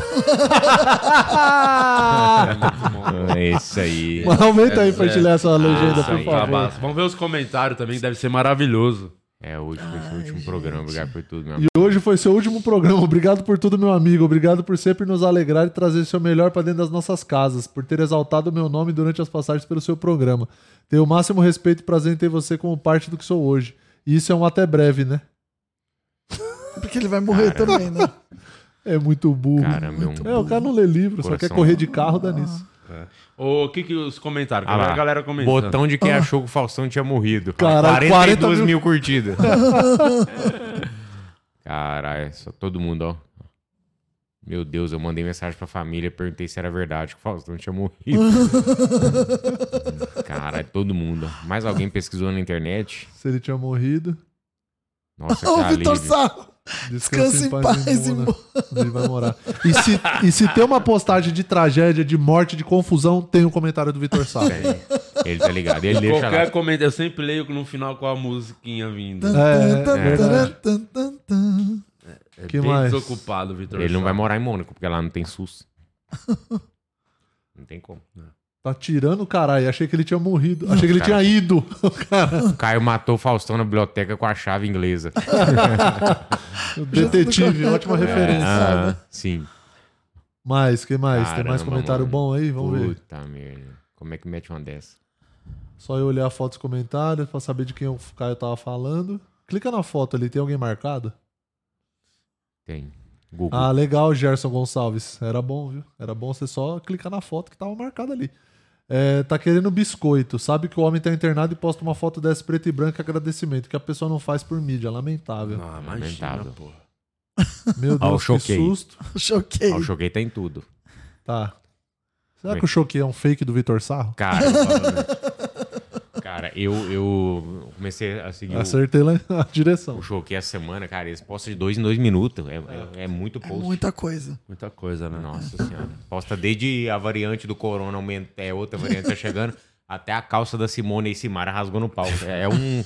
Speaker 12: É isso aí.
Speaker 13: Mas aumenta aí pra
Speaker 11: É,
Speaker 13: gente ler essa legenda,
Speaker 11: isso aí,
Speaker 13: por favor.
Speaker 11: cabaço. Ah, Vamos ver os comentários também, deve ser maravilhoso.
Speaker 12: É, hoje foi o último programa, obrigado por tudo, meu
Speaker 13: E hoje foi seu último programa. Obrigado por tudo, meu amigo. Obrigado por sempre nos alegrar e trazer seu melhor para dentro das nossas casas, por ter exaltado o meu nome durante as passagens pelo seu programa. Tenho o máximo respeito e prazer em ter você como parte do que sou hoje. E isso é um até breve, né?
Speaker 14: Porque ele vai morrer
Speaker 13: Caramba.
Speaker 14: também, né?
Speaker 13: É muito burro.
Speaker 12: Caramba, é um
Speaker 13: É, o cara não lê livro, só
Speaker 12: Coração. é um
Speaker 13: quer correr de carro, dá nisso.
Speaker 11: O que que os comentários?
Speaker 12: Ah lá,
Speaker 11: a galera comentando.
Speaker 12: Botão de
Speaker 13: Ah.
Speaker 12: quem achou que o Faustão tinha morrido.
Speaker 13: Caralho,
Speaker 12: 42
Speaker 13: 40
Speaker 12: mil,
Speaker 13: mil
Speaker 12: curtidas. Caralho, só todo mundo, ó. Meu Deus, eu mandei mensagem pra família, perguntei se era verdade que o Faustão tinha morrido. Caralho, todo mundo. ó. Mais alguém pesquisou na internet?
Speaker 13: Se ele tinha morrido.
Speaker 12: Nossa,
Speaker 14: Ô,
Speaker 12: que
Speaker 14: Vitor
Speaker 12: alívio.
Speaker 14: Sarro, descansa em paz e
Speaker 13: Mona.
Speaker 14: mo-
Speaker 13: né? Ele vai morar. E se, e se tem uma postagem de tragédia, de morte, de confusão, tem o comentário do Vitor Sá.
Speaker 12: Ele tá ligado, ele deixa
Speaker 11: Qualquer
Speaker 12: lá.
Speaker 11: comentário, eu sempre leio no final com a musiquinha vindo.
Speaker 13: É, é verdade.
Speaker 11: É
Speaker 13: Que
Speaker 11: bem
Speaker 13: mais?
Speaker 11: desocupado, Vitor.
Speaker 12: Ele não
Speaker 11: Sá.
Speaker 12: vai morar em Mônaco, porque lá não tem SUS. Não tem como.
Speaker 13: Tá tirando o caralho. Achei que ele tinha morrido. Achei que ele tinha ido. O cara.
Speaker 12: O Caio matou o Faustão na biblioteca com a chave inglesa.
Speaker 13: O Detetive, ótima referência.
Speaker 12: Ah, sim.
Speaker 13: Mais, que mais? tem mais
Speaker 12: Caramba,
Speaker 13: comentário
Speaker 12: mano.
Speaker 13: bom aí? Vamos ver.
Speaker 12: Puta merda. Como é que mete uma dessa?
Speaker 13: Só eu olhar a foto dos comentários pra saber de quem o Caio tava falando. Clica na foto ali, tem alguém marcado?
Speaker 12: Tem. Google.
Speaker 13: Ah, legal, Gerson Gonçalves. Era bom, viu? Era bom você só clicar na foto que tava marcada ali. É, tá querendo biscoito. Sabe que o homem tá internado e posta uma foto dessa preta e branca agradecimento, que a pessoa não faz por mídia. Lamentável.
Speaker 11: Ah, imagina, pô.
Speaker 13: Meu
Speaker 12: Ah, o
Speaker 13: Deus, que
Speaker 12: choquei.
Speaker 13: susto.
Speaker 14: Choquei.
Speaker 12: Ah, o choquei tá em tudo.
Speaker 13: Tá. Será
Speaker 12: Bem.
Speaker 13: que o choquei é um fake do Vitor Sarro?
Speaker 12: Cara, eu falo, né? cara, eu, eu comecei a seguir o-
Speaker 13: Acertei lá a direção.
Speaker 12: o choquei essa semana, cara. Eles postam de dois em dois minutos. É, é- é muito post.
Speaker 14: Muita coisa.
Speaker 11: Muita coisa, né?
Speaker 12: Nossa senhora. Posta desde a variante do corona aumenta, é outra variante tá chegando, até a calça da Simone e Simara rasgou no pau. É, é um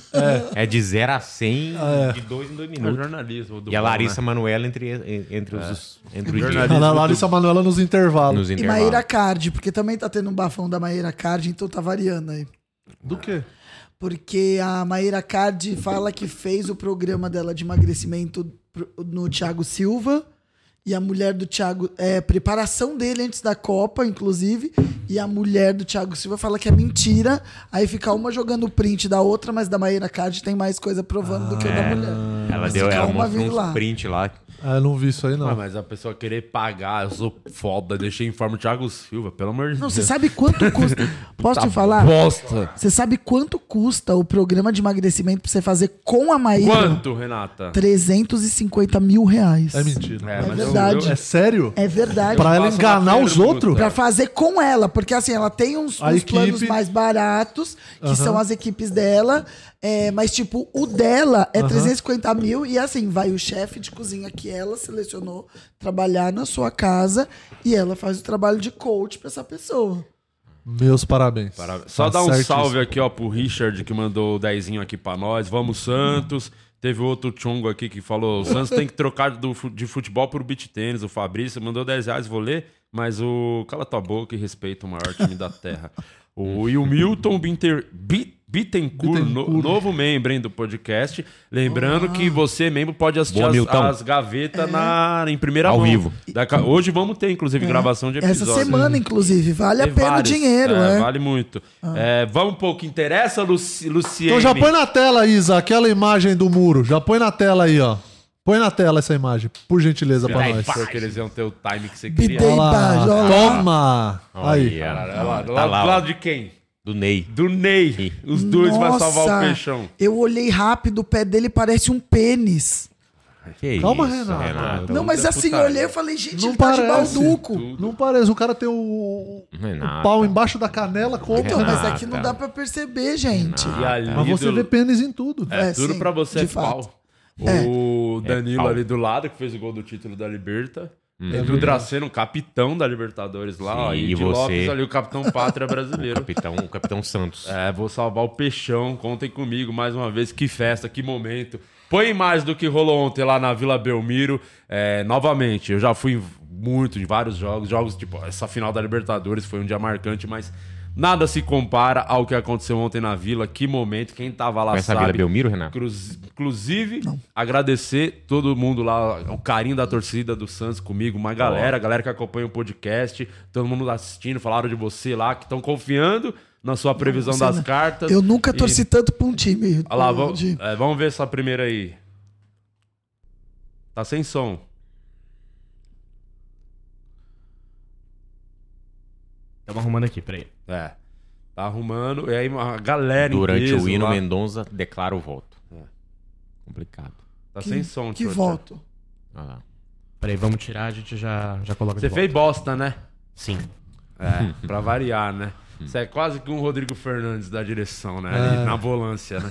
Speaker 12: é. de 0 a 100
Speaker 13: Ah,
Speaker 11: É.
Speaker 12: de dois em dois minutos.
Speaker 11: É o jornalismo do
Speaker 12: e a
Speaker 11: pau,
Speaker 12: Larissa
Speaker 11: né? É.
Speaker 12: Manoela entre entre os entre os dias.
Speaker 13: A Larissa Manoela nos intervalos.
Speaker 12: Nos
Speaker 14: E
Speaker 12: intervalos.
Speaker 14: Maíra Card, porque também tá tendo um bafão da Maíra Card, então tá variando aí.
Speaker 13: Do quê?
Speaker 14: Porque a Maíra Card fala que fez o programa dela de emagrecimento pro- no Thiago Silva. E a mulher do Thiago. É, preparação dele antes da Copa, inclusive. E a mulher do Thiago Silva fala que é mentira. Aí fica uma jogando o print da outra, mas da Maíra Card tem mais coisa provando do que o da mulher.
Speaker 12: é. Ela
Speaker 14: Mas
Speaker 12: deu,
Speaker 14: fica
Speaker 12: ela
Speaker 14: uma
Speaker 12: mostrou
Speaker 14: vindo
Speaker 12: uns
Speaker 14: lá.
Speaker 12: print lá.
Speaker 13: Ah, eu não vi isso aí, não.
Speaker 11: Ah, mas a pessoa querer pagar, eu sou foda, deixei em forma o Thiago Silva, pelo amor de
Speaker 14: Não,
Speaker 11: Deus.
Speaker 14: você sabe quanto custa. Posso
Speaker 13: Tá
Speaker 11: Puta
Speaker 14: te falar?
Speaker 11: Bosta.
Speaker 14: Você sabe quanto custa o programa de emagrecimento pra você fazer com a Maíra?
Speaker 11: Quanto, Renata?
Speaker 14: 350 mil reais.
Speaker 13: É mentira.
Speaker 11: É,
Speaker 14: É,
Speaker 11: mas eu-
Speaker 14: verdade.
Speaker 11: eu- É
Speaker 13: sério?
Speaker 14: É verdade.
Speaker 13: Eu Pra ela passo na enganar os permuta. outros?
Speaker 14: Pra fazer com ela. Porque assim, ela tem uns,
Speaker 13: A
Speaker 14: uns
Speaker 13: equipe-
Speaker 14: planos mais baratos, que
Speaker 13: Aham.
Speaker 14: são as equipes dela. é, mas, tipo, o dela é
Speaker 13: Aham.
Speaker 14: 350 mil. E assim, vai o chefe de cozinha que ela selecionou trabalhar na sua casa. E ela faz o trabalho de coach pra essa pessoa.
Speaker 13: Meus parabéns.
Speaker 11: Só
Speaker 13: Tá
Speaker 11: dar um
Speaker 13: certíssimo.
Speaker 11: salve aqui, ó, pro Richard, que mandou o dezinho aqui pra nós. Vamos, Santos. Teve outro chongo aqui que falou: o Santos tem que trocar do fu- de futebol pro beat tênis. O Fabrício mandou 10 reais, vou ler, mas o cala tua boca e respeita o maior time da terra. O, e o Milton Binter, Bi- Bittencourt, no- novo membro hein, do podcast. Lembrando que você, é membro, pode assistir
Speaker 12: Boa,
Speaker 11: as-
Speaker 12: Milton.
Speaker 11: as, gavetas na, em primeira
Speaker 12: Ao
Speaker 11: mão.
Speaker 12: vivo.
Speaker 11: Daqui a- hoje vamos ter, inclusive, gravação de episódio.
Speaker 14: Essa
Speaker 13: Hum.
Speaker 14: semana, inclusive. Vale a
Speaker 11: Tem
Speaker 14: pena
Speaker 11: vários.
Speaker 14: o dinheiro,
Speaker 11: é,
Speaker 13: né?
Speaker 14: é.
Speaker 11: Vale muito. É, vamos um pouco. Interessa, Luci, Luciene?
Speaker 13: Ah. Então já põe na tela, Isa, aquela imagem do muro. Já põe na tela aí, ó. Põe na tela essa imagem, por gentileza, pra
Speaker 11: Peraí,
Speaker 13: nós.
Speaker 11: Pensou que eles iam ter o time que você
Speaker 13: Me
Speaker 11: queria.
Speaker 13: dei Olha
Speaker 20: Ah,
Speaker 13: lá. imagem, olha lá. Toma. Aí.
Speaker 11: Caralho,
Speaker 12: Tá
Speaker 11: Ah, olha lá, do lado-
Speaker 12: lá, ó.
Speaker 11: do lado de quem?
Speaker 12: Do Ney.
Speaker 11: Do Ney. Os dois vai salvar o
Speaker 14: Nossa,
Speaker 11: peixão.
Speaker 14: Eu olhei rápido, o pé dele parece um pênis.
Speaker 13: Calma, Renato.
Speaker 14: Não, mas assim, eu olhei e falei, gente, ele tá de balduco.
Speaker 13: Não parece. O cara tem o,
Speaker 15: é
Speaker 13: o
Speaker 12: Renato.
Speaker 13: pau embaixo da canela como?
Speaker 14: Então, mas aqui não
Speaker 13: Renata.
Speaker 14: dá pra perceber, gente.
Speaker 11: E ali
Speaker 13: Mas você
Speaker 11: do-
Speaker 13: vê pênis em tudo.
Speaker 11: É, tudo pra você é
Speaker 14: de fato.
Speaker 11: pau.
Speaker 13: É.
Speaker 11: O Danilo ali do lado, que fez o gol do título da Liberta.
Speaker 12: É Hum. É
Speaker 11: Edu Draceno, capitão da Libertadores lá.
Speaker 12: Sim,
Speaker 11: ó, e
Speaker 12: e
Speaker 11: de
Speaker 12: você?
Speaker 11: Lopes ali, o capitão pátria brasileiro.
Speaker 12: Capitão, o Capitão Santos.
Speaker 11: É, vou salvar o peixão. Contem comigo mais uma vez. Que festa, que momento. Põe mais do que rolou ontem lá na Vila Belmiro. É, novamente, eu já fui em muito em vários jogos. Jogos tipo, essa final da Libertadores foi um dia marcante, mas nada se compara ao que aconteceu ontem na Vila. Que momento. Quem tava lá
Speaker 12: Conhece a
Speaker 11: sabe.
Speaker 12: Vila Belmiro, Renato?
Speaker 11: Cruz- Inclusive, agradecer todo mundo lá, o carinho da torcida do Santos comigo, uma galera, a galera que acompanha o podcast, todo mundo assistindo, falaram de você lá, que estão confiando na sua previsão
Speaker 14: Nossa,
Speaker 11: das
Speaker 14: né?
Speaker 11: cartas.
Speaker 14: Eu nunca
Speaker 11: E-
Speaker 14: torci tanto pra um time.
Speaker 11: Olha lá,
Speaker 14: de-
Speaker 11: vamos, é, vamos ver essa primeira aí. Tá sem som.
Speaker 20: Tava arrumando aqui, peraí.
Speaker 11: É. Tá arrumando. E aí a galera em
Speaker 12: Durante
Speaker 11: peso
Speaker 12: o hino,
Speaker 11: lá. É.
Speaker 12: Mendonça declara o voto. Complicado.
Speaker 11: Tá
Speaker 14: Que-
Speaker 11: sem som,
Speaker 14: que
Speaker 11: Tchotcha.
Speaker 14: voto.
Speaker 20: Peraí, vamos tirar, a gente já, já coloca
Speaker 11: Você
Speaker 20: de
Speaker 11: fez
Speaker 20: volta.
Speaker 11: bosta, né?
Speaker 20: Sim.
Speaker 11: É, pra variar, né? Você é quase que um Rodrigo Fernandes da direção, né?
Speaker 13: É.
Speaker 11: Ali Na volância, né?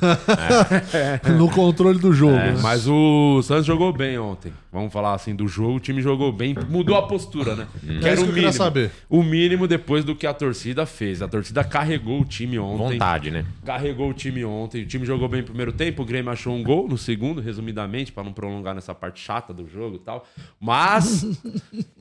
Speaker 13: É. No controle do jogo,
Speaker 11: É,
Speaker 13: né?
Speaker 11: mas o Santos jogou bem ontem. Vamos falar assim do jogo. O time jogou bem, mudou a postura, né?
Speaker 13: Hum.
Speaker 11: Que
Speaker 13: É isso
Speaker 11: era o
Speaker 13: que eu queria
Speaker 11: mínimo.
Speaker 13: saber.
Speaker 11: O mínimo depois do que a torcida fez. A torcida carregou o time
Speaker 20: um
Speaker 11: ontem.
Speaker 12: Vontade, né?
Speaker 11: Carregou o time ontem. O time jogou bem no primeiro tempo. O Grêmio achou um gol no segundo, resumidamente, pra não prolongar nessa parte chata do jogo e tal. Mas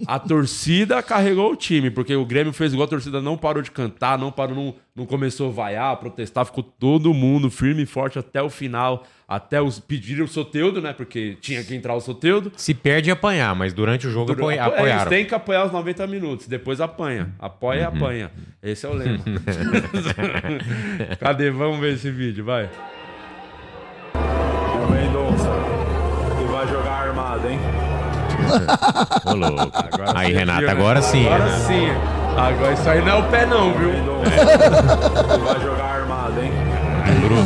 Speaker 11: a torcida carregou o time, porque o Grêmio fez gol, a torcida não parou de cantar, não parou, não, não começou a vaiar, a protestar, ficou todo mundo firme e forte até o final, até os pedirem o Soteudo, né? Porque tinha que entrar o Soteudo.
Speaker 12: Se perde,
Speaker 20: é
Speaker 12: apanhar, mas durante o jogo apoi-
Speaker 11: Apo- é, Eles
Speaker 12: apoiaram. Uhum.
Speaker 11: têm que apoiar os 90 minutos, depois apanha. Apoia e apanha. Esse é o lema. Cadê? Vamos ver esse vídeo, vai.
Speaker 21: O Mendonça, que vai jogar armado, hein?
Speaker 12: Ô, louco.
Speaker 11: Agora
Speaker 12: Aí,
Speaker 11: você
Speaker 12: Renato,
Speaker 11: viu, né?
Speaker 12: agora sim.
Speaker 11: Agora
Speaker 12: Renato.
Speaker 11: sim. Agora isso aí não é o pé, não, viu?
Speaker 21: Ele vai jogar armado, hein?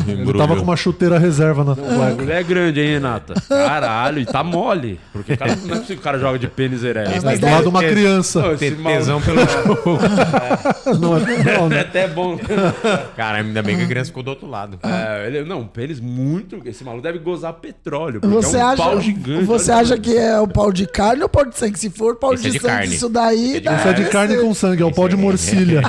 Speaker 13: Ele tava com uma chuteira reserva na
Speaker 11: O
Speaker 13: cueca.
Speaker 11: bagulho é grande, hein, Renata? Caralho, e tá mole. Porque o cara, não é possível que o cara joga de pênis ereto.
Speaker 13: Mas É, Mas do lado de uma
Speaker 11: Esse-
Speaker 13: criança.
Speaker 11: Ô, esse
Speaker 13: Te-
Speaker 11: maluco-
Speaker 13: tesão pelo jogo. Não é
Speaker 12: bom, né?
Speaker 11: É até bom.
Speaker 12: Cara, ainda bem que a criança ficou do outro lado.
Speaker 11: É, ele, não, um pênis muito. Esse maluco deve gozar petróleo. porque
Speaker 14: Você,
Speaker 11: é um
Speaker 14: acha,
Speaker 11: pau gigante.
Speaker 14: você
Speaker 11: olha
Speaker 14: acha que é o pau de carne ou o pau de sangue? Se for pau
Speaker 11: Esse
Speaker 14: de,
Speaker 11: é de
Speaker 14: sangue,
Speaker 11: carne.
Speaker 14: isso daí. dá
Speaker 13: Isso é de carne com sangue, é o pau de morcilha.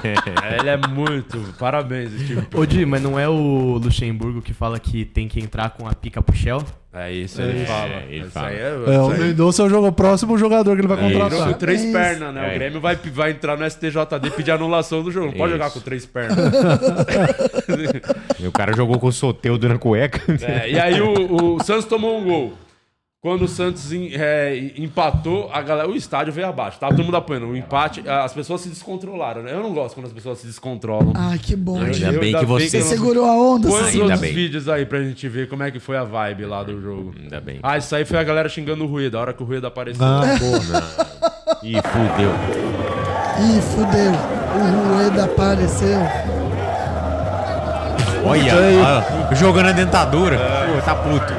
Speaker 11: É, Ele é muito. Parabéns, Steve.
Speaker 20: Ô, Di, mas não é o Luxemburgo que fala que tem que entrar com a pica pro Shell?
Speaker 11: É isso,
Speaker 20: ele
Speaker 11: ele fala.
Speaker 20: ele
Speaker 11: Isso
Speaker 20: fala.
Speaker 11: aí
Speaker 13: É,
Speaker 20: um
Speaker 13: o Mendonça é o jogo, o próximo jogador que ele vai
Speaker 11: Ele jogou
Speaker 13: contratar.
Speaker 11: com três
Speaker 13: Parabéns.
Speaker 11: pernas, né?
Speaker 13: É.
Speaker 11: O Grêmio vai, vai entrar no STJD e pedir anulação do jogo. Não pode
Speaker 12: Isso.
Speaker 11: jogar com três pernas.
Speaker 12: E o cara jogou com o soteudo na cueca.
Speaker 11: É, e aí o, o Santos tomou um gol. Quando o Santos em- é, empatou, a galera, o estádio veio abaixo. Tava todo mundo apanhando. O empate, as pessoas se descontrolaram. né? Eu não gosto quando as pessoas se descontrolam.
Speaker 14: Ah, que bom.
Speaker 12: Ainda bem que você-
Speaker 11: eu não-
Speaker 14: Você segurou a onda,
Speaker 11: Põe
Speaker 14: Santos.
Speaker 11: os outros
Speaker 14: Ainda bem.
Speaker 11: vídeos aí pra gente ver como é que foi a vibe lá do jogo. Ainda bem. Ah, isso aí foi a galera xingando o Rueda. A hora que o Rueda apareceu.
Speaker 13: Ah,
Speaker 14: boa.
Speaker 12: né?
Speaker 11: Ih, fudeu.
Speaker 14: Ih, fudeu. O Rueda apareceu.
Speaker 12: Olha, ah, jogando a dentadura.
Speaker 11: É.
Speaker 12: Pô, tá puto.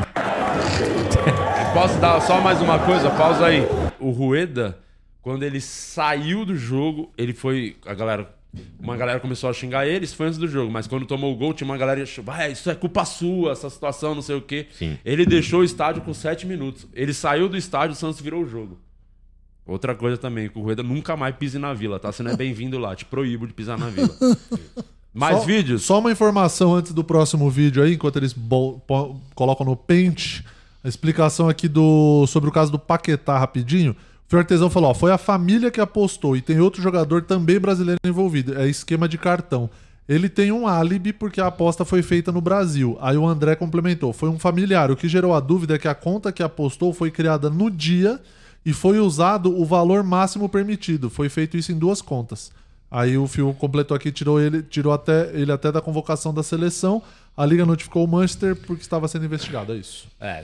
Speaker 11: Posso dar só mais uma coisa? Pausa aí. O Rueda, quando ele saiu do jogo, ele foi. A galera. Uma galera começou a xingar ele, isso foi antes do jogo, mas quando tomou o gol, tinha uma galera que achou, "Ah, isso é culpa sua, essa situação, não sei o quê.
Speaker 12: Sim.
Speaker 11: Ele deixou o estádio com 7 minutos. Ele saiu do estádio, o Santos virou o jogo. Outra coisa também, que o Rueda nunca mais pise na vila, tá? Você não é bem-vindo lá, te proíbo de pisar na vila. Mais
Speaker 13: Só-
Speaker 11: vídeos?
Speaker 13: Só uma informação antes do próximo vídeo aí, enquanto eles bol- po- colocam no pente. A explicação aqui do sobre o caso do Paquetá, rapidinho. O Fio Artesão falou: ó, foi a família que apostou e tem outro jogador também brasileiro envolvido. É esquema de cartão. Ele tem um álibi porque a aposta foi feita no Brasil. Aí o André complementou: foi um familiar. O que gerou a dúvida é que a conta que apostou foi criada no dia e foi usado o valor máximo permitido. Foi feito isso em duas contas. Aí o Fio completou aqui, tirou ele, tirou até ele até da convocação da seleção. A liga notificou o Manchester porque estava sendo investigado, é isso.
Speaker 11: É,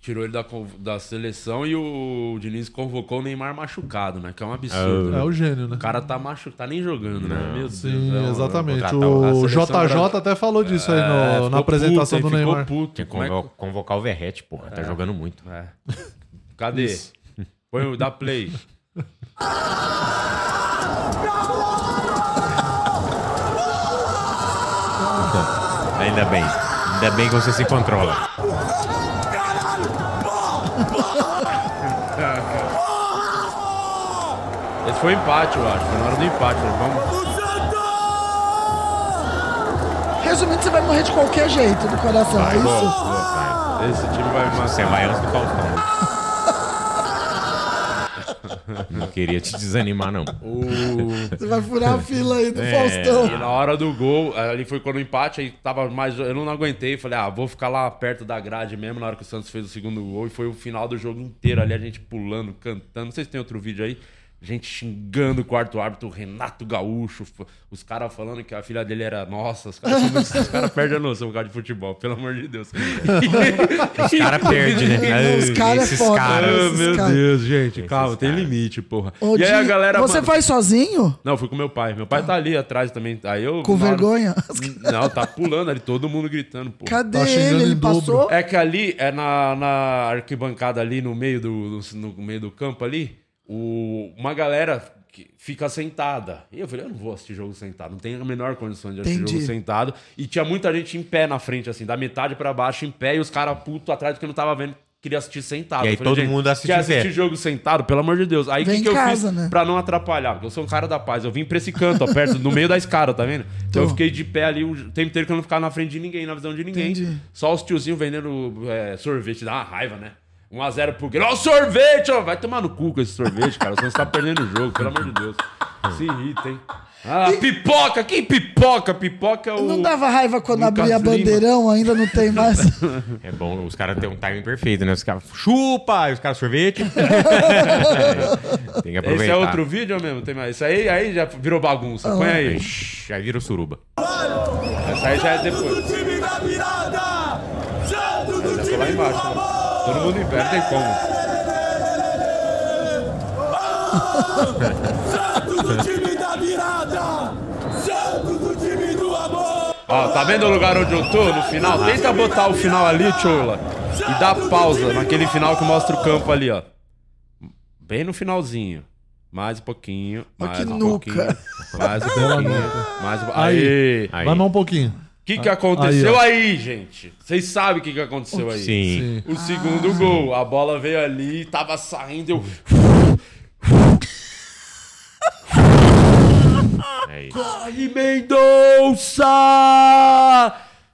Speaker 11: tirou ele da, conv- da seleção e o Diniz convocou o Neymar machucado, né? Que é um absurdo.
Speaker 13: É o-
Speaker 11: né?
Speaker 13: é o gênio, né?
Speaker 11: O cara tá machucado, tá nem jogando, né? Meu
Speaker 13: Sim,
Speaker 11: Deus. é um-
Speaker 13: exatamente.
Speaker 11: contratar
Speaker 13: O
Speaker 11: a seleção
Speaker 13: JJ
Speaker 11: brasileira.
Speaker 13: até falou disso aí
Speaker 11: um É,
Speaker 13: no-
Speaker 11: ficou
Speaker 13: na apresentação
Speaker 11: puto,
Speaker 13: do
Speaker 11: ele
Speaker 13: Neymar.
Speaker 11: Ficou puto.
Speaker 12: Tinha que
Speaker 11: Como é que-
Speaker 12: convo- convocar o Verrete, porra. Tá
Speaker 11: É.
Speaker 12: jogando muito.
Speaker 11: Cadê?
Speaker 12: Isso.
Speaker 11: Põe o da play.
Speaker 12: Ainda bem. Ainda bem que você se controla.
Speaker 11: Esse foi um empate, eu acho. Foi na hora do empate. né? Vamos.
Speaker 14: Resumindo, você vai morrer de qualquer jeito do coração, é
Speaker 11: Bom,
Speaker 14: isso?
Speaker 11: bom, vai. Esse time vai mais.
Speaker 12: é
Speaker 11: Você vai antes do
Speaker 12: Não queria te desanimar, não.
Speaker 14: Você vai furar a fila aí do
Speaker 11: É. E
Speaker 14: Faustão.
Speaker 11: na hora do gol, ali foi quando o empate, aí tava mais. Eu não aguentei, falei, ah, vou ficar lá perto da grade mesmo, na hora que o Santos fez o segundo gol, e foi o final do jogo inteiro ali, a gente pulando, cantando. Não sei se tem outro vídeo aí. Gente xingando o quarto árbitro, o Renato Gaúcho, f- os caras falando que a filha dele era nossa, os caras os cara perdem a noção por causa de futebol, pelo amor de Deus.
Speaker 12: Os cara perde, né? Os cara é Esses foda, caras.
Speaker 11: Ah,
Speaker 12: esses
Speaker 11: meu
Speaker 12: caras.
Speaker 11: Deus, gente, calma, tem limite, porra.
Speaker 14: Ô,
Speaker 11: e aí a
Speaker 14: Di,
Speaker 11: galera.
Speaker 14: Você
Speaker 11: mano-
Speaker 14: faz sozinho?
Speaker 11: não, eu fui com meu pai. Meu pai tá ali atrás também. Aí eu.
Speaker 14: Com
Speaker 11: na hora-
Speaker 14: vergonha?
Speaker 11: Não, tá pulando ali, todo mundo gritando, pô.
Speaker 14: Cadê Tá xingando ele? Ele em dobro. passou?
Speaker 11: É que ali, é na, na arquibancada ali, no meio do, do- no meio do campo ali, o, uma galera que fica sentada. E eu falei, eu não vou assistir jogo sentado. Não tem a menor condição de assistir
Speaker 14: Entendi.
Speaker 11: jogo sentado. E tinha muita gente em pé na frente, assim, da metade pra baixo, em pé, e os caras putos atrás porque não tava vendo. Queria assistir sentado.
Speaker 12: E aí
Speaker 11: Eu falei,
Speaker 12: todo
Speaker 11: gente,
Speaker 12: mundo assiste
Speaker 11: quer
Speaker 12: em pé.
Speaker 11: assistir jogo sentado? Pelo amor de Deus. Aí o
Speaker 14: Vem
Speaker 11: que,
Speaker 14: em
Speaker 11: que eu
Speaker 14: casa,
Speaker 11: fiz
Speaker 14: né?
Speaker 11: pra não atrapalhar? Porque eu sou um cara da paz. Eu vim pra esse canto, ó, perto, no meio da escada, tá vendo? Então eu fiquei de pé ali o tempo inteiro que eu não ficava na frente de ninguém, na visão de ninguém.
Speaker 14: Entendi.
Speaker 11: Só os tiozinhos vendendo é, sorvete. Dá uma raiva, né? 1x0 pro Grêmio. Ó, o sorvete! Ó. Vai tomar no cu com esse sorvete, cara. Você está perdendo o jogo, pelo amor de Deus. Se irrita, hein? Ah, pipoca! Quem pipoca? Pipoca é o.
Speaker 14: Não dava raiva quando
Speaker 11: Lucas
Speaker 14: abria
Speaker 11: Lima.
Speaker 14: bandeirão, ainda não tem mais.
Speaker 12: É bom, os caras têm um timing perfeito, né? Os caras chupa, e os caras sorvete. Tem que aproveitar.
Speaker 11: Esse é outro vídeo mesmo? Tem mais. Isso aí, aí já virou bagunça. Põe aí.
Speaker 12: Ixi, aí vira o suruba.
Speaker 14: Ah.
Speaker 11: Essa aí já é depois. Eu tô lá embaixo, né? Todo mundo em pé, não tem como. Ó, tá vendo o lugar onde eu tô no final? Tenta botar o final ali, Chola. E dá pausa naquele final que mostra o campo ali, ó. Bem no finalzinho. Mais um pouquinho, mais
Speaker 13: que
Speaker 11: um
Speaker 13: nuca.
Speaker 11: pouquinho, mais um
Speaker 13: Pela
Speaker 11: pouquinho,
Speaker 13: nuca.
Speaker 11: mais um pouquinho.
Speaker 13: Aí,
Speaker 11: Aí,
Speaker 13: vai mais um pouquinho.
Speaker 11: O que, que aconteceu
Speaker 13: ó.
Speaker 11: aí, gente? Vocês sabem o que, que aconteceu aí.
Speaker 12: Sim. Ah.
Speaker 11: O segundo gol. A bola veio ali, tava saindo, eu... Corre, Mendonça!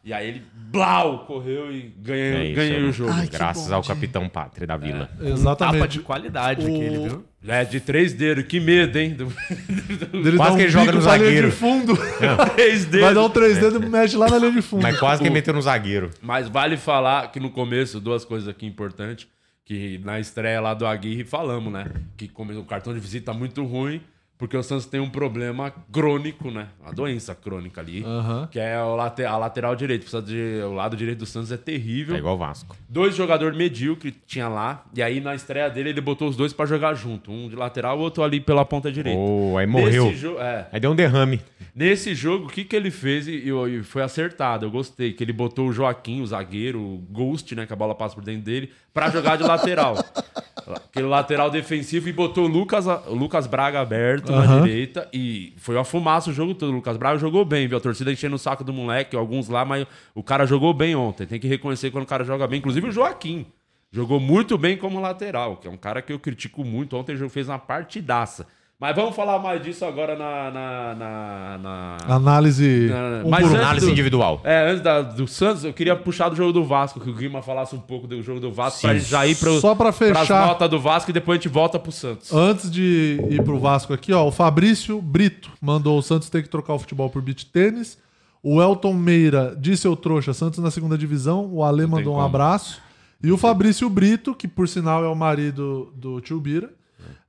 Speaker 11: E aí ele, blau, correu e ganhou,
Speaker 12: É isso,
Speaker 11: ganhou
Speaker 12: né?
Speaker 11: o jogo. É,
Speaker 12: Graças ao capitão pátria da vila.
Speaker 13: Exatamente.
Speaker 11: Tapa de qualidade
Speaker 13: O- aquele, viu?
Speaker 11: É, de três dedos, que medo, hein? Do-
Speaker 13: Ele dá um bico pra linha de fundo.
Speaker 12: É.
Speaker 11: Três dedos.
Speaker 13: Vai dar um três dedos e mexe lá na linha de fundo.
Speaker 11: O- Mas vale falar que no começo, duas coisas aqui importantes. Que na estreia lá do Aguirre falamos, né? Que como o cartão de visita tá muito ruim, porque o Santos tem um problema crônico, né? Uma doença crônica ali.
Speaker 13: Aham.
Speaker 11: Que é o late- a lateral direita. Precisa de, o lado direito do Santos é terrível.
Speaker 12: É igual o Vasco.
Speaker 11: Dois jogadores medíocres tinha lá. E aí na estreia dele ele botou os dois pra jogar junto. Um de lateral, o outro ali pela ponta direita.
Speaker 12: Oh, aí
Speaker 11: Nesse
Speaker 12: morreu.
Speaker 11: jo- é.
Speaker 12: Aí deu um derrame.
Speaker 11: Nesse jogo, o que, que ele fez e, e- e foi acertado. Eu gostei. Que ele botou o Joaquim, o zagueiro, o Ghost, né? Que a bola passa por dentro dele, pra jogar de lateral. Aquele lateral defensivo e botou o Lucas, o Lucas Braga aberto na
Speaker 13: Aham.
Speaker 11: direita. E foi uma fumaça o jogo todo. O Lucas Braga jogou bem, viu? A torcida enchendo o saco do moleque, alguns lá, mas o cara jogou bem ontem. Tem que reconhecer quando o cara joga bem. Inclusive o Joaquim. Jogou muito bem como lateral, que é um cara que eu critico muito. Ontem ele fez uma partidaça. Mas vamos falar mais disso agora na- na- na- na,
Speaker 13: Análise.
Speaker 11: na-
Speaker 13: um
Speaker 11: mas
Speaker 13: por um.
Speaker 11: antes do- É, antes da- do Santos, eu queria puxar do jogo do Vasco, que o Guima falasse um pouco do jogo do Vasco, pra gente já ir pro,
Speaker 13: Só pra fechar.
Speaker 11: pras notas do Vasco e depois a gente volta pro Santos.
Speaker 13: Antes de ir pro Vasco aqui, ó, o Fabrício Brito mandou o Santos ter que trocar o futebol por beat tênis. O Elton Meira disse eu trouxa, Santos na segunda divisão. O Ale mandou um
Speaker 11: como.
Speaker 13: abraço. E o Fabrício Brito, que por sinal é o marido do tio Bira.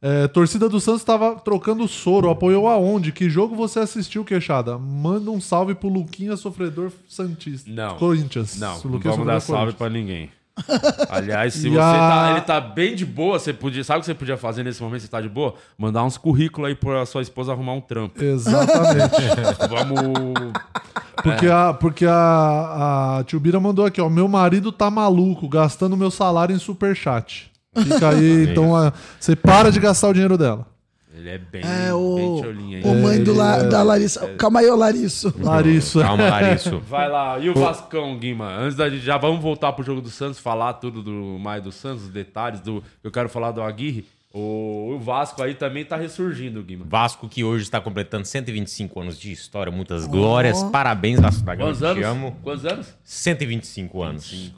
Speaker 13: é, torcida do Santos estava trocando soro, apoiou aonde? Que jogo você assistiu, Queixada? Manda um salve pro Luquinha Sofredor Santista.
Speaker 11: Não.
Speaker 13: Corinthians.
Speaker 11: Não,
Speaker 13: O
Speaker 11: não
Speaker 13: Luquinha
Speaker 11: vamos dar
Speaker 13: Sofredor é
Speaker 11: salve pra ninguém. Aliás, se
Speaker 13: E
Speaker 11: você
Speaker 13: a-
Speaker 11: tá, ele tá bem de boa, você podia, sabe o que você podia fazer nesse momento, se tá de boa? Mandar uns currículos aí pra sua esposa arrumar um trampo.
Speaker 13: Exatamente.
Speaker 11: vamos...
Speaker 13: Porque,
Speaker 11: É.
Speaker 13: a, porque a, a tio Bira mandou aqui, ó. Meu marido tá maluco, gastando meu salário em superchat. Fica aí,
Speaker 11: Isso.
Speaker 13: então a- você para de gastar o dinheiro dela.
Speaker 11: Ele é bem,
Speaker 14: É,
Speaker 11: bem
Speaker 14: o,
Speaker 11: tiolinho aí.
Speaker 14: o mãe do La-
Speaker 11: É,
Speaker 14: da Larissa. Calma aí, ô Larisso.
Speaker 13: Larisso.
Speaker 11: Calma, Larisso. é, Vai lá. E o Vascão, Guima? Antes da gente já vamos voltar pro jogo do Santos, falar tudo do mais do Santos, os detalhes do eu quero falar do Aguirre. O, o Vasco aí também tá ressurgindo, Guima.
Speaker 12: Vasco que hoje está completando 125 anos de história, muitas glórias. Parabéns, Vasco da Gama.
Speaker 11: Quantos
Speaker 12: Te
Speaker 11: anos?
Speaker 12: amo.
Speaker 11: Quantos anos?
Speaker 12: 125 anos.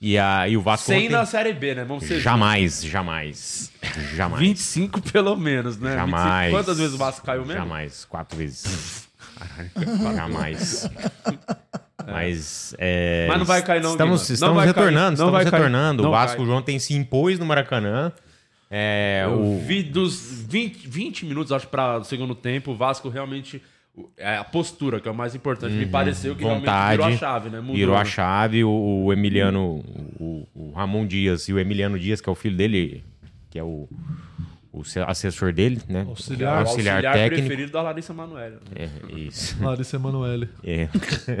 Speaker 12: E, a, e o Vasco
Speaker 11: 100
Speaker 12: ontem-
Speaker 11: na Série B, né? Vamos ser
Speaker 12: Jamais, jamais. Jamais.
Speaker 11: 25 pelo menos, né?
Speaker 12: Jamais.
Speaker 11: 25. Quantas vezes o Vasco caiu mesmo?
Speaker 12: Jamais, quatro vezes. Caralho, jamais. Mas, é,
Speaker 11: É. Mas não vai cair não,
Speaker 12: Estamos,
Speaker 11: Guima. Não
Speaker 12: estamos
Speaker 11: vai cair,
Speaker 12: retornando,
Speaker 11: não vai
Speaker 12: estamos
Speaker 11: cair,
Speaker 12: retornando.
Speaker 11: não
Speaker 12: o Vasco
Speaker 11: cai.
Speaker 12: João tem se impôs no Maracanã. É,
Speaker 11: Eu
Speaker 12: o,
Speaker 11: vi dos 20, 20 minutos, acho, para o segundo tempo, o Vasco realmente. o- é a postura, que é o mais importante. Me
Speaker 12: Uhum.
Speaker 11: pareceu que realmente
Speaker 12: vontade,
Speaker 11: virou a chave, né? Mudou,
Speaker 12: virou a
Speaker 11: né?
Speaker 12: chave. O, o Emiliano, o, o Ramon Dias e o Emiliano Dias, que é o filho dele, que é o, o se- assessor dele, né?
Speaker 11: É
Speaker 13: Auxiliar.
Speaker 11: o
Speaker 12: auxiliar técnico.
Speaker 11: preferido da Larissa Manoela.
Speaker 12: É, isso.
Speaker 13: Larissa Emanuele.
Speaker 12: É.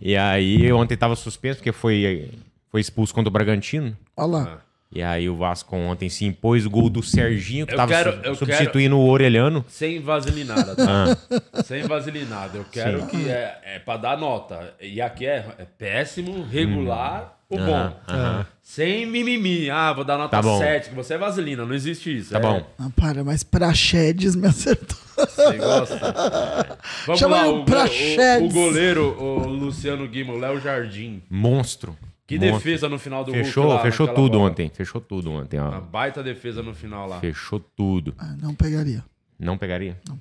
Speaker 12: e aí, ontem tava suspenso, porque foi, foi expulso contra o Bragantino.
Speaker 14: Olha lá.
Speaker 12: E aí, o Vasco ontem se impôs o gol do Serginho, que
Speaker 11: Eu
Speaker 12: tava
Speaker 11: quero-
Speaker 12: su-
Speaker 11: eu
Speaker 12: substituindo o Orelhano. Ah.
Speaker 11: Sem vaselinada, tá? Sem vaselinada. Eu quero
Speaker 12: Sim.
Speaker 11: que é, é pra dar nota. E aqui é, é péssimo, regular ou bom.
Speaker 12: Uhum. Aham, aham.
Speaker 11: Sem mimimi. Ah, vou dar nota
Speaker 12: Tá bom.
Speaker 11: 7, que você é vaselina. Não existe isso.
Speaker 12: Tá
Speaker 11: É-
Speaker 12: bom.
Speaker 14: Ah, para, mas Praxedes me acertou.
Speaker 11: Você gosta? Vamos
Speaker 14: Chama
Speaker 11: lá,
Speaker 14: ele
Speaker 11: o,
Speaker 14: Praxedes.
Speaker 11: o, o goleiro, o Luciano Guima, o Léo Jardim.
Speaker 12: Monstro.
Speaker 11: Que
Speaker 12: Monstro.
Speaker 11: defesa no final do
Speaker 12: Fechou,
Speaker 11: Hulk lá,
Speaker 12: fechou
Speaker 11: naquela
Speaker 12: tudo
Speaker 11: bola.
Speaker 12: ontem. Fechou tudo ontem, ó.
Speaker 11: Uma baita defesa no final lá.
Speaker 12: Fechou tudo.
Speaker 14: Ah, Não pegaria.
Speaker 12: Não pegaria? Não.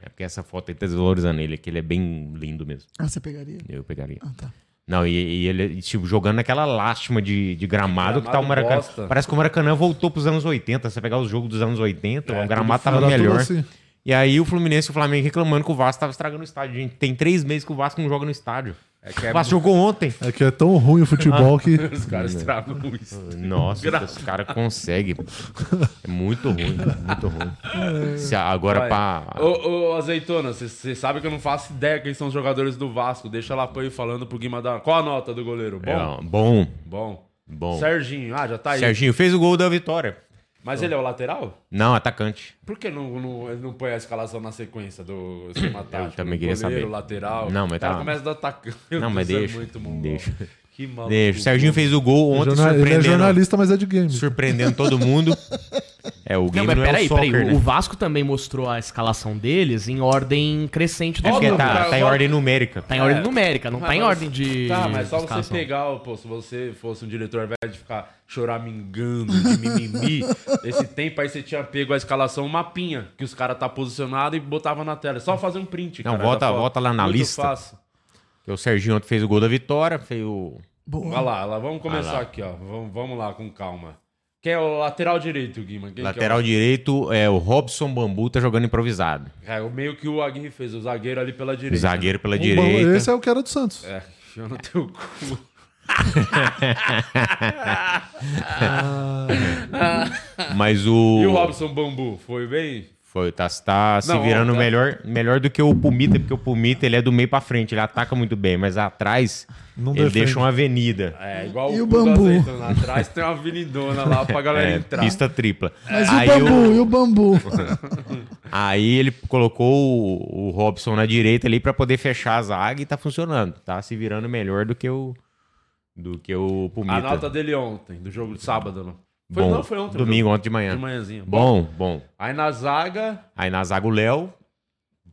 Speaker 12: É porque essa foto aí tá desvalorizando ele, que ele é bem lindo mesmo.
Speaker 14: Ah, você pegaria? Ah, tá.
Speaker 12: Eu pegaria. Não, e, e ele, tipo, jogando naquela lástima de, de gramado, que tá o
Speaker 11: Gramado
Speaker 12: Maracanã.
Speaker 11: bosta.
Speaker 12: Parece que o Maracanã voltou pros anos 80. Você pegar os jogos dos anos
Speaker 11: É,
Speaker 12: 80, o gramado
Speaker 13: tudo
Speaker 12: tava
Speaker 13: era tudo
Speaker 12: melhor.
Speaker 13: assim.
Speaker 12: E aí o Fluminense e o Flamengo reclamando que o Vasco tava estragando o estádio. Gente, tem três meses que o Vasco não joga no estádio.
Speaker 11: que é
Speaker 12: O Vasco jogou ontem.
Speaker 13: É que é tão ruim o futebol
Speaker 12: Ah.
Speaker 13: que.
Speaker 11: Os caras estragam isso.
Speaker 12: Nossa, os caras conseguem. É muito ruim, muito ruim. Se a- agora
Speaker 11: É. Vai.
Speaker 12: pra.
Speaker 11: Ô, ô, Azeitona, você sabe que eu não faço ideia quem são os jogadores do Vasco. Deixa lá apoio falando pro Guima dar. Qual a nota do goleiro? Bom?
Speaker 12: É, ó, bom.
Speaker 11: Bom.
Speaker 12: Bom.
Speaker 11: Serginho, ah, já tá aí.
Speaker 12: Serginho fez o gol da vitória.
Speaker 11: Mas ele é o lateral?
Speaker 12: Não, atacante.
Speaker 11: Por que não, não, ele não põe a escalação na sequência do esquema tático? né?
Speaker 12: também queria
Speaker 11: Goleiro,
Speaker 12: saber.
Speaker 11: lateral.
Speaker 12: Não, mas
Speaker 11: o cara
Speaker 12: tá-
Speaker 11: começa do atacante.
Speaker 12: Não, mas
Speaker 11: Isso é
Speaker 12: deixa.
Speaker 11: muito bom.
Speaker 12: deixa.
Speaker 11: Que maluco.
Speaker 12: Deixa. O Serginho fez o gol ontem,
Speaker 13: Jornal- Ele é
Speaker 12: surpreendendo.
Speaker 13: jornalista, mas é de game.
Speaker 12: Surpreendendo todo mundo. É, o game
Speaker 20: mas
Speaker 12: não é o
Speaker 20: peraí,
Speaker 12: soccer,
Speaker 20: peraí.
Speaker 12: né?
Speaker 20: O Vasco também mostrou a escalação deles em ordem crescente do
Speaker 12: É porque
Speaker 20: jogo.
Speaker 12: tá- tá em ordem numérica.
Speaker 20: Tá em ordem
Speaker 11: É.
Speaker 20: numérica, não
Speaker 11: Ah,
Speaker 20: tá em
Speaker 11: mas-
Speaker 20: ordem de.
Speaker 11: Tá, mas só
Speaker 20: de
Speaker 11: você
Speaker 20: escalação.
Speaker 11: pegar, o- pô, se você fosse um diretor, ao invés de ficar choramingando, de mimimi, esse tempo aí você tinha pego a escalação, um mapinha, que os caras tá posicionado e botava na tela. É só fazer um print,
Speaker 12: Não,
Speaker 11: cara,
Speaker 12: volta,
Speaker 11: da foto.
Speaker 12: volta lá na
Speaker 11: Muito
Speaker 12: lista.
Speaker 11: Fácil.
Speaker 12: Que o Serginho ontem fez o gol da vitória, fez o.
Speaker 11: Vai lá, lá, vamos
Speaker 12: Vai
Speaker 11: começar
Speaker 12: lá.
Speaker 11: aqui, ó. Vamos, vamos lá, com calma. Quem é o lateral direito, Guima? Quem que é o-
Speaker 12: Lateral direito é o Robson Bambu, tá jogando improvisado.
Speaker 11: É, o meio que o Aguirre fez, o zagueiro ali pela direita.
Speaker 12: Zagueiro pela
Speaker 11: O
Speaker 12: direita.
Speaker 13: Bom, esse é o que era do Santos.
Speaker 11: É, enfia no teu cu.
Speaker 12: Mas o-
Speaker 11: E o Robson Bambu? Foi bem?
Speaker 12: Foi, tá, tá se
Speaker 11: Não,
Speaker 12: virando
Speaker 11: tá-
Speaker 12: melhor, melhor do que o Pumita, porque o Pumita ele é do meio pra frente, ele ataca muito bem, mas atrás
Speaker 13: Não
Speaker 12: ele
Speaker 13: defende.
Speaker 12: deixa uma avenida.
Speaker 11: É, igual
Speaker 13: E
Speaker 11: o,
Speaker 13: o
Speaker 11: cu do
Speaker 13: bambu?
Speaker 11: azeitona. Atrás tem uma avenidona lá pra galera
Speaker 12: É,
Speaker 11: entrar.
Speaker 12: Pista tripla.
Speaker 14: Mas
Speaker 12: Aí
Speaker 14: e o bambu? E o bambu?
Speaker 12: Aí ele colocou o, o Robson na direita ali pra poder fechar a zaga e tá funcionando. Tá se virando melhor do que o do que o Pumita.
Speaker 11: A nota dele ontem, do jogo de sábado, não?
Speaker 12: Bom,
Speaker 11: não, foi ontem. o
Speaker 12: Domingo,
Speaker 11: jogo.
Speaker 12: ontem de manhã.
Speaker 11: De manhãzinha.
Speaker 12: Bom, bom.
Speaker 11: Aí na zaga,
Speaker 12: Aí na zaga o Léo,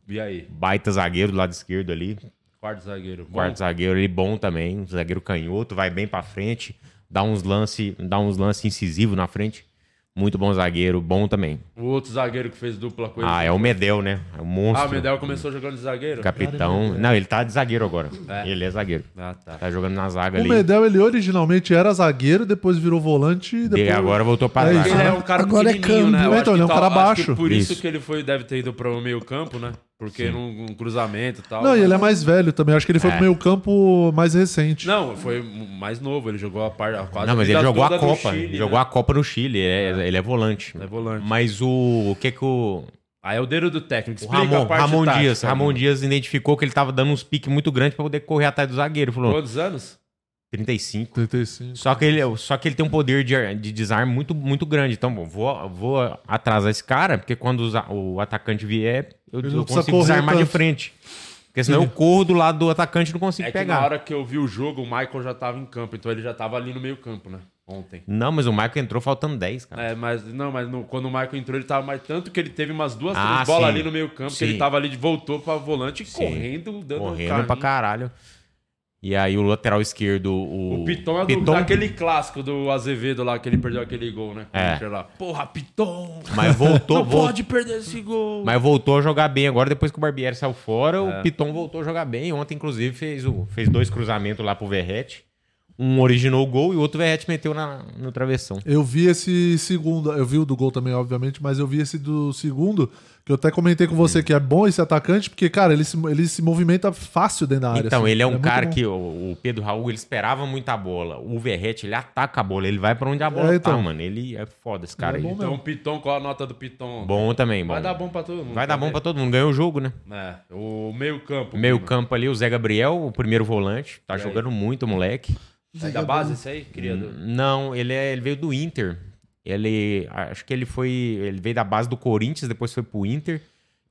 Speaker 11: e aí?
Speaker 12: baita zagueiro do lado esquerdo ali.
Speaker 11: Quarto zagueiro. bom.
Speaker 12: Quarto zagueiro ele bom também, um zagueiro canhoto, vai bem pra frente, dá uns lance, dá uns lance incisivo na frente. Muito bom zagueiro, bom também.
Speaker 11: O outro zagueiro que fez dupla com ele.
Speaker 12: Ah, é o Medel, né? É um monstro.
Speaker 11: Ah, o Medel começou jogando de zagueiro?
Speaker 12: Capitão. Não, ele tá de zagueiro agora.
Speaker 11: É.
Speaker 12: Ele é zagueiro.
Speaker 11: Ah, tá.
Speaker 12: Tá jogando na zaga
Speaker 13: O
Speaker 12: ali.
Speaker 13: Medel, ele originalmente era zagueiro, depois virou volante e depois...
Speaker 12: E agora voltou pra
Speaker 13: É
Speaker 12: zaga.
Speaker 13: isso,
Speaker 11: Ele
Speaker 13: né?
Speaker 11: é um cara
Speaker 13: agora é
Speaker 11: pequenininho,
Speaker 13: campo.
Speaker 11: né? Eu acho
Speaker 13: Então, ele é um
Speaker 11: que
Speaker 13: cara
Speaker 11: tal- acho que
Speaker 13: baixo.
Speaker 11: Por isso, que ele foi, deve ter ido pro meio campo, né? Porque num, num cruzamento e tal.
Speaker 13: Não, e ele é mais velho também. Acho que ele foi
Speaker 11: É.
Speaker 13: pro meio campo mais recente.
Speaker 11: Não, foi mais novo. Ele jogou a par, a quase
Speaker 12: Não, mas
Speaker 11: vida
Speaker 12: ele jogou
Speaker 11: toda
Speaker 12: a
Speaker 11: no
Speaker 12: Copa.
Speaker 11: Chile,
Speaker 12: ele
Speaker 11: né?
Speaker 12: jogou a Copa no Chile. Ele é, ele é volante. É
Speaker 11: volante.
Speaker 12: Mas o, o que que o.
Speaker 11: Aí é o dedo do técnico.
Speaker 12: o
Speaker 11: Explica
Speaker 12: Ramon,
Speaker 11: a parte
Speaker 12: Ramon
Speaker 11: tática,
Speaker 12: Dias.
Speaker 11: Ramon.
Speaker 12: Ramon Dias identificou que ele tava dando uns piques muito grandes pra poder correr atrás do zagueiro. Falou.
Speaker 11: Quantos anos?
Speaker 12: 35. Só que ele, só que ele tem um poder de, de desarme muito, muito grande. Então, bom, vou, vou atrasar esse cara, porque quando o za- o atacante vier, eu,
Speaker 13: Ele
Speaker 12: eu
Speaker 13: não precisa
Speaker 12: consigo
Speaker 13: correr
Speaker 12: desarmar de
Speaker 13: tanto.
Speaker 12: frente. Porque senão eu
Speaker 13: Sim.
Speaker 12: corro do lado do atacante e não consigo
Speaker 11: É que
Speaker 12: pegar.
Speaker 11: na hora que eu vi o jogo, o Michael já tava em campo. Então ele já tava ali no meio campo, né? Ontem.
Speaker 12: Não, mas o Michael entrou faltando 10, cara.
Speaker 11: É, mas não, mas no- quando o Michael entrou, ele tava mais tanto que ele teve umas duas
Speaker 12: Ah,
Speaker 11: três bolas
Speaker 12: sim.
Speaker 11: ali no meio campo, que
Speaker 12: Sim.
Speaker 11: ele tava ali de voltou pra volante
Speaker 12: Sim.
Speaker 11: correndo, dando um
Speaker 12: Correndo
Speaker 11: caminho.
Speaker 12: pra caralho. E aí o lateral esquerdo, o.
Speaker 11: O Piton é do, daquele clássico do Azevedo lá, que ele perdeu aquele gol, né?
Speaker 12: É.
Speaker 11: Aquele lá, Porra, Piton!
Speaker 12: Mas voltou,
Speaker 11: Não
Speaker 12: vol-
Speaker 11: pode perder esse gol!
Speaker 12: Mas voltou a jogar bem agora, depois que o Barbieri saiu fora,
Speaker 11: É.
Speaker 12: o Piton voltou a jogar bem. Ontem, inclusive, fez, o, fez dois cruzamentos lá pro Verrete. Um originou o gol e o outro o Verrete meteu na, no travessão.
Speaker 13: Eu vi esse segundo, eu vi o do gol também, obviamente, mas eu vi esse do segundo, que eu até comentei com
Speaker 12: Uhum.
Speaker 13: você que é bom esse atacante, porque, cara, ele se, ele se movimenta fácil dentro da área.
Speaker 12: Então,
Speaker 13: assim.
Speaker 12: ele é um
Speaker 13: muito
Speaker 12: cara
Speaker 13: bom.
Speaker 12: que o, o Pedro Raul ele esperava muita bola. O Verrete, ele ataca a bola, ele vai pra onde a bola
Speaker 13: É, então.
Speaker 12: tá, mano. Ele é foda esse cara. ele-
Speaker 11: então, o Piton, qual a nota do Piton?
Speaker 12: Bom também, bom.
Speaker 11: Vai dar bom pra todo mundo. né?
Speaker 12: Vai dar bom
Speaker 11: também.
Speaker 12: pra todo mundo. Ganhou o jogo, né?
Speaker 11: É, o meio campo.
Speaker 12: Meio campo ali, o Zé Gabriel, o primeiro volante. Tá jogando muito, moleque.
Speaker 11: É da base esse aí, criador?
Speaker 12: Não, ele, é- ele veio do Inter. Ele. Acho que ele foi. Ele veio da base do Corinthians, depois foi pro Inter.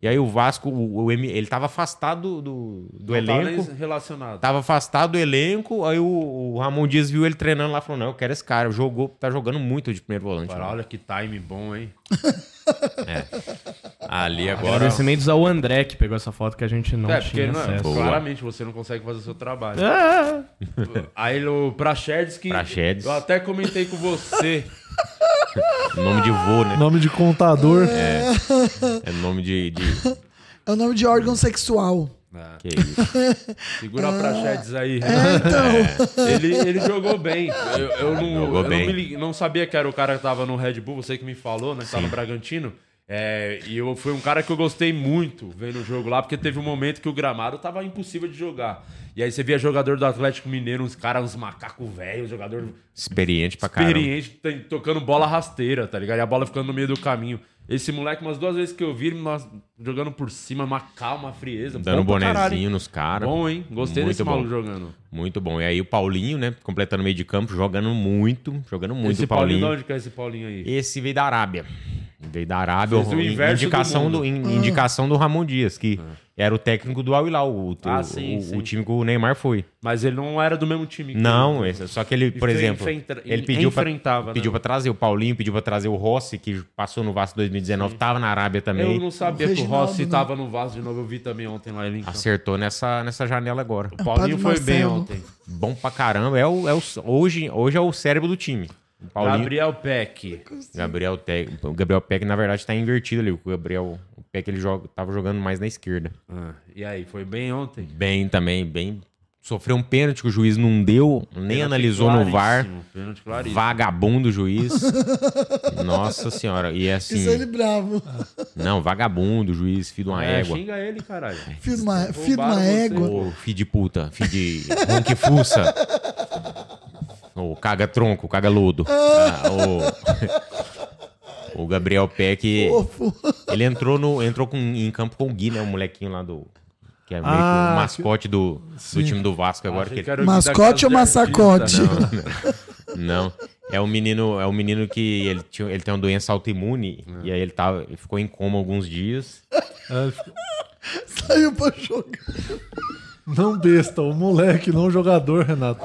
Speaker 12: E aí o Vasco, o, o M- ele tava afastado do, do
Speaker 11: Não tava nem
Speaker 12: elenco.
Speaker 11: relacionado.
Speaker 12: Tava afastado do elenco. Aí o, o Ramon Dias viu ele treinando lá e falou: não, eu quero esse cara. Jogou, tá jogando muito de primeiro volante.
Speaker 11: Cara, olha que time bom, hein? Ah,
Speaker 12: É. Ali agora.
Speaker 20: Agradecimentos ao André, que pegou essa foto que a gente não
Speaker 11: é, porque
Speaker 20: tinha
Speaker 11: não,
Speaker 20: acesso.
Speaker 11: claramente você não consegue fazer o seu trabalho.
Speaker 20: Ah!
Speaker 11: Aí o Praxedes que.
Speaker 12: Praxedes.
Speaker 11: Eu até comentei com você.
Speaker 12: Nome de vô, né?
Speaker 13: Nome de contador.
Speaker 12: É. É nome de. de...
Speaker 14: É o nome de órgão sexual. Ah,
Speaker 12: Que isso.
Speaker 11: Ah, Segura a Praxedes aí.
Speaker 14: então.
Speaker 11: É, Ele, ele jogou bem. Eu, eu não,
Speaker 12: Jogou
Speaker 11: eu não,
Speaker 12: bem.
Speaker 11: me li- não sabia que era o cara que tava no Red Bull, você que me falou, né? Que tava no Bragantino. É, e eu, foi um cara que eu gostei muito vendo o jogo lá, porque teve um momento que o gramado tava impossível de jogar. E aí você via jogador do Atlético Mineiro, uns caras, uns macacos velhos, jogador
Speaker 12: Experiente pra caramba.
Speaker 11: experiente, tem- tocando bola rasteira, tá ligado? E a bola ficando no meio do caminho. Esse moleque, umas duas vezes que eu vi ele nós, jogando por cima, uma calma, uma frieza.
Speaker 12: Dando um
Speaker 11: bom pra
Speaker 12: bonezinho
Speaker 11: caralho, hein?
Speaker 12: nos caras.
Speaker 11: Bom, hein? Gostei desse maluco jogando.
Speaker 12: Muito bom. E aí o Paulinho, né? Completando o meio de campo, jogando muito. Jogando muito
Speaker 11: esse
Speaker 12: o Paulinho.
Speaker 11: Paulinho, de onde que é esse Paulinho aí?
Speaker 12: Esse veio da Arábia. Veio da Arábia.
Speaker 11: Fez o
Speaker 12: in-
Speaker 11: inverso do
Speaker 12: indicação
Speaker 11: mundo.
Speaker 12: do, in-
Speaker 11: Ah.
Speaker 12: indicação do Ramon Dias, que era o técnico do Al Hilal, o, o-
Speaker 11: Ah, sim,
Speaker 12: o- o
Speaker 11: sim.
Speaker 12: time que o Neymar foi.
Speaker 11: Mas ele não era do mesmo time. que
Speaker 12: Não,
Speaker 11: ele.
Speaker 12: esse- é só que ele, por
Speaker 11: Enfre-
Speaker 12: exemplo,
Speaker 11: enfrenta-
Speaker 12: ele pediu pra,
Speaker 11: enfrentava, né?
Speaker 12: pediu pra trazer o Paulinho, pediu pra trazer o Rossi, que passou no Vasco 2019, tava na Arábia também.
Speaker 11: Eu não sabia que o Rossi
Speaker 14: né?
Speaker 11: tava no vaso de novo. Eu vi também ontem lá ele em campo.
Speaker 12: Acertou nessa, nessa janela agora. O
Speaker 11: Paulinho Padre foi bem Marcelo. ontem.
Speaker 12: Bom pra caramba. É o, é o, hoje, hoje é o cérebro do time. O Paulinho,
Speaker 11: Gabriel Peck.
Speaker 12: Gabriel, Te, o Gabriel Peck, na verdade, tá invertido ali. O Gabriel o
Speaker 11: Ah.
Speaker 12: Peck ele joga, tava jogando mais na esquerda.
Speaker 11: E aí, foi bem ontem?
Speaker 12: Bem também, bem Sofreu um pênalti que o juiz não deu, nem
Speaker 11: Pênalti
Speaker 12: analisou no VAR.
Speaker 11: claríssimo, pênalti claríssimo.
Speaker 12: Vagabundo juiz. Nossa senhora. E é assim.
Speaker 14: Isso ele bravo.
Speaker 11: Ah.
Speaker 12: Não, vagabundo, juiz, filho de uma
Speaker 11: É,
Speaker 12: égua.
Speaker 11: xinga ele, caralho.
Speaker 14: Filho de uma- filho de uma
Speaker 11: Roubaram você.
Speaker 14: égua.
Speaker 12: Ô, filho de puta, filho de ronquifuça. Ô, caga tronco, caga lodo. Ah, ô. o Gabriel Peck,
Speaker 14: Fofo.
Speaker 12: ele entrou, no, entrou com- em campo com o Gui, né? O molequinho lá do... Que é meio
Speaker 14: Ah,
Speaker 12: que o mascote do, do
Speaker 14: sim.
Speaker 12: time do Vasco agora.
Speaker 14: Ah, Achei
Speaker 12: Que ele-
Speaker 14: que era o Gui Mascote da ou Casa de massacote?
Speaker 12: Não, não. Não. É um menino, é um menino que ele, tinha, ele tem uma doença autoimune
Speaker 14: É.
Speaker 12: e aí ele, tava, ele ficou em coma alguns dias.
Speaker 13: É,
Speaker 14: Saiu pra jogar.
Speaker 13: Não besta, o moleque, não o jogador, Renato.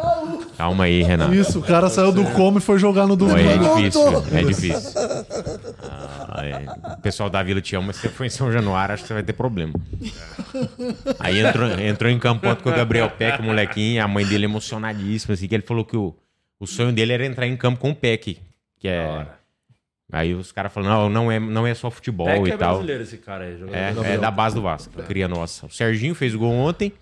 Speaker 12: Calma aí, Renato.
Speaker 13: Isso, o cara saiu do como e foi jogar no domingo.
Speaker 12: Olha, é difícil, velho, é difícil. Ah, é. O pessoal da Vila te ama, mas se você for em São Januário, acho que você vai ter problema. Aí entrou, entrou em campo ontem com o Gabriel Peck, o molequinho, e a mãe dele emocionadíssima, assim, que ele falou que o, o sonho dele era entrar em campo com o Peck, que é... Aí os caras falaram, não, não é, não é só futebol
Speaker 11: Peck
Speaker 12: e
Speaker 11: é
Speaker 12: tal.
Speaker 11: brasileiro esse cara aí, jogador do
Speaker 12: é, é
Speaker 11: Gabriel.
Speaker 12: da base do Vasco, cria nossa. O Serginho fez o gol ontem,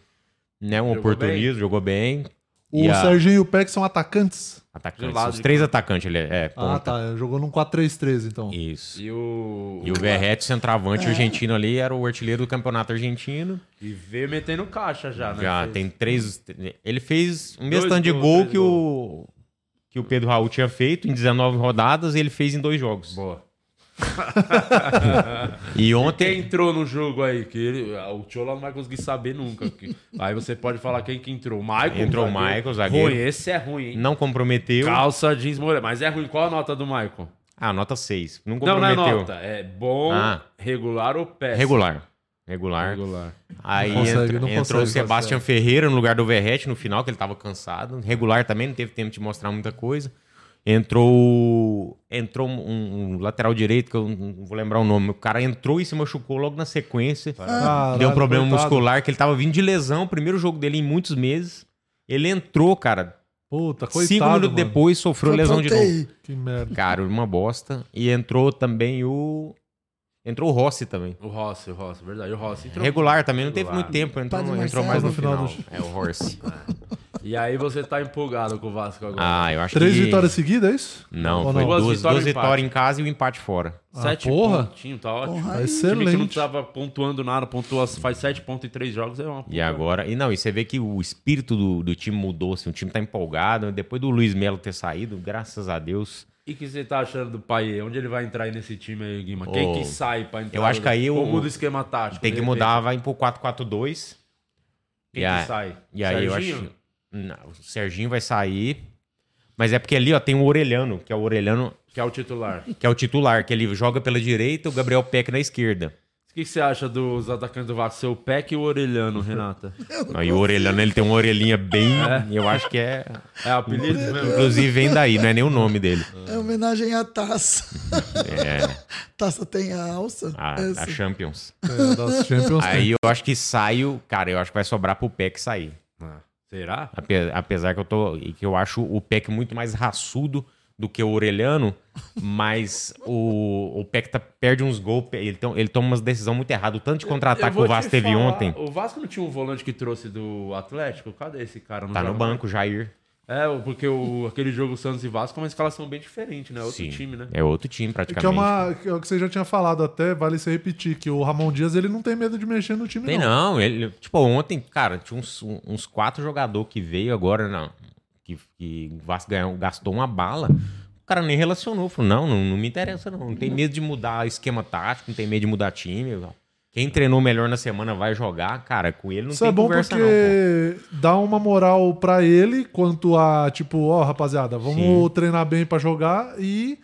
Speaker 12: né, um oportunismo, jogou bem.
Speaker 13: O
Speaker 12: E a-
Speaker 13: Serginho e o Peck são atacantes?
Speaker 12: Atacante. Os
Speaker 11: né?
Speaker 12: três atacantes, ele é. é
Speaker 13: Ah,
Speaker 12: ponta.
Speaker 13: tá. Jogou num 4-3-3, então.
Speaker 12: Isso.
Speaker 11: E o.
Speaker 12: E o Verrete, centroavante argentino ali, era o artilheiro do campeonato argentino.
Speaker 11: E veio metendo caixa já, né?
Speaker 12: Já
Speaker 11: Fez.
Speaker 12: tem três. Ele fez o
Speaker 11: Dois
Speaker 12: mesmo tanto de
Speaker 11: gols,
Speaker 12: gol
Speaker 11: três
Speaker 12: que o, que o Pedro Raul tinha feito em 19 rodadas e ele fez em dois jogos.
Speaker 11: Boa.
Speaker 12: e ontem.
Speaker 11: Quem entrou no jogo aí? Que ele- ah, o Tchola não vai conseguir saber nunca. que- aí você pode falar quem que entrou. O Michael.
Speaker 12: Entrou o
Speaker 11: zagueiro.
Speaker 12: Michael, zagueiro.
Speaker 11: Ruim, esse é ruim, hein?
Speaker 12: Não comprometeu.
Speaker 11: Calça jeans morena. Mas é ruim. Qual a nota do Michael?
Speaker 12: Ah, nota 6. Não
Speaker 11: Não, não é
Speaker 12: comprometeu.
Speaker 11: nota. É bom,
Speaker 12: Ah.
Speaker 11: regular ou péssimo.
Speaker 12: Regular. Regular. Aí
Speaker 11: Não consegue,
Speaker 12: entra-
Speaker 11: não
Speaker 12: entrou
Speaker 11: consegue,
Speaker 12: o Sebastião Ferreira no lugar do Verrete no final, que ele tava cansado. Regular também, não teve tempo de mostrar muita coisa. Entrou entrou um, um lateral direito, que eu não vou lembrar o nome. O cara entrou e se machucou logo na sequência.
Speaker 13: Caralho,
Speaker 12: Deu um problema
Speaker 13: coitado.
Speaker 12: muscular, que ele tava vindo de lesão. Primeiro jogo dele em muitos meses. Ele entrou, cara.
Speaker 13: Puta,
Speaker 12: Cinco
Speaker 13: coitado,
Speaker 12: minutos
Speaker 13: mano.
Speaker 12: depois sofreu
Speaker 13: Foi pra
Speaker 12: lesão de
Speaker 13: UTI.
Speaker 12: novo.
Speaker 13: Que merda.
Speaker 12: Cara, uma bosta. E entrou também o... Entrou o Rossi também.
Speaker 11: O Rossi, o Rossi, verdade. O Rossi entrou.
Speaker 12: Regular também, não teve
Speaker 11: Regular. É.
Speaker 12: muito tempo. Entrou, entrou mais no final. É o Horse.
Speaker 11: E aí você tá empolgado com o Vasco agora.
Speaker 12: Ah, eu acho
Speaker 13: Três
Speaker 12: que-
Speaker 13: vitórias seguidas, é isso?
Speaker 12: Não,
Speaker 13: Ou
Speaker 12: foi
Speaker 11: Duas
Speaker 12: duas, duas
Speaker 11: vitórias
Speaker 12: vitórias
Speaker 11: e um empate.
Speaker 12: em casa e um empate fora.
Speaker 13: Ah,
Speaker 11: Sete
Speaker 13: porra.
Speaker 11: pontinhos, tá ótimo.
Speaker 13: Porra,
Speaker 11: O time que não
Speaker 13: excelente.
Speaker 11: tava pontuando nada, pontua, faz sete pontos em três jogos, é uma
Speaker 12: E agora... E não, e você vê que o espírito do, do time mudou, assim, o time tá empolgado. Depois do Luiz Melo ter saído, graças a Deus...
Speaker 11: E o que você tá achando do Paiê? Onde ele vai entrar aí nesse time aí, Guima? Quem
Speaker 12: Ô,
Speaker 11: que sai pra entrar?
Speaker 12: Eu acho que aí
Speaker 11: Ou
Speaker 12: o...
Speaker 11: muda o esquema tático?
Speaker 12: Tem
Speaker 11: de
Speaker 12: que
Speaker 11: repente?
Speaker 12: mudar, vai pro 4-4-2.
Speaker 11: Quem
Speaker 12: E
Speaker 11: que
Speaker 12: a-
Speaker 11: sai?
Speaker 12: E aí eu
Speaker 11: Serginho?
Speaker 12: acho... Não, o Serginho vai sair. Mas é porque ali, ó, tem o Orelhano, que é o Orelhano...
Speaker 11: Que é o titular.
Speaker 12: Que é o titular, que ele joga pela direita, o Gabriel Peck na esquerda.
Speaker 11: O que que você acha dos atacantes do Vasco? Seu Peck e o Orelhano, Renata?
Speaker 12: Não, e o Orelhano, ele tem uma orelhinha bem. Eu acho que é.
Speaker 11: É apelido mesmo?
Speaker 12: Inclusive, vem daí, não é nem o nome dele.
Speaker 14: É homenagem à taça.
Speaker 12: É.
Speaker 14: Taça tem a alça?
Speaker 12: A,
Speaker 14: Essa.
Speaker 12: a Champions.
Speaker 13: É, das Champions
Speaker 12: Aí
Speaker 13: tem.
Speaker 12: eu acho que saio. Cara, eu acho que vai sobrar pro Peck sair.
Speaker 11: Será?
Speaker 12: Ape- Apesar que eu tô. e que eu acho o Peck muito mais raçudo do que o Orelhano, mas o, o Peck tá, perde uns gols, ele, to- ele toma umas decisões muito erradas. O tanto de
Speaker 11: Eu
Speaker 12: contra-ataque que
Speaker 11: vou
Speaker 12: o
Speaker 11: te
Speaker 12: Vasco teve
Speaker 11: falar,
Speaker 12: ontem.
Speaker 11: O Vasco não tinha um volante que trouxe do Atlético? Cadê esse cara? Não
Speaker 12: Tá no
Speaker 11: joga
Speaker 12: banco, Jair.
Speaker 11: mais. É, porque o, aquele jogo Santos e Vasco é uma escalação bem diferente, né? Outro
Speaker 12: Sim.
Speaker 11: time, né?
Speaker 12: É outro time,
Speaker 13: É Que
Speaker 12: praticamente.
Speaker 13: é, uma, que é o que você já tinha falado até, vale você repetir, que o Ramon Dias ele não tem medo de mexer no time,
Speaker 12: Tem não, ele, tipo, ontem, cara, tinha uns, um- uns quatro jogadores que veio agora, não, que, que o Vasco ganhou, gastou uma bala, o cara nem relacionou, falou, não, não, não me interessa não, não tem medo de mudar esquema tático, não tem medo de mudar time, quem treinou melhor na semana vai jogar, cara, com ele não
Speaker 13: Isso
Speaker 12: tem
Speaker 13: é bom
Speaker 12: conversa não.
Speaker 13: porque dá uma moral pra ele quanto a, tipo, ó, rapaziada, vamos
Speaker 12: Sim.
Speaker 13: treinar bem pra jogar e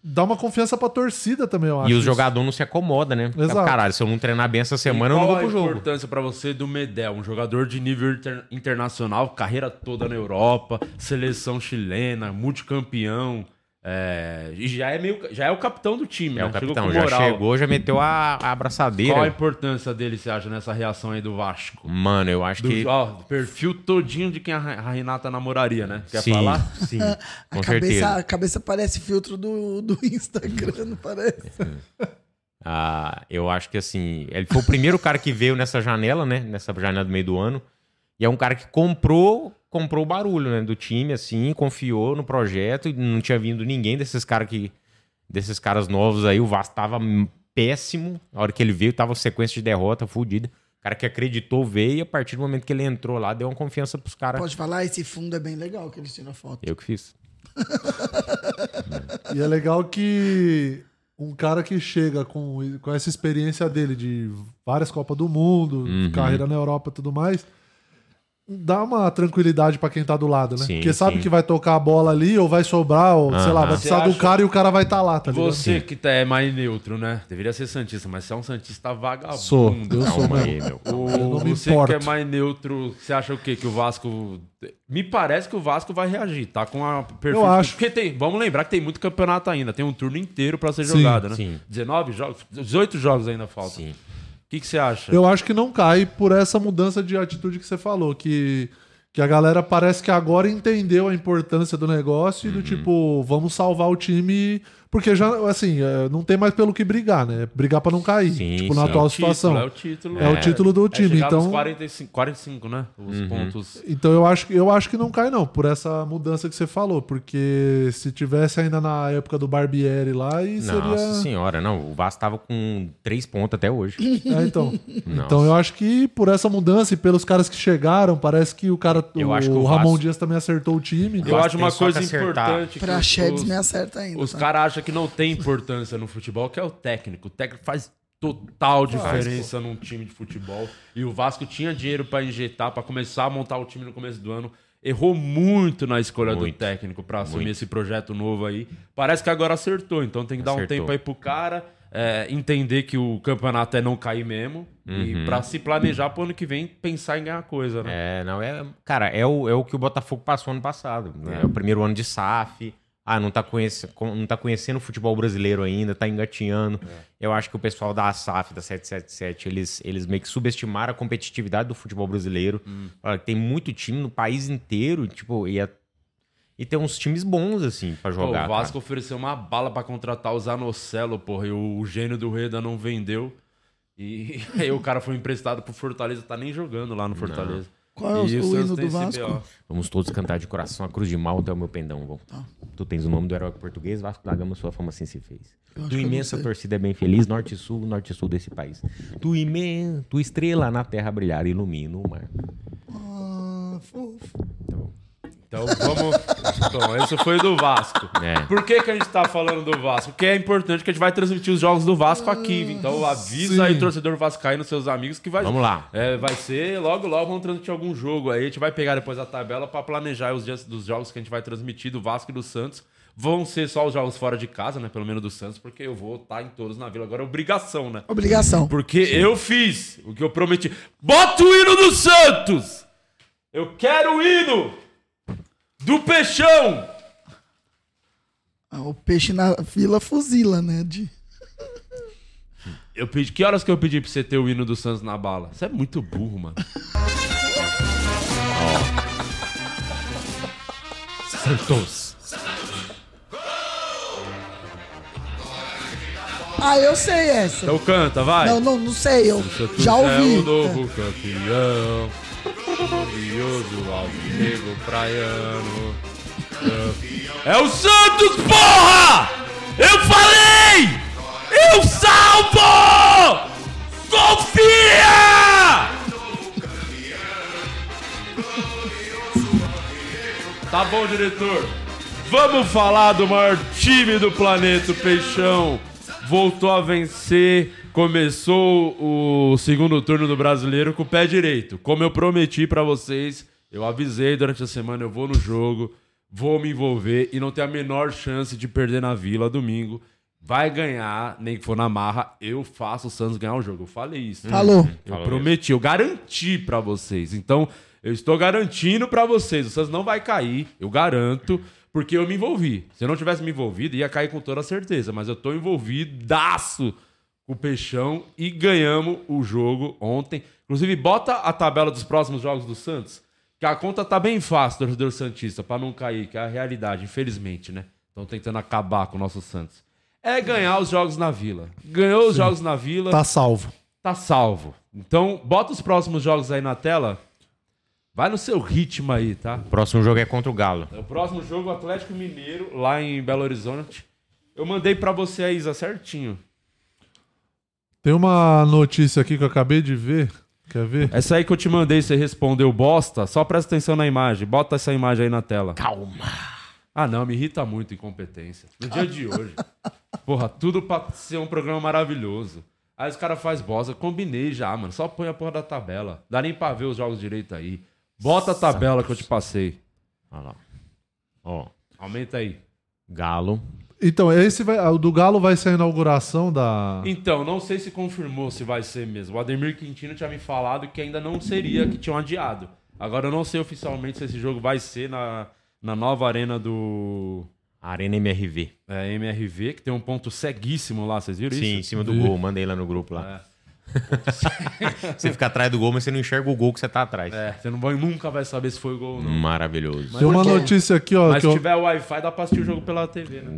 Speaker 13: dá uma confiança pra torcida também, eu acho.
Speaker 12: E os
Speaker 13: isso.
Speaker 12: jogadores não se acomoda, né? Fala,
Speaker 13: Exato.
Speaker 12: Caralho, se eu não treinar bem essa semana, eu
Speaker 11: Qual
Speaker 12: não
Speaker 11: é
Speaker 12: vou pro
Speaker 11: a
Speaker 12: jogo.
Speaker 11: importância pra você do Medel, um jogador de nível inter- internacional, carreira toda na Europa, seleção chilena, multicampeão, é, e já é, meio, já é o capitão do time,
Speaker 12: É
Speaker 11: né?
Speaker 12: o
Speaker 11: Chegou
Speaker 12: capitão,
Speaker 11: com
Speaker 12: já
Speaker 11: moral.
Speaker 12: chegou, já meteu a, a abraçadeira.
Speaker 11: Qual a importância dele, você acha, nessa reação aí do Vasco?
Speaker 12: Mano, eu acho
Speaker 11: Do-
Speaker 12: que...
Speaker 11: ó, do perfil todinho de quem a Re- a Renata namoraria, né? Quer
Speaker 12: Sim,
Speaker 11: falar?
Speaker 12: sim.
Speaker 14: a, cabeça, a cabeça parece filtro do, do Instagram, não parece?
Speaker 12: Ah, eu acho que assim, ele foi o primeiro cara que veio nessa janela, né? Nessa janela do meio do ano. E é um cara que comprou comprou o barulho, né, do time assim, confiou no projeto, e não tinha vindo ninguém desses caras que desses caras novos aí, o Vasco tava péssimo. Na hora que ele veio, tava sequência de derrota fodida. O cara que acreditou veio e a partir do momento que ele entrou lá, deu uma confiança pros caras.
Speaker 14: Pode falar, esse fundo é bem legal que eles tiram foto.
Speaker 12: Eu que fiz.
Speaker 13: E é legal que um cara que chega com, com essa experiência dele de várias Copas do Mundo,
Speaker 12: Uhum.
Speaker 13: carreira na Europa e tudo mais, dá uma tranquilidade pra quem tá do lado, né?
Speaker 12: Sim,
Speaker 13: Porque sabe
Speaker 11: sim.
Speaker 13: que vai tocar a bola ali, ou vai sobrar, ou sei lá, vai
Speaker 11: Aham. Você
Speaker 13: precisar do
Speaker 11: acha-
Speaker 13: cara e o cara vai estar tá lá, tá ligado?
Speaker 11: Você que tá, é mais neutro, né? Deveria ser Santista, mas você é um Santista vagabundo.
Speaker 13: Sou, eu sou mesmo.
Speaker 11: Calma aí, meu.
Speaker 13: Eu
Speaker 11: O-
Speaker 13: não me
Speaker 11: você
Speaker 13: importo.
Speaker 11: que é mais neutro, você acha o quê? Que o Vasco. Me parece que o Vasco vai reagir, tá com a perfil.
Speaker 13: Eu acho.
Speaker 11: Porque tem, vamos lembrar que tem muito campeonato ainda, tem um turno inteiro pra ser
Speaker 13: Sim,
Speaker 11: jogado, né?
Speaker 13: sim.
Speaker 11: 19 jogos, 18 jogos ainda faltam. Sim. O que, que você acha?
Speaker 13: Eu acho que não cai por essa mudança de atitude que você falou, que, que a galera parece que agora entendeu a importância do negócio e do tipo, vamos salvar o time, porque já, assim, é, não tem mais pelo que brigar, né? Brigar pra não cair, tipo, na
Speaker 11: Sim,
Speaker 13: atual
Speaker 11: é o título,
Speaker 13: situação.
Speaker 11: é o título.
Speaker 13: É o título do
Speaker 11: é
Speaker 13: time,
Speaker 11: chegar nos
Speaker 13: então...
Speaker 11: 45, 45, né? Os pontos.
Speaker 13: Então eu acho, que- eu acho que não cai, não, por essa mudança que você falou. Porque se tivesse ainda na época do Barbieri lá, e seria.
Speaker 12: Nossa senhora, não. O Vasco tava com três pontos até hoje.
Speaker 13: É, então.
Speaker 12: Nossa.
Speaker 13: Então eu acho que por essa mudança e pelos caras que chegaram, parece que o cara.
Speaker 12: Eu
Speaker 13: o,
Speaker 12: acho que o
Speaker 13: Ramon
Speaker 12: Vasco-
Speaker 13: Dias também acertou o time.
Speaker 11: Eu acho uma coisa importante.
Speaker 14: Pra
Speaker 11: os-
Speaker 14: Sheds
Speaker 11: os-
Speaker 14: me acerta ainda,
Speaker 11: Os
Speaker 14: tá?
Speaker 11: caras acham que não tem importância no futebol, que é o técnico. O técnico faz total diferença num time de futebol. E o Vasco tinha dinheiro pra injetar, pra começar a montar o time no começo do ano. Errou muito na escolha do
Speaker 12: Muito.
Speaker 11: técnico pra assumir
Speaker 12: Muito.
Speaker 11: esse projeto novo aí. Parece que agora acertou, então tem que dar um
Speaker 12: Acertou.
Speaker 11: tempo aí pro cara é, entender que o campeonato é não cair mesmo. E
Speaker 12: Uhum.
Speaker 11: pra se planejar pro ano que vem, pensar em ganhar coisa, né?
Speaker 12: É, não, é. Cara, é o, é o que o Botafogo passou ano passado. né?
Speaker 11: É.
Speaker 12: É, o primeiro ano de SAF. Ah, não tá, conhece, com- não tá conhecendo o futebol brasileiro ainda, tá engatinhando.
Speaker 11: É.
Speaker 12: Eu acho que o pessoal da SAF, da 777, eles, eles meio que subestimaram a competitividade do futebol brasileiro.
Speaker 11: Hum.
Speaker 12: Falaram que Tem muito time no país inteiro, tipo, e, é- e tem uns times bons, assim, pra
Speaker 11: Pô,
Speaker 12: jogar.
Speaker 11: o Vasco ofereceu uma bala pra contratar o Zanocelo, porra, e o, o gênio do Reda não vendeu. E aí o cara foi emprestado pro Fortaleza, tá nem jogando lá no Fortaleza.
Speaker 14: Qual é o-
Speaker 11: E
Speaker 14: o
Speaker 11: Santos
Speaker 14: hino
Speaker 11: tem
Speaker 14: do
Speaker 11: esse
Speaker 14: Vasco? Tá.
Speaker 11: BO.
Speaker 12: Vamos todos cantar de coração a cruz de malta é o meu pendão. Vamos. Tu tens o nome do herói português, Vasco da Gama, sua fama assim se fez.
Speaker 14: Eu acho que
Speaker 12: Tu
Speaker 14: eu não
Speaker 12: imensa
Speaker 14: sei.
Speaker 12: torcida é bem feliz, norte e sul, norte e sul desse país. Tu imen, tu estrela na terra brilhar, ilumina o mar.
Speaker 14: Ah, fofo.
Speaker 11: Então vamos. Bom, esse foi do Vasco.
Speaker 12: É.
Speaker 11: Por que, que a gente tá falando do Vasco? Porque é importante que a gente vai transmitir os jogos do Vasco aqui.
Speaker 14: Hum,
Speaker 11: Então avisa
Speaker 12: sim.
Speaker 11: aí o torcedor vascaíno, seus amigos, que vai.
Speaker 12: Vamos lá.
Speaker 11: É, vai ser logo, logo vamos transmitir algum jogo aí. A gente vai pegar depois a tabela pra planejar os dias dos jogos que a gente vai transmitir do Vasco e do Santos. Vão ser só os jogos fora de casa, né? Pelo menos do Santos, porque eu vou estar em todos na vila. Agora é obrigação, né?
Speaker 14: Obrigação.
Speaker 11: Porque eu fiz o que eu prometi. Bota o hino do Santos! Eu quero o hino do Peixão!
Speaker 14: Ah, O peixe na fila fuzila, né? De...
Speaker 11: Eu pedi, que horas que eu pedi pra você ter o hino do Santos na bala? Você é muito burro, mano.
Speaker 12: Santos.
Speaker 14: Ah, eu sei essa.
Speaker 11: Então canta, vai.
Speaker 14: Não, não, não sei, eu
Speaker 11: Santos
Speaker 14: já
Speaker 11: É
Speaker 14: ouvi.
Speaker 11: o novo campeão. Glorioso alvinegro praiano. É o Santos, porra! Eu falei! Eu salvo! Confia! Tá bom, diretor. Vamos falar do maior time do planeta, o Peixão. Voltou a vencer. Começou o segundo turno do Brasileiro com o pé direito. Como eu prometi pra vocês, eu avisei durante a semana, eu vou no jogo, vou me envolver e não tem a menor chance de perder na Vila domingo. Vai ganhar, nem que for na marra, eu faço o Santos ganhar o jogo. Eu falei isso.
Speaker 14: Falou.
Speaker 11: Eu
Speaker 14: Falou
Speaker 11: prometi prometi, eu garanti pra vocês. Então, eu estou garantindo pra vocês, o Santos não vai cair, eu garanto, porque eu me envolvi. Se eu não tivesse me envolvido, ia cair com toda certeza, mas eu tô envolvidaço com o Peixão e ganhamos o jogo ontem. Inclusive, bota a tabela dos próximos jogos do Santos, que a conta tá bem fácil, torcedor santista, pra não cair, que é a realidade, infelizmente, né? Estão tentando acabar com o nosso Santos. É ganhar os jogos na Vila. Ganhou os
Speaker 13: Sim.
Speaker 11: jogos na Vila.
Speaker 13: Tá salvo.
Speaker 11: Tá salvo. Então, bota os próximos jogos aí na tela. Vai no seu ritmo aí, tá?
Speaker 12: O próximo jogo é contra o Galo.
Speaker 11: O próximo jogo, Atlético Mineiro, lá em Belo Horizonte. Eu mandei pra você a Isa certinho.
Speaker 13: Tem uma notícia aqui que eu acabei de ver. Quer ver?
Speaker 11: Essa aí que eu te mandei, você respondeu bosta. Só presta atenção na imagem. Bota essa imagem aí na tela.
Speaker 12: Calma.
Speaker 11: Ah, não, me irrita muito incompetência. No dia de hoje. Porra, tudo pra ser um programa maravilhoso. Aí os caras fazem bosta. Combinei já, mano. Só põe a porra da tabela. Dá nem pra ver os jogos direito aí. Bota a tabela que eu te passei.
Speaker 12: Olha lá. Ó.
Speaker 11: Aumenta aí.
Speaker 12: Galo.
Speaker 13: Então, esse vai, o do Galo vai ser a inauguração da.
Speaker 11: Então, não sei se confirmou se vai ser mesmo. O Ademir Quintino tinha me falado que ainda não seria, que tinham adiado. Agora eu não sei oficialmente se esse jogo vai ser na, na nova arena do.
Speaker 12: Arena MRV.
Speaker 11: É, MRV, que tem um ponto ceguíssimo lá, vocês viram
Speaker 12: Sim,
Speaker 11: isso? É.
Speaker 12: em cima do gol. Mandei lá no grupo lá. você fica atrás do gol, mas você não enxerga o gol que você tá atrás.
Speaker 11: É, você não vai, nunca vai saber se foi gol né? ou não.
Speaker 12: Maravilhoso.
Speaker 13: Tem uma notícia aqui, ó.
Speaker 11: Mas
Speaker 13: que
Speaker 11: se
Speaker 13: eu-
Speaker 11: tiver Wi-Fi, dá pra assistir o jogo pela TV, né?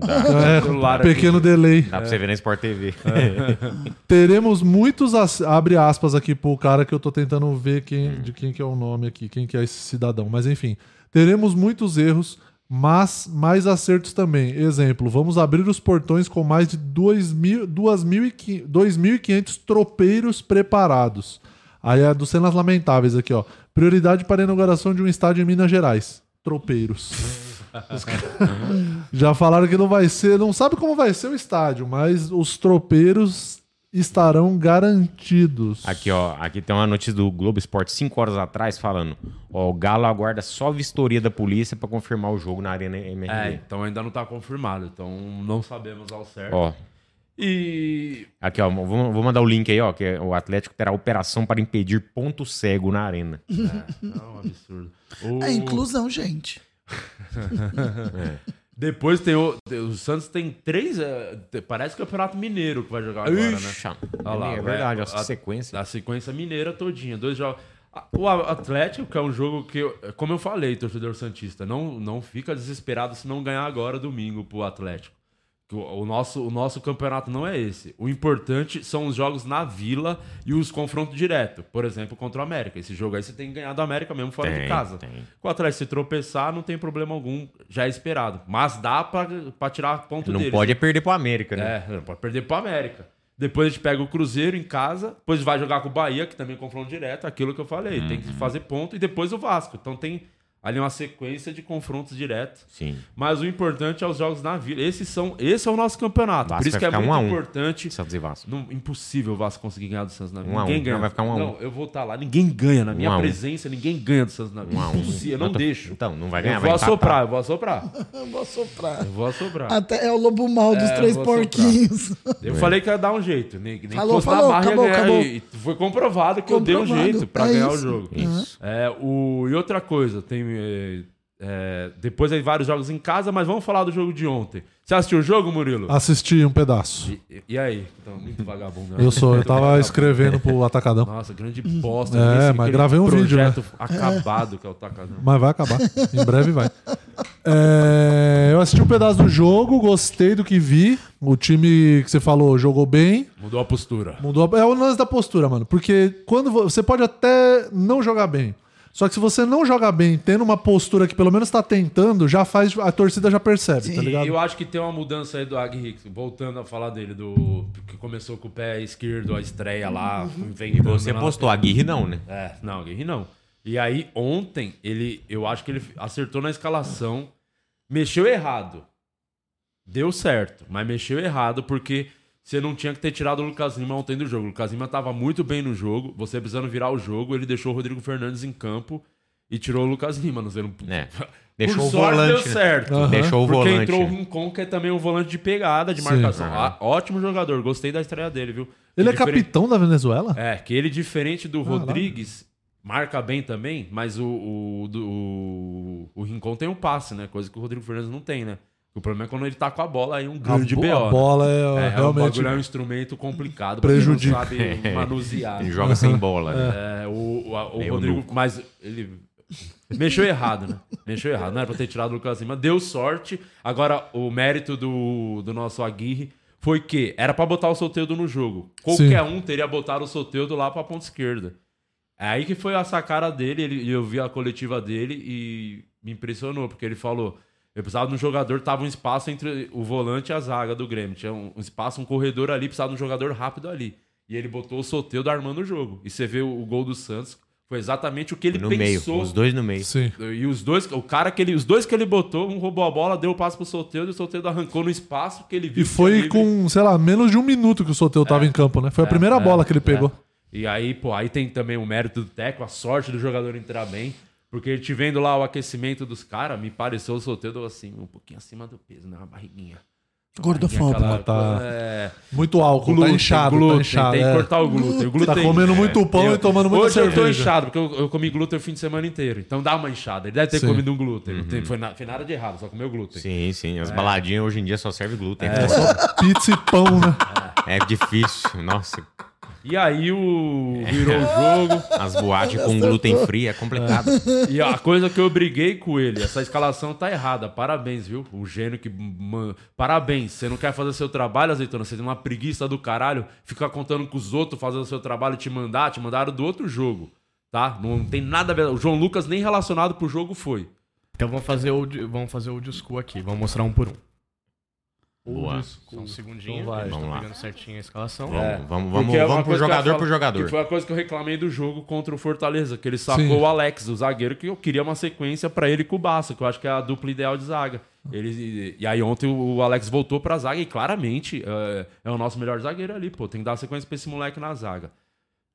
Speaker 13: É,
Speaker 11: Celular aqui.
Speaker 13: pequeno delay.
Speaker 12: Dá pra você ver na Sport TV.
Speaker 11: É.
Speaker 13: Teremos muitos ass- abre aspas aqui pro cara que eu tô tentando ver quem, de quem que é o nome aqui, quem que é esse cidadão. Mas enfim, teremos muitos erros, mas mais acertos também. Exemplo, vamos abrir os portões com mais de 2 mil- 2.500 2.500 tropeiros preparados. Aí é dos cenas lamentáveis aqui, ó. Prioridade para a inauguração de um estádio em Minas Gerais. Tropeiros. Os caras- Uhum. Já falaram que não vai ser, não sabe como vai ser o estádio, mas os tropeiros estarão garantidos.
Speaker 12: Aqui, ó. Aqui tem uma notícia do Globo Esporte 5 horas atrás falando: Ó, o Galo aguarda só vistoria da polícia pra confirmar o jogo na Arena MRV.
Speaker 11: É, então ainda não tá confirmado, então não sabemos ao certo.
Speaker 12: Ó.
Speaker 11: E
Speaker 12: Aqui, ó, vou, vou mandar o link aí, ó, que é- o Atlético terá operação para impedir ponto cego na arena.
Speaker 11: Não, absurdo. O-
Speaker 14: É inclusão, gente.
Speaker 12: É.
Speaker 11: Depois tem o. O Santos tem três. é, te- Parece que é o Campeonato Mineiro que vai jogar agora,
Speaker 12: Ixi,
Speaker 11: né?
Speaker 12: é verdade, a sequência.
Speaker 11: A sequência mineira todinha. Dois jogos. A- O A- Atlético, que é um jogo que, eu- como eu falei, torcedor Santista, não, não fica desesperado se não ganhar agora domingo pro Atlético. Que O, o nosso, o nosso campeonato não é esse. O importante são os jogos na vila e os confrontos direto. Por exemplo, contra o América. Esse jogo aí você tem que ganhar do América mesmo fora de
Speaker 12: Tem,
Speaker 11: casa.
Speaker 12: tem.
Speaker 11: Com o Atlético se tropeçar, não tem problema algum, já é esperado. Mas dá pra, pra tirar ponto
Speaker 12: Não
Speaker 11: deles. né?
Speaker 12: pode é perder pro América, né?
Speaker 11: É, não pode perder pro América. Depois a gente pega o Cruzeiro em casa, depois vai jogar com o Bahia, que também é confronto direto, aquilo que eu falei, tem
Speaker 12: Uhum.
Speaker 11: que fazer ponto, e depois o Vasco. Então tem ali uma sequência de confrontos diretos.
Speaker 12: Sim.
Speaker 11: Mas o importante é os jogos na vila. Esses são, esse é o nosso campeonato.
Speaker 12: Vasco
Speaker 11: Por isso
Speaker 12: vai
Speaker 11: que é
Speaker 12: ficar
Speaker 11: muito
Speaker 12: um a um.
Speaker 11: importante.
Speaker 12: Santos e Vasco.
Speaker 11: Não, impossível o Vasco conseguir ganhar do Santos na vila.
Speaker 12: Um a um.
Speaker 11: Ninguém ganha.
Speaker 12: Não, vai ficar um a um.
Speaker 11: Não, eu vou estar lá, ninguém ganha na minha
Speaker 12: Um a um.
Speaker 11: presença, ninguém ganha do Santos na vila.
Speaker 12: Um a um.
Speaker 11: Impossível, eu não
Speaker 12: Mas tô-
Speaker 11: deixo.
Speaker 12: Então, não vai ganhar,
Speaker 11: Eu
Speaker 12: vai
Speaker 11: vou
Speaker 12: empatar.
Speaker 11: assoprar, eu vou assoprar.
Speaker 14: Eu vou soprar.
Speaker 11: Eu vou assoprar.
Speaker 12: Tá.
Speaker 14: Até é o lobo mal dos
Speaker 11: É,
Speaker 14: três
Speaker 11: vou soprar.
Speaker 14: porquinhos.
Speaker 11: Eu
Speaker 13: É.
Speaker 11: falei que ia dar um jeito. Nem, nem
Speaker 14: Falou,
Speaker 11: encostar
Speaker 14: falou,
Speaker 11: a barra ia
Speaker 14: acabou,
Speaker 11: ganhar.
Speaker 14: acabou.
Speaker 11: E foi comprovado que eu dei um
Speaker 14: Comprovado,
Speaker 11: jeito pra
Speaker 14: é
Speaker 11: ganhar
Speaker 14: isso.
Speaker 11: o jogo.
Speaker 14: Isso.
Speaker 11: É, o, e outra coisa, tem. é, é, depois aí vários jogos em casa, mas vamos falar do jogo de ontem. Você assistiu o jogo, Murilo?
Speaker 13: Assisti um pedaço.
Speaker 11: E, e- e aí? Então, muito vagabundo. né?
Speaker 13: Eu sou, eu
Speaker 11: Muito
Speaker 13: tava
Speaker 11: vagabundo.
Speaker 13: escrevendo pro Atacadão.
Speaker 11: Nossa, grande bosta.
Speaker 13: É,
Speaker 11: Esse-
Speaker 13: mas
Speaker 11: aquele
Speaker 13: gravei um vídeo, né?
Speaker 11: projeto acabado que é o Tacadão.
Speaker 13: Mas vai acabar. Em breve vai. É, eu assisti um pedaço do jogo, gostei do que vi. O time que você falou jogou bem.
Speaker 11: Mudou a postura.
Speaker 13: Mudou a- É o lance da postura, mano. Porque quando vo- você pode até não jogar bem. Só que se você não jogar bem, tendo uma postura que pelo menos tá tentando, já faz. A torcida já percebe, tá ligado?
Speaker 11: E eu acho que tem uma mudança aí do Agri, voltando a falar dele, do que começou com o pé esquerdo, a estreia lá. E
Speaker 12: Uhum. você postou, Aguirre não, né?
Speaker 11: É, não, Aguirre não. E aí ontem, ele, eu acho que ele acertou na escalação, mexeu errado. Deu certo, mas mexeu errado porque você não tinha que ter tirado o Lucas Lima ontem do jogo. O Lucas Lima tava muito bem no jogo, você precisando virar o jogo, ele deixou o Rodrigo Fernandes em campo e tirou o Lucas Lima. Não sei, não...
Speaker 12: É. Deixou o
Speaker 11: Por sorte,
Speaker 12: volante,
Speaker 11: deu
Speaker 12: né?
Speaker 11: certo.
Speaker 12: Aham. Deixou o
Speaker 11: porque
Speaker 12: volante,
Speaker 11: entrou o
Speaker 12: né?
Speaker 11: Rincon, que é também um volante de pegada, de
Speaker 13: Sim.
Speaker 11: marcação.
Speaker 13: Aham.
Speaker 11: Ah, ótimo jogador, gostei da estreia dele, viu?
Speaker 13: Ele é
Speaker 11: Diferente-
Speaker 13: capitão da Venezuela?
Speaker 11: é, que ele, diferente do
Speaker 13: Caralho.
Speaker 11: Rodrigues, marca bem também, mas o, o, do- o, o Rincon tem um passe, né? Coisa que o Rodrigo Fernandes não tem, né? O problema é quando ele tá com a bola aí, um grande
Speaker 13: bo-
Speaker 11: B.O.
Speaker 13: a
Speaker 11: né?
Speaker 13: bola é, ó, realmente-
Speaker 11: É, um bagulho, é um instrumento complicado. pra quem
Speaker 13: Prejudica.
Speaker 11: não sabe manusear.
Speaker 12: É, Ele joga sem bola,
Speaker 11: É,
Speaker 12: né?
Speaker 11: o, a- o
Speaker 12: É
Speaker 11: Rodrigo...
Speaker 12: eunuco.
Speaker 11: Mas ele... Mexeu errado, né? Mexeu errado. Não era pra ter tirado o Lucas Lima. Deu sorte. Agora, o mérito do, do nosso Aguirre foi que era pra botar o Soteudo no jogo. Qualquer
Speaker 13: Sim.
Speaker 11: um teria botado o Soteudo lá pra ponta esquerda. É aí que foi a sacada dele, ele- e eu vi a coletiva dele e me impressionou, porque ele falou: eu precisava de um jogador, tava um espaço entre o volante e a zaga do Grêmio. Tinha um um espaço, um corredor ali, precisava de um jogador rápido ali. E ele botou o Soteldo armando o jogo. E você vê o, o gol do Santos, foi exatamente o que ele
Speaker 12: No meio,
Speaker 11: pensou.
Speaker 12: os dois no meio. Sim.
Speaker 11: E os dois, o cara que ele, os dois que ele botou, um roubou a bola, deu o passe pro Soteldo e o Soteldo arrancou no espaço que é ele viu.
Speaker 13: E foi com, sei lá, menos de um minuto que o Soteu tava em campo, né? Foi a
Speaker 11: É,
Speaker 13: primeira
Speaker 11: é,
Speaker 13: bola que ele pegou.
Speaker 11: E aí, pô, aí tem também o mérito do Teco, a sorte do jogador entrar bem. Porque te vendo lá o aquecimento dos caras, me pareceu o Soteldo assim, um pouquinho acima do peso, né? Uma barriguinha.
Speaker 13: Gordofóbico.
Speaker 11: Aquela-
Speaker 13: Tá.
Speaker 11: é,
Speaker 13: Muito álcool, tá
Speaker 11: glúten,
Speaker 13: inchado, tá
Speaker 11: glúten,
Speaker 13: inchado,
Speaker 11: Tem que
Speaker 13: é.
Speaker 11: cortar o glúten. o glúten
Speaker 13: Tá comendo muito pão e tomando muita
Speaker 11: Hoje eu tô
Speaker 13: cerveja.
Speaker 11: inchado, porque eu, eu comi glúten o fim de semana inteiro. Então dá uma inchada. Ele deve ter
Speaker 12: Sim.
Speaker 11: comido um glúten. Não tem-
Speaker 12: Uhum.
Speaker 11: foi, na- foi nada de errado, só comeu glúten.
Speaker 12: Sim, sim. As
Speaker 11: É.
Speaker 12: baladinhas hoje em dia só serve glúten.
Speaker 11: É, só
Speaker 13: pizza e pão, né?
Speaker 12: É difícil. Nossa.
Speaker 11: E aí o virou o jogo.
Speaker 12: As boates com glúten free é complicado.
Speaker 11: E a coisa que eu briguei com ele, essa escalação tá errada. Parabéns, viu? O gênio que. man- Parabéns. Você não quer fazer seu trabalho, azeitona. Você tem uma preguiça do caralho. Ficar contando com os outros, fazendo seu trabalho e te mandar, te mandaram do outro jogo. Tá? Não tem nada a ver. O João Lucas nem relacionado pro jogo foi.
Speaker 20: Então vamos fazer o vamos fazer old school aqui. Vamos mostrar um por um.
Speaker 12: Boa.
Speaker 20: Só um segundinho.
Speaker 12: Então vai.
Speaker 20: Vamos
Speaker 12: Vamos lá.
Speaker 20: pegando certinho a escalação.
Speaker 12: Vamos, vamos,
Speaker 11: Porque
Speaker 12: vamos,
Speaker 11: é uma
Speaker 12: vamos pro
Speaker 11: coisa que eu
Speaker 12: jogador
Speaker 11: falo-
Speaker 12: pro jogador.
Speaker 11: Que foi a coisa que eu reclamei do jogo contra o Fortaleza, que ele sacou
Speaker 12: Sim.
Speaker 11: o Alex, o zagueiro, que eu queria uma sequência pra ele com o Baça, que eu acho que é a dupla ideal de zaga. Ele, e- e aí ontem o Alex voltou pra zaga e claramente é, é o nosso melhor zagueiro ali, pô. Tem que dar sequência pra esse moleque na zaga.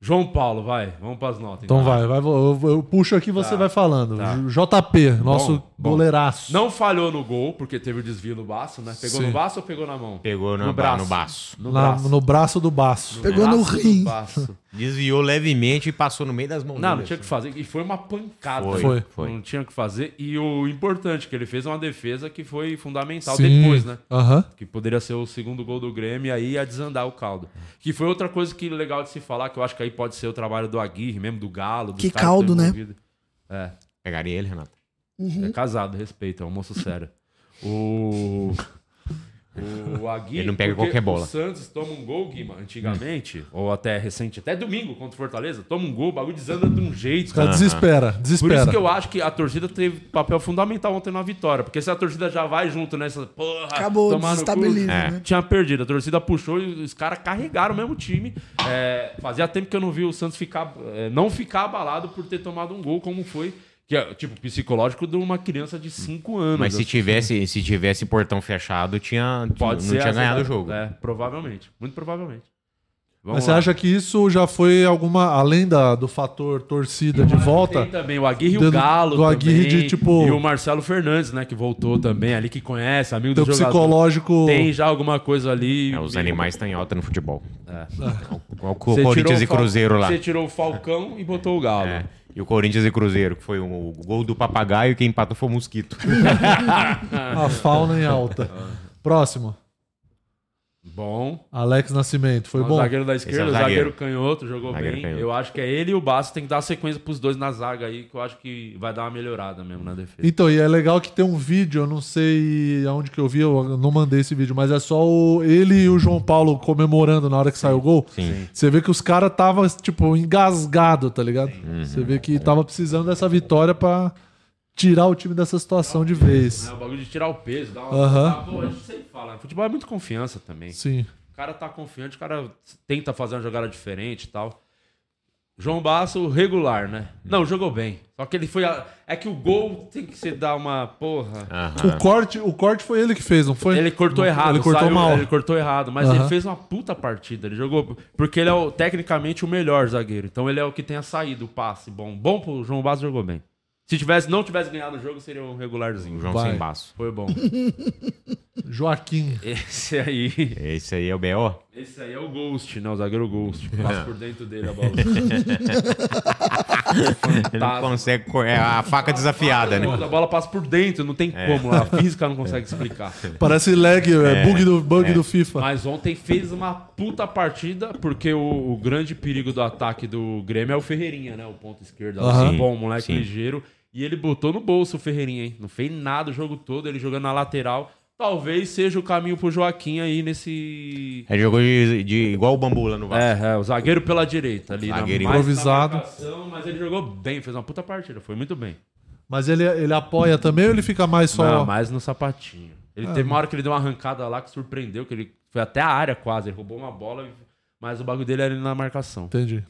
Speaker 11: João Paulo, vai, vamos pras notas.
Speaker 13: Então vai, vai eu, eu puxo aqui e você
Speaker 11: Tá,
Speaker 13: vai falando.
Speaker 11: tá.
Speaker 13: JP, nosso
Speaker 11: Bom, bom.
Speaker 13: goleiraço.
Speaker 11: Não falhou no gol, porque teve o desvio no baço, né? Pegou
Speaker 13: Sim.
Speaker 11: no baço ou pegou na mão?
Speaker 12: Pegou na- no baço.
Speaker 11: No
Speaker 13: Na-
Speaker 11: braço.
Speaker 13: no braço do baço.
Speaker 11: braço do baço.
Speaker 12: Desviou levemente e passou no meio das mãos. assim.
Speaker 11: Não, não tinha o que fazer. E foi uma pancada.
Speaker 12: Foi,
Speaker 11: Foi.
Speaker 12: foi.
Speaker 11: Não tinha o que fazer. E o importante, que ele fez uma defesa que foi fundamental
Speaker 13: Sim,
Speaker 11: depois, né?
Speaker 13: aham.
Speaker 11: Que poderia ser o segundo gol do Grêmio e aí ia desandar o caldo. Que foi outra coisa que legal de se falar, que eu acho que aí pode ser o trabalho do Aguirre mesmo, do Galo. dos
Speaker 14: Que
Speaker 11: caras
Speaker 14: caldo,
Speaker 11: tão
Speaker 14: né?
Speaker 11: envolvidos. É.
Speaker 12: Pegaria ele, Renato?
Speaker 14: Uhum.
Speaker 11: É casado, respeito, é um moço sério. O... O Aguirre...
Speaker 12: Ele não pega
Speaker 11: porque
Speaker 12: qualquer bola.
Speaker 11: O Santos toma um gol, Guima, antigamente, ou até recente, até domingo contra o Fortaleza, toma um gol, o bagulho desanda de um jeito.
Speaker 13: cara Aham. desespera,
Speaker 11: Por
Speaker 13: desespera.
Speaker 11: isso que eu acho que a torcida teve papel fundamental ontem na vitória, porque se a torcida já vai junto nessa porra,
Speaker 14: Acabou,
Speaker 11: tomar no cu,
Speaker 14: desestabiliza, É. né?
Speaker 11: Tinha perdido, a torcida puxou e os caras carregaram o mesmo time. É, fazia tempo que eu não vi o Santos ficar, é, não ficar abalado por ter tomado um gol como foi, que é tipo psicológico de uma criança de 5 anos.
Speaker 12: Mas se
Speaker 11: assim.
Speaker 12: tivesse, se tivesse portão fechado, tinha,
Speaker 11: Pode
Speaker 12: não
Speaker 11: ser
Speaker 12: tinha
Speaker 11: azedado.
Speaker 12: ganhado o jogo.
Speaker 11: É, provavelmente. Muito provavelmente. Vamos
Speaker 13: Mas você
Speaker 11: lá.
Speaker 13: acha que isso já foi alguma, além da, do fator torcida de volta?
Speaker 11: Tem também o Aguirre e o
Speaker 13: do-
Speaker 11: Galo.
Speaker 13: Do Aguirre
Speaker 11: também,
Speaker 13: de tipo.
Speaker 11: E o Marcelo Fernandes, né? Que voltou também ali, que conhece, amigo
Speaker 13: Teu
Speaker 11: do jogador.
Speaker 13: um psicológico-
Speaker 11: Tem já alguma coisa ali.
Speaker 12: É, os animais estão em alta no futebol.
Speaker 11: É.
Speaker 12: Igual com
Speaker 11: Você
Speaker 12: o
Speaker 11: tirou
Speaker 12: Corinthians
Speaker 11: o
Speaker 12: e
Speaker 11: Fal-
Speaker 12: Cruzeiro lá.
Speaker 11: Você tirou o Falcão e botou o Galo.
Speaker 12: É. E o Corinthians e Cruzeiro, que foi um, o gol do papagaio e quem empatou foi o mosquito.
Speaker 13: A fauna em alta. Próximo.
Speaker 11: Bom.
Speaker 13: Alex Nascimento, foi
Speaker 11: O
Speaker 13: bom.
Speaker 11: zagueiro da
Speaker 12: Esse é
Speaker 11: esquerda,
Speaker 12: um
Speaker 11: o zagueiro.
Speaker 12: zagueiro.
Speaker 11: canhoto, jogou
Speaker 12: Zagueiro
Speaker 11: bem.
Speaker 12: canhoto.
Speaker 11: Eu acho que é ele e o Basso tem que dar sequência pros dois na zaga aí, que eu acho que vai dar uma melhorada mesmo na defesa.
Speaker 13: Então, e é legal que tem um vídeo, eu não sei aonde que eu vi, eu não mandei esse vídeo, mas é só o- ele e o João Paulo comemorando na hora que saiu o gol.
Speaker 12: sim.
Speaker 13: Você vê que os caras estavam, tipo, engasgado, tá ligado? Você vê que tava precisando dessa vitória pra tirar o time dessa situação de vez.
Speaker 11: É o bagulho de tirar o peso, dar uma.
Speaker 13: Aham.
Speaker 11: Ah, pô, a gente sempre fala, né? Futebol é muito confiança também.
Speaker 13: Sim.
Speaker 11: O cara tá confiante, o cara tenta fazer uma jogada diferente e tal. João Basso, regular, né? Não, jogou bem. Só que ele foi. a- É que o gol tem que ser dar uma porra.
Speaker 13: O, corte, o corte foi ele que fez, não foi?
Speaker 11: É. Ele cortou errado,
Speaker 13: Ele cortou
Speaker 11: saiu-
Speaker 13: mal.
Speaker 11: Ele cortou errado, mas
Speaker 13: Aham.
Speaker 11: ele fez uma puta partida. Ele jogou porque ele é o- tecnicamente o melhor zagueiro. Então ele é o que tem a saída, o passe bom. Bom pro João Basso jogou bem. Se tivesse, não tivesse ganhado o jogo, seria um regularzinho.
Speaker 12: João Vai. sem baço.
Speaker 11: Foi bom.
Speaker 13: Joaquim.
Speaker 11: Esse aí.
Speaker 12: Esse aí é o B.O.
Speaker 11: Esse aí é o Ghost, né? O zagueiro Ghost. Passa por dentro dele a bola.
Speaker 12: Ele não consegue correr. É a faca desafiada, né?
Speaker 11: A bola passa por dentro, não tem
Speaker 12: É.
Speaker 11: como. A física não consegue explicar.
Speaker 13: Parece lag, é, bug do, bug
Speaker 11: É.
Speaker 13: do FIFA.
Speaker 11: Mas ontem fez uma puta partida, porque o, o grande perigo do ataque do Grêmio é o Ferreirinha, né? O ponto esquerdo. lá.
Speaker 13: Aham.
Speaker 11: Bom, um moleque
Speaker 13: Sim.
Speaker 11: ligeiro. E ele botou no bolso o Ferreirinha, hein? Não fez nada o jogo todo, ele jogando na lateral. Talvez seja o caminho pro Joaquim aí nesse.
Speaker 12: Ele jogou de, de- igual o Bambula no Vasco.
Speaker 11: É, é, o zagueiro pela direita ali. na-
Speaker 12: Zagueiro
Speaker 11: mais na
Speaker 13: improvisado.
Speaker 11: marcação, Mas ele jogou bem, fez uma puta partida, foi muito bem.
Speaker 13: Mas ele, ele apoia também ou ele fica mais só.
Speaker 11: Não, mais no sapatinho. Ele
Speaker 13: Ah.
Speaker 11: teve uma hora que ele deu uma arrancada lá que surpreendeu, que ele foi até a área quase, ele roubou uma bola, mas o bagulho dele era ele na marcação.
Speaker 13: Entendi.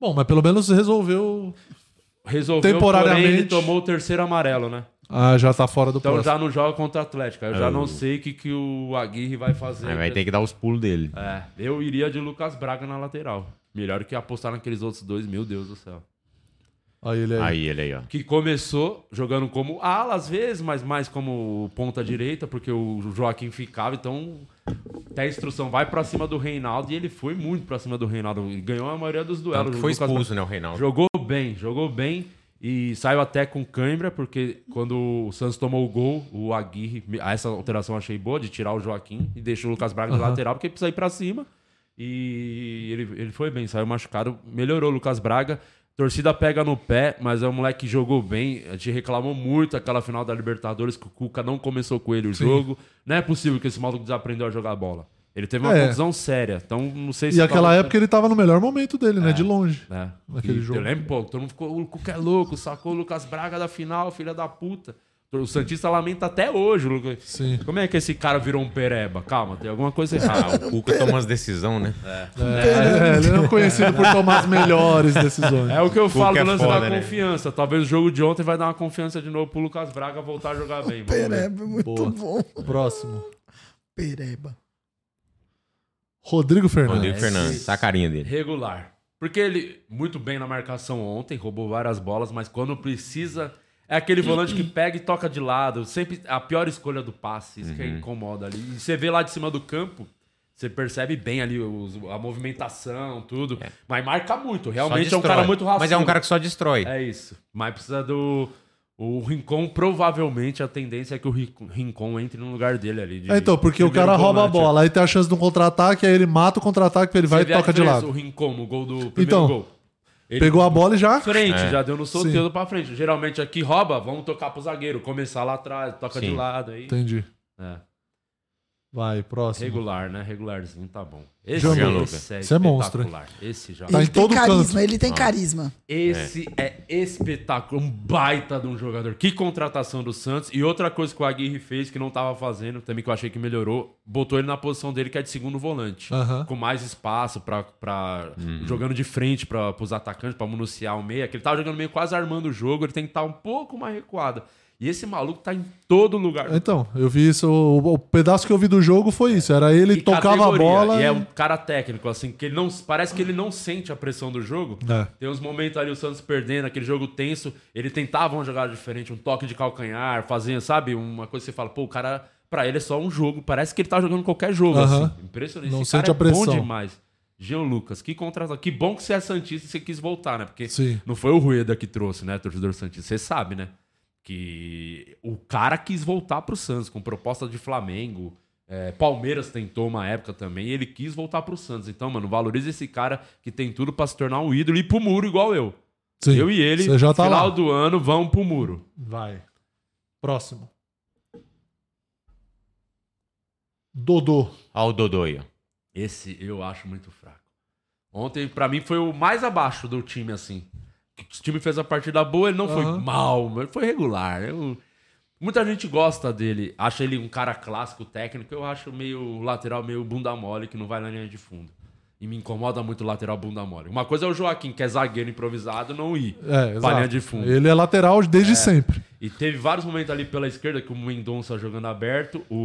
Speaker 13: Bom, mas pelo menos resolveu.
Speaker 11: Resolveu,
Speaker 13: Temporariamente.
Speaker 11: porém, ele tomou o terceiro amarelo, né?
Speaker 13: Ah, já tá fora do
Speaker 11: Então
Speaker 13: próximo.
Speaker 11: já não joga contra o Atlético. Eu já
Speaker 12: Ah,
Speaker 11: não
Speaker 12: o-
Speaker 11: sei o que, que o Aguirre vai fazer.
Speaker 12: Aí vai ter que dar os pulos dele.
Speaker 11: É, eu iria de Lucas Braga na lateral. Melhor que apostar naqueles outros dois, meu Deus do céu.
Speaker 13: Aí ele é aí.
Speaker 12: Aí ele aí, ó.
Speaker 11: Que começou jogando como ala às vezes, mas mais como ponta direita, porque o Joaquim ficava, então até a instrução vai pra cima do Reinaldo e ele foi muito pra cima do Reinaldo. e Ganhou a maioria dos
Speaker 12: Tanto
Speaker 11: duelos.
Speaker 12: que foi
Speaker 11: O Lucas
Speaker 12: expulso,
Speaker 11: Braga
Speaker 12: né, o Reinaldo?
Speaker 11: Jogou bem, jogou bem e saiu até com cãibra, porque quando o Santos tomou o gol, o Aguirre, ah, essa alteração eu achei boa, de tirar o Joaquim e deixou o Lucas Braga de
Speaker 12: Aham.
Speaker 11: lateral, porque ele precisa ir pra cima. E ele, ele foi bem, saiu machucado, melhorou o Lucas Braga. Torcida pega no pé, mas é um moleque que jogou bem. A gente reclamou muito aquela final da Libertadores, que o Cuca não começou com ele o
Speaker 13: Sim.
Speaker 11: jogo. Não é possível que esse maluco desaprendeu a jogar bola. Ele teve uma
Speaker 13: É.
Speaker 11: contusão séria, então não sei se...
Speaker 13: E aquela
Speaker 11: talvez-
Speaker 13: época ele tava no melhor momento dele, né? De longe.
Speaker 11: É.
Speaker 13: Naquele
Speaker 11: E
Speaker 13: jogo.
Speaker 11: Eu lembro, pô, todo mundo ficou, o Cuca é louco, sacou o Lucas Braga da final, filha da puta. O Santista lamenta até hoje, o Lucas.
Speaker 13: Sim.
Speaker 11: Como é que esse cara virou um pereba? Calma, tem alguma coisa errada.
Speaker 12: Ah, O Cuca toma umas decisões, né?
Speaker 11: É.
Speaker 13: É, ele não é conhecido por tomar as melhores decisões.
Speaker 11: É o que eu
Speaker 12: Cuca
Speaker 11: falo
Speaker 12: é
Speaker 11: do lance
Speaker 12: foda,
Speaker 11: da
Speaker 12: né?
Speaker 11: confiança. Talvez o jogo de ontem vai dar uma confiança de novo pro Lucas Braga voltar a jogar bem. Vamos ver.
Speaker 13: é
Speaker 14: Pereba, muito bom.
Speaker 13: Próximo.
Speaker 14: Pereba.
Speaker 13: Rodrigo Fernandes.
Speaker 12: Rodrigo Fernandes, tá a carinha dele.
Speaker 11: É, Regular. Porque ele, muito bem na marcação ontem, roubou várias bolas, mas quando precisa, é aquele volante que pega e toca de lado. Sempre a pior escolha do passe, isso que
Speaker 12: Uhum.
Speaker 11: incomoda ali. E você vê lá de cima do campo, você percebe bem ali os- a movimentação, tudo. Mas marca muito, realmente é um
Speaker 12: É. destrói.
Speaker 11: cara muito raçudo.
Speaker 12: Mas é um cara que só destrói.
Speaker 11: É isso. Mas precisa do... O Rincon, provavelmente, a tendência é que o Ri- Rincon entre no lugar dele ali. de
Speaker 13: É, então, porque o
Speaker 11: primeiro
Speaker 13: cara rouba a
Speaker 11: volante.
Speaker 13: bola, aí tem a chance de um contra-ataque, aí ele mata o contra-ataque, ele vai
Speaker 11: Você
Speaker 13: e
Speaker 11: vê a
Speaker 13: toca de
Speaker 11: diferença, O
Speaker 13: lado.
Speaker 11: Rincon no gol do primeiro
Speaker 13: Então,
Speaker 11: gol.
Speaker 13: pegou a bola e já-
Speaker 11: Frente,
Speaker 13: É.
Speaker 11: já deu no sorteio
Speaker 13: Sim.
Speaker 11: pra frente. Geralmente aqui rouba, vamos tocar pro zagueiro. Começar lá atrás, toca de
Speaker 13: Sim.
Speaker 11: lado aí.
Speaker 13: Entendi.
Speaker 11: É.
Speaker 13: Vai, próximo.
Speaker 11: Regular, né? Regularzinho, tá bom.
Speaker 13: Jean Lucas.
Speaker 11: é
Speaker 13: Isso é monstro, hein?
Speaker 11: espetacular. Esse já.
Speaker 13: Tá Ele em tem todo carisma, canto. ele tem
Speaker 11: Ah.
Speaker 14: carisma.
Speaker 11: Esse é. espetáculo, um baita de um jogador. Que contratação do Santos. E outra coisa que o Aguirre fez que não tava fazendo, também que eu achei que melhorou, botou ele na posição dele que é de segundo volante.
Speaker 13: Aham. Uhum.
Speaker 11: Com mais espaço pra, pra jogando de frente para os atacantes, pra municiar o meia, que ele tava jogando meio quase armando o jogo, ele tem que estar um pouco mais recuado. E esse maluco tá em todo lugar.
Speaker 13: Então, eu vi isso, o, o pedaço que eu vi do jogo foi isso, era ele
Speaker 11: E
Speaker 13: tocava a
Speaker 11: categoria.
Speaker 13: bola.
Speaker 11: E é um cara técnico, assim, que ele não. Parece que ele não sente a pressão do jogo.
Speaker 13: É.
Speaker 11: Tem uns momentos ali o Santos perdendo, aquele jogo tenso. Ele tentava uma jogada diferente, um toque de calcanhar, fazendo, sabe? Uma coisa que você fala, pô, o cara, pra ele é só um jogo. Parece que ele tá jogando qualquer jogo,
Speaker 13: Aham.
Speaker 11: assim. Impressionante.
Speaker 13: Não
Speaker 11: Esse
Speaker 13: sente
Speaker 11: cara
Speaker 13: a pressão.
Speaker 11: é bom demais. Jean Lucas, que contratação. Que bom que você é Santista e você quis voltar, né? Porque
Speaker 13: Sim.
Speaker 11: não foi o Rueda que trouxe, né, torcedor Santista? Você sabe, né? Que o cara quis voltar pro Santos com proposta de Flamengo. É, Palmeiras tentou uma época também e ele quis voltar pro Santos. Então, mano, valoriza esse cara que tem tudo pra se tornar um ídolo e ir pro muro igual eu.
Speaker 13: Sim.
Speaker 11: Eu e ele,
Speaker 13: Você já tá
Speaker 11: final
Speaker 13: lá.
Speaker 11: do ano, vão pro muro.
Speaker 13: Vai. Próximo. Dodô.
Speaker 12: Olha o Dodô aí, ó.
Speaker 11: Esse eu acho muito fraco. Ontem, pra mim, foi o mais abaixo do time, assim. O time fez a partida boa, ele não foi
Speaker 12: Aham.
Speaker 11: mal, mas ele foi regular. Eu- Muita gente gosta dele, acha ele um cara clássico, técnico. Eu acho meio lateral, meio bunda mole, que não vai na linha de fundo. E me incomoda muito o lateral bunda mole. Uma coisa é o Joaquim, que é zagueiro improvisado, não ir
Speaker 13: É,
Speaker 11: pra linha
Speaker 13: exato.
Speaker 11: de fundo.
Speaker 13: Ele é lateral desde sempre.
Speaker 11: E teve vários momentos ali pela esquerda que o Mendonça jogando aberto, o,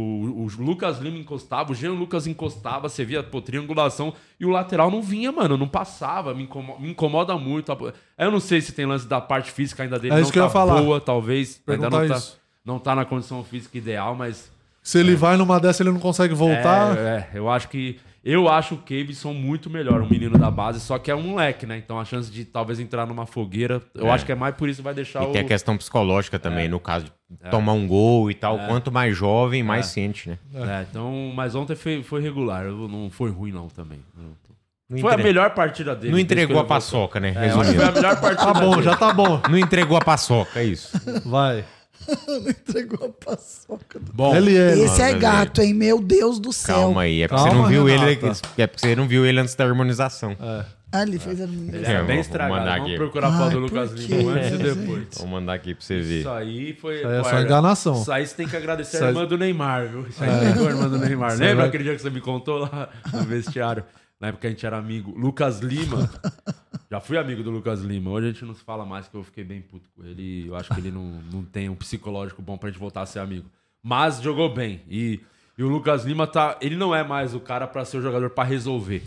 Speaker 11: o Lucas Lima encostava, o Jean Lucas encostava, você via, pô, triangulação, e o lateral não vinha, mano, não passava, me incomoda, me incomoda muito. a- Eu não sei se tem lance da parte física ainda dele,
Speaker 13: É
Speaker 11: não
Speaker 13: isso que eu
Speaker 11: tá
Speaker 13: ia falar.
Speaker 11: boa, talvez, ainda
Speaker 13: Perguntar
Speaker 11: não tá,
Speaker 13: isso.
Speaker 11: não tá na condição física ideal, mas...
Speaker 13: Se ele vai numa dessa, ele não consegue voltar.
Speaker 11: É, é, eu acho que... Eu acho o Kevson muito melhor, um menino da base, só que é um moleque, né? Então a chance de talvez entrar numa fogueira, eu
Speaker 12: É.
Speaker 11: acho que é mais por isso que vai deixar
Speaker 12: E
Speaker 11: o...
Speaker 12: tem a questão psicológica também, no caso de
Speaker 11: É.
Speaker 12: tomar um gol e tal.
Speaker 11: É.
Speaker 12: Quanto mais jovem, mais
Speaker 11: É.
Speaker 12: sente, né?
Speaker 11: É, então, mas ontem foi, foi regular, eu- não foi ruim não também. Eu-
Speaker 12: Não
Speaker 11: foi a
Speaker 12: entre-
Speaker 11: melhor partida dele.
Speaker 12: Não
Speaker 11: desde
Speaker 12: entregou a
Speaker 11: que ele voltou.
Speaker 12: paçoca, né?
Speaker 11: É, eu acho que foi a melhor
Speaker 13: Tá
Speaker 11: partida
Speaker 13: bom,
Speaker 11: dele.
Speaker 13: já tá bom.
Speaker 12: Não entregou a paçoca, é isso.
Speaker 13: Vai.
Speaker 14: Ela entregou a paçoca. do-
Speaker 12: Bom.
Speaker 14: Esse é
Speaker 12: Nossa,
Speaker 14: gato, hein? Meu Deus do céu.
Speaker 12: Calma aí, é porque você não viu ele. É porque você não viu ele antes da harmonização.
Speaker 13: É.
Speaker 14: Ah, ele fez a Ah, harmonização.
Speaker 11: Ele é bem estragado. Vamos procurar a foto do Lucas Lima né? antes e
Speaker 14: É.
Speaker 11: depois.
Speaker 12: Vou mandar aqui pra você ver.
Speaker 11: Isso aí foi.
Speaker 13: Isso aí é só
Speaker 11: guarda,
Speaker 13: enganação.
Speaker 11: Isso aí você tem que agradecer
Speaker 13: Isso
Speaker 11: a
Speaker 13: aí-
Speaker 11: irmã do Neymar, viu? Isso aí
Speaker 13: É.
Speaker 11: é. a irmã do Neymar.
Speaker 13: Isso aí
Speaker 11: Lembra
Speaker 13: vai-
Speaker 11: aquele dia que você me contou lá no vestiário? Na época a gente era amigo. Lucas Lima. Já fui amigo do Lucas Lima. Hoje a gente não se fala mais, que eu fiquei bem puto com ele. Eu acho que ele não, não tem um psicológico bom pra gente voltar a ser amigo. Mas jogou bem. E, e o Lucas Lima tá. Ele não é mais o cara pra ser o jogador pra resolver.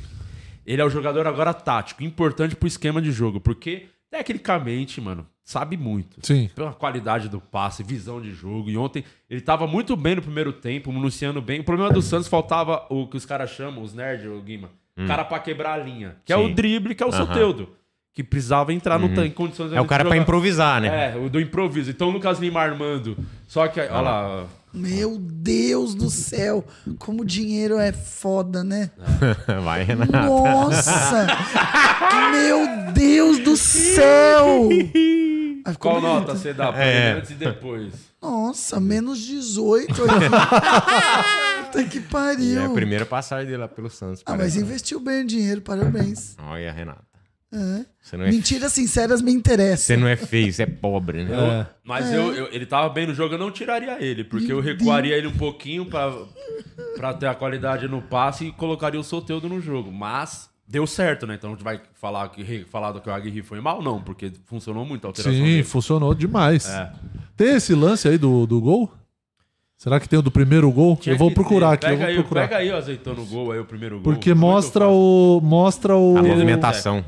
Speaker 11: Ele é o jogador agora tático, importante pro esquema de jogo, porque tecnicamente, mano, sabe muito.
Speaker 13: Sim.
Speaker 11: Pela qualidade do passe, visão de jogo. E ontem ele tava muito bem no primeiro tempo, minuciando bem. O problema do Santos faltava o que os caras chamam, os nerds, o Guima.
Speaker 12: Hum.
Speaker 11: Cara pra quebrar a linha. Que é
Speaker 12: Sim.
Speaker 11: o drible, que é o
Speaker 12: Aham.
Speaker 11: Soteudo. Que precisava entrar no
Speaker 12: Uhum.
Speaker 11: tanque em condições
Speaker 12: É o cara
Speaker 11: de
Speaker 12: pra
Speaker 11: jogar.
Speaker 12: improvisar, né?
Speaker 11: É, o do improviso. Então o Lucas Lima armando. Só que, olha lá.
Speaker 14: Meu Deus do céu. Como o dinheiro é foda, né?
Speaker 12: Vai, Renata.
Speaker 14: Nossa! Meu Deus do céu!
Speaker 11: Qual nota você dá pra
Speaker 12: É.
Speaker 11: ele antes e depois?
Speaker 14: Nossa, menos 18. aí. Puta que
Speaker 12: É a
Speaker 14: pariu.
Speaker 12: primeira passagem dele lá pelo Santos.
Speaker 14: Ah, mas
Speaker 12: parece.
Speaker 14: investiu bem o dinheiro, parabéns.
Speaker 12: Olha, Renata.
Speaker 14: É.
Speaker 12: Você não é,
Speaker 14: Mentiras sinceras me interessam.
Speaker 12: você não é feio, você é pobre, né?
Speaker 11: Eu- mas eu, eu- ele tava bem no jogo, eu não tiraria ele, porque eu
Speaker 14: Meu
Speaker 11: recuaria ele um pouquinho pra, pra ter a qualidade no passe e colocaria o Soteudo no jogo. Mas deu certo, né? Então a gente vai falar que, re- falar do que o Aguirre foi mal? Não, porque funcionou muito a alteração.
Speaker 13: Sim,
Speaker 11: dele.
Speaker 13: funcionou demais.
Speaker 11: É.
Speaker 13: Tem esse lance aí do, do gol? Será que tem o do primeiro gol?
Speaker 11: Tinha
Speaker 13: eu vou
Speaker 11: que
Speaker 13: procurar aqui,
Speaker 11: ter.
Speaker 13: eu
Speaker 11: Pega
Speaker 13: vou
Speaker 11: aí,
Speaker 13: procurar.
Speaker 11: Pega aí o azeitona o gol, aí o primeiro gol.
Speaker 13: Porque mostra o, mostra o.
Speaker 11: É, movimentação.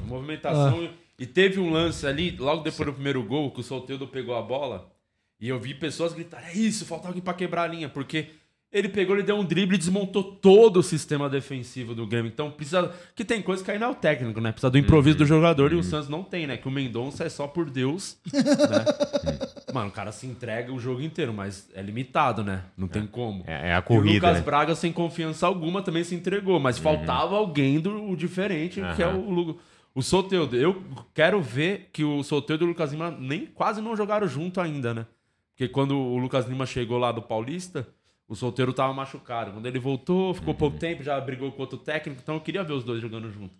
Speaker 11: E teve um lance ali, logo depois do primeiro gol, que o Solteudo pegou a bola. E eu vi pessoas gritarem: é isso, falta alguém pra quebrar a linha. Porque ele pegou, ele deu um drible e desmontou todo o sistema defensivo do Grêmio. Então precisa. Que tem coisa que aí não é o técnico, né? Precisa do improviso
Speaker 12: Uhum.
Speaker 11: do jogador e o Santos não tem, né? Que o Mendonça é só por Deus. né? Mano, o cara se entrega o jogo inteiro, mas é limitado, né? Não tem como.
Speaker 12: É, é a
Speaker 11: E o
Speaker 12: corrida.
Speaker 11: Lucas
Speaker 12: né?
Speaker 11: Braga, sem confiança alguma, também se entregou, mas faltava alguém do o diferente, que é
Speaker 12: Aham.
Speaker 11: o Lu- o Soteudo. Eu quero ver que o Soteudo e o Lucas Lima nem quase não jogaram junto ainda, né? Porque quando o Lucas Lima chegou lá do Paulista, o Solteiro tava machucado. Quando ele voltou, ficou pouco tempo, já brigou com outro técnico, então eu queria ver os dois jogando junto.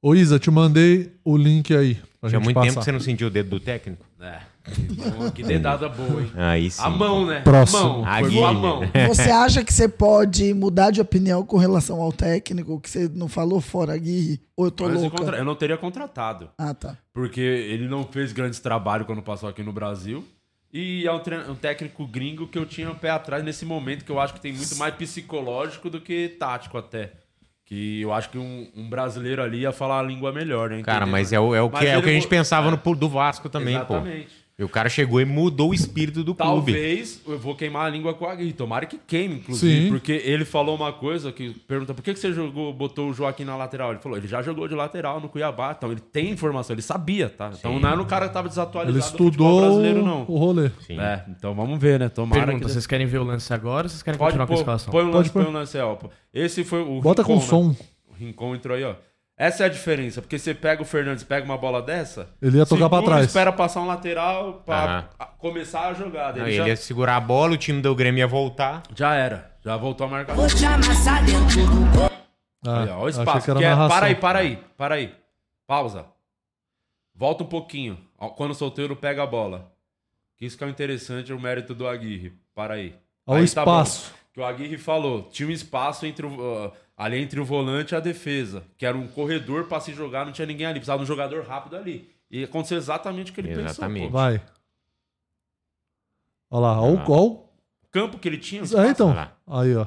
Speaker 13: Ô, Isa, te mandei o link aí. Pra
Speaker 12: Tinha
Speaker 13: gente
Speaker 12: muito
Speaker 13: passar.
Speaker 12: tempo que você não sentiu o dedo do técnico.
Speaker 11: É. Então, que dedada boa, hein?
Speaker 12: Aí sim.
Speaker 11: A mão, né?
Speaker 13: Próximo.
Speaker 11: A mão.
Speaker 12: A
Speaker 11: Foi com a
Speaker 12: guinha.
Speaker 11: mão.
Speaker 14: Você acha que você pode mudar de opinião com relação ao técnico que você não falou fora, Aguirre? Ou eu tô
Speaker 11: Mas eu
Speaker 14: louca?
Speaker 11: contra- Eu não teria contratado.
Speaker 14: Ah, tá.
Speaker 11: Porque ele não fez grandes trabalhos quando passou aqui no Brasil. E é um, tre- um técnico gringo que eu tinha o pé atrás nesse momento, que eu acho que tem muito mais psicológico do que tático até. Que eu acho que um, um brasileiro ali ia falar a língua melhor, né?
Speaker 12: Cara,
Speaker 11: Entender
Speaker 12: mas é
Speaker 11: mais.
Speaker 12: o, é o que,
Speaker 11: Mas
Speaker 12: é o
Speaker 11: ele
Speaker 12: que a gente
Speaker 11: mo-
Speaker 12: pensava no, do Vasco também,
Speaker 11: Exatamente.
Speaker 12: pô. E o cara chegou e mudou o espírito do clube.
Speaker 11: Talvez eu vou queimar a língua com a Aguirre. Tomara que queime, inclusive.
Speaker 12: Sim.
Speaker 11: Porque ele falou uma coisa que pergunta por que que você jogou, botou o Joaquim na lateral? Ele falou, ele já jogou de lateral no Cuiabá. Então ele tem informação, ele sabia, tá? Então
Speaker 13: Sim.
Speaker 11: não era o cara que tava
Speaker 13: Ele
Speaker 11: desatualizado do futebol
Speaker 13: estudou
Speaker 11: brasileiro, não.
Speaker 13: o rolê.
Speaker 11: É, então vamos ver, né? Tomara
Speaker 20: Pergunta,
Speaker 11: que...
Speaker 20: vocês querem ver o lance agora ou vocês querem
Speaker 11: Pode
Speaker 20: continuar com a
Speaker 11: pôr,
Speaker 20: escalação?
Speaker 11: põe o
Speaker 20: Pode
Speaker 11: lance, põe o lance, ó. Esse foi o
Speaker 13: Bota com som.
Speaker 11: O Rincon entrou aí, ó. Essa é a diferença, porque você pega o Fernandes, pega uma bola dessa...
Speaker 13: Ele ia tocar pra
Speaker 11: segura,
Speaker 13: trás.
Speaker 11: espera passar um lateral pra
Speaker 12: Aham.
Speaker 11: a- começar a jogada.
Speaker 12: Não,
Speaker 11: Ele
Speaker 12: ele
Speaker 11: já-
Speaker 12: ia segurar a bola, o time do Grêmio ia voltar.
Speaker 11: Já era. Já voltou a marcar.
Speaker 2: Vou te amassar dentro do gol.
Speaker 11: Olha, olha o
Speaker 13: Ah, achei
Speaker 11: espaço.
Speaker 13: que era
Speaker 11: que é-
Speaker 13: narração.
Speaker 11: para aí, para aí, para aí. Pausa. Volta um pouquinho. Ó, Quando o solteiro pega a bola. Que Isso que é o interessante, o mérito do Aguirre. Para aí.
Speaker 13: Olha o
Speaker 11: Aí tá
Speaker 13: espaço.
Speaker 11: bom. que o Aguirre falou. Tinha um espaço entre o, ah, ali entre o volante e a defesa. Que era um corredor para se jogar, não tinha ninguém ali. Precisava de um jogador rápido ali. E aconteceu exatamente o que ele pensou.
Speaker 12: Exatamente.
Speaker 11: pô.
Speaker 13: Vai. Olha lá, olha o gol.
Speaker 11: Campo que ele tinha.
Speaker 13: É,
Speaker 11: espaço.
Speaker 13: então.
Speaker 11: Ah,
Speaker 13: Aí, ó.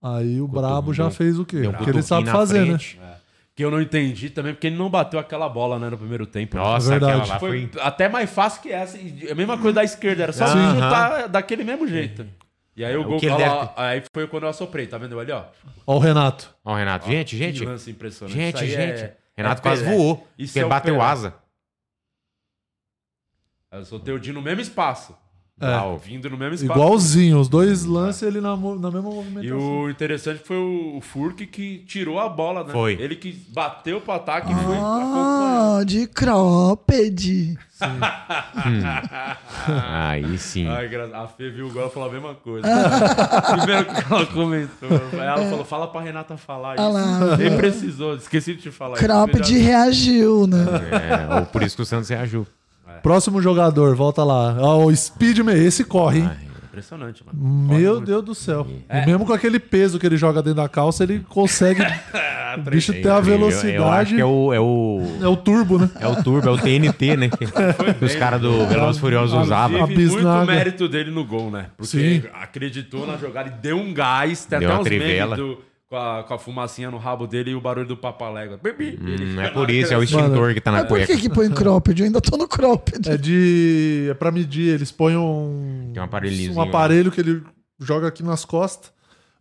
Speaker 13: Aí o Brabo já
Speaker 11: deu-
Speaker 13: fez o quê?
Speaker 11: deu um
Speaker 13: O que ele sabe
Speaker 11: cutuquinho na
Speaker 13: fazer,
Speaker 11: frente.
Speaker 13: né?
Speaker 11: É. Que eu não entendi também, porque ele não bateu aquela bola né, no primeiro tempo.
Speaker 12: Nossa,
Speaker 13: É Verdade. aquela lá
Speaker 11: foi, até mais fácil que essa. e A mesma coisa da esquerda, era só
Speaker 12: Sim.
Speaker 11: chutar daquele mesmo jeito. E aí o
Speaker 12: É, O
Speaker 11: gol
Speaker 12: que ele
Speaker 11: olha
Speaker 12: deve
Speaker 11: lá, aí foi quando eu assoprei, tá vendo ali, ó?
Speaker 13: Olha o Renato.
Speaker 12: Ó, o Renato.
Speaker 11: Ó,
Speaker 12: gente,
Speaker 11: que
Speaker 12: gente.
Speaker 11: lance impressionante. Isso
Speaker 12: Gente,
Speaker 11: aí é-
Speaker 12: gente.
Speaker 11: é
Speaker 12: Renato quase
Speaker 11: Pelé.
Speaker 12: voou.
Speaker 11: Isso
Speaker 12: Porque
Speaker 11: é
Speaker 12: ele
Speaker 11: o
Speaker 12: bateu
Speaker 11: Pelé.
Speaker 12: asa.
Speaker 11: Aí Eu soltei o Dinho no mesmo espaço. Igual. Vindo Tá no mesmo espaço.
Speaker 13: É. Igualzinho, os dois lances ele na, mo- na mesma
Speaker 11: E
Speaker 13: movimentação.
Speaker 11: o interessante foi o, o Furk que tirou a bola, né?
Speaker 12: Foi.
Speaker 11: Ele que bateu pro ataque e foi.
Speaker 14: Ah, de crópede.
Speaker 12: Hum. Aí sim.
Speaker 11: Ai, gra- a Fê viu o gol e falou a mesma coisa. Primeiro que ela comentou. Ela
Speaker 14: É.
Speaker 11: falou: fala pra Renata falar
Speaker 14: Ah
Speaker 11: isso.
Speaker 14: lá.
Speaker 11: Nem precisou, esqueci de te falar
Speaker 14: Crópede
Speaker 11: isso.
Speaker 14: reagiu, né?
Speaker 12: É, ou por isso que o Santos reagiu. É.
Speaker 13: Próximo jogador, volta lá. Ó, o Speedman, esse corre, hein?
Speaker 11: Impressionante, mano.
Speaker 13: Meu Deus do céu.
Speaker 12: É.
Speaker 13: E Mesmo com aquele peso que ele joga dentro da calça, ele consegue.
Speaker 11: Ah,
Speaker 13: o bicho tem a velocidade.
Speaker 12: É, Eu acho que é o, é o.
Speaker 13: É o turbo, né?
Speaker 12: É o turbo, é o TNT, né? Que, que os caras do Velozes e Furiosos usavam.
Speaker 11: né? Inclusive, muito mérito dele no gol, né?
Speaker 12: Sim.
Speaker 11: Porque acreditou na jogada e deu um gás. Tem
Speaker 12: Deu
Speaker 11: até
Speaker 12: uma
Speaker 11: uns
Speaker 12: trivela.
Speaker 11: memes do, com, a, com a fumacinha no rabo dele e o barulho do papalégua. Bibi. Ele
Speaker 12: Hum,
Speaker 11: fica
Speaker 12: é
Speaker 11: na
Speaker 12: por isso, é o
Speaker 11: crescente.
Speaker 12: extintor que tá na
Speaker 14: Por
Speaker 12: cueca.
Speaker 14: que que põe crópede? Eu ainda tô no crópede.
Speaker 13: É de. É pra medir. Eles põem um.
Speaker 12: Tem um aparelhinho.
Speaker 13: um aparelho que ele joga aqui nas costas.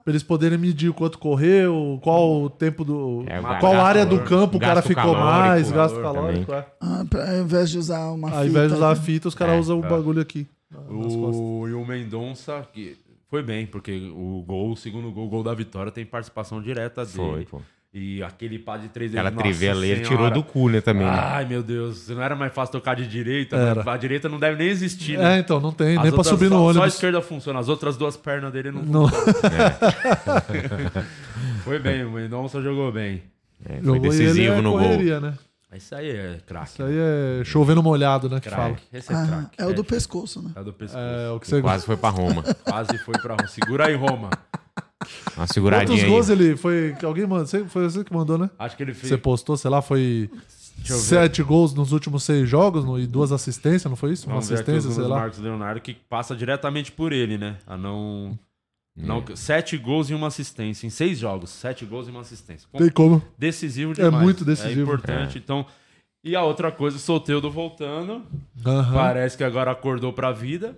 Speaker 13: Pra eles poderem medir o quanto correu, qual o tempo do.
Speaker 12: É, o
Speaker 13: qual
Speaker 12: gasto
Speaker 13: área do
Speaker 12: calórico.
Speaker 13: campo o cara
Speaker 12: Gasto
Speaker 13: ficou
Speaker 12: calórico,
Speaker 14: né?
Speaker 13: mais, gasto
Speaker 12: calor
Speaker 13: calórico.
Speaker 12: também.
Speaker 13: É.
Speaker 14: Ah, pra- ao invés de usar uma fita.
Speaker 13: Ao invés de usar a
Speaker 14: né?
Speaker 13: fita, os caras
Speaker 11: É,
Speaker 13: usam o
Speaker 11: tá.
Speaker 13: bagulho aqui. né,
Speaker 11: O, e o Mendonça, que foi bem, porque o gol, o segundo gol, o gol da vitória, tem participação direta dele.
Speaker 12: Foi, pô.
Speaker 11: E aquele pá de três
Speaker 12: Aquela
Speaker 11: nossa
Speaker 12: trivela aí, ele
Speaker 11: senhora.
Speaker 12: tirou do cu, né, também, né?
Speaker 11: Ai, meu Deus, não era mais fácil tocar de direita,
Speaker 13: Era.
Speaker 11: mas a direita não deve nem existir, né?
Speaker 13: É, então, não tem, nem pra
Speaker 11: outras-
Speaker 13: subir no
Speaker 11: só, Só a
Speaker 13: ônibus.
Speaker 11: esquerda funciona, as outras duas pernas dele não,
Speaker 13: Não.
Speaker 11: funcionam.
Speaker 13: É.
Speaker 11: Foi bem, o Mendonça jogou bem.
Speaker 12: É,
Speaker 13: Jogou e ele é correria, né?
Speaker 11: Isso aí é craque.
Speaker 13: Isso aí é chovendo molhado, né? Que
Speaker 11: Craque.
Speaker 13: fala.
Speaker 11: Esse é
Speaker 14: Ah,
Speaker 11: craque.
Speaker 14: é o do pescoço, né?
Speaker 11: É o do pescoço.
Speaker 13: É, o que você- Quase foi pra Roma.
Speaker 11: Quase foi pra Roma. Segura aí, Roma.
Speaker 12: Uma
Speaker 13: Quantos
Speaker 12: seguradinha aí.
Speaker 13: gols ele foi. que Alguém mandou. você- Foi você que mandou, né?
Speaker 11: Acho que ele fez-
Speaker 13: Você postou, sei lá, foi.
Speaker 11: eu ver.
Speaker 13: Sete gols nos últimos seis jogos no- e duas assistências, não foi isso? Uma
Speaker 11: Vamos ver aqui os
Speaker 13: assistência, sei
Speaker 11: números do
Speaker 13: lá.
Speaker 11: Marcos Leonardo, que passa diretamente por ele, né? A não...
Speaker 12: É.
Speaker 11: não- Sete gols e uma assistência. Em seis jogos, sete gols e uma assistência.
Speaker 13: Tem como.
Speaker 11: Decisivo
Speaker 13: É
Speaker 11: demais.
Speaker 13: muito decisivo.
Speaker 11: É importante,
Speaker 13: É.
Speaker 11: então... E a outra coisa, o Soteudo voltando.
Speaker 13: Aham.
Speaker 11: Parece que agora acordou pra vida.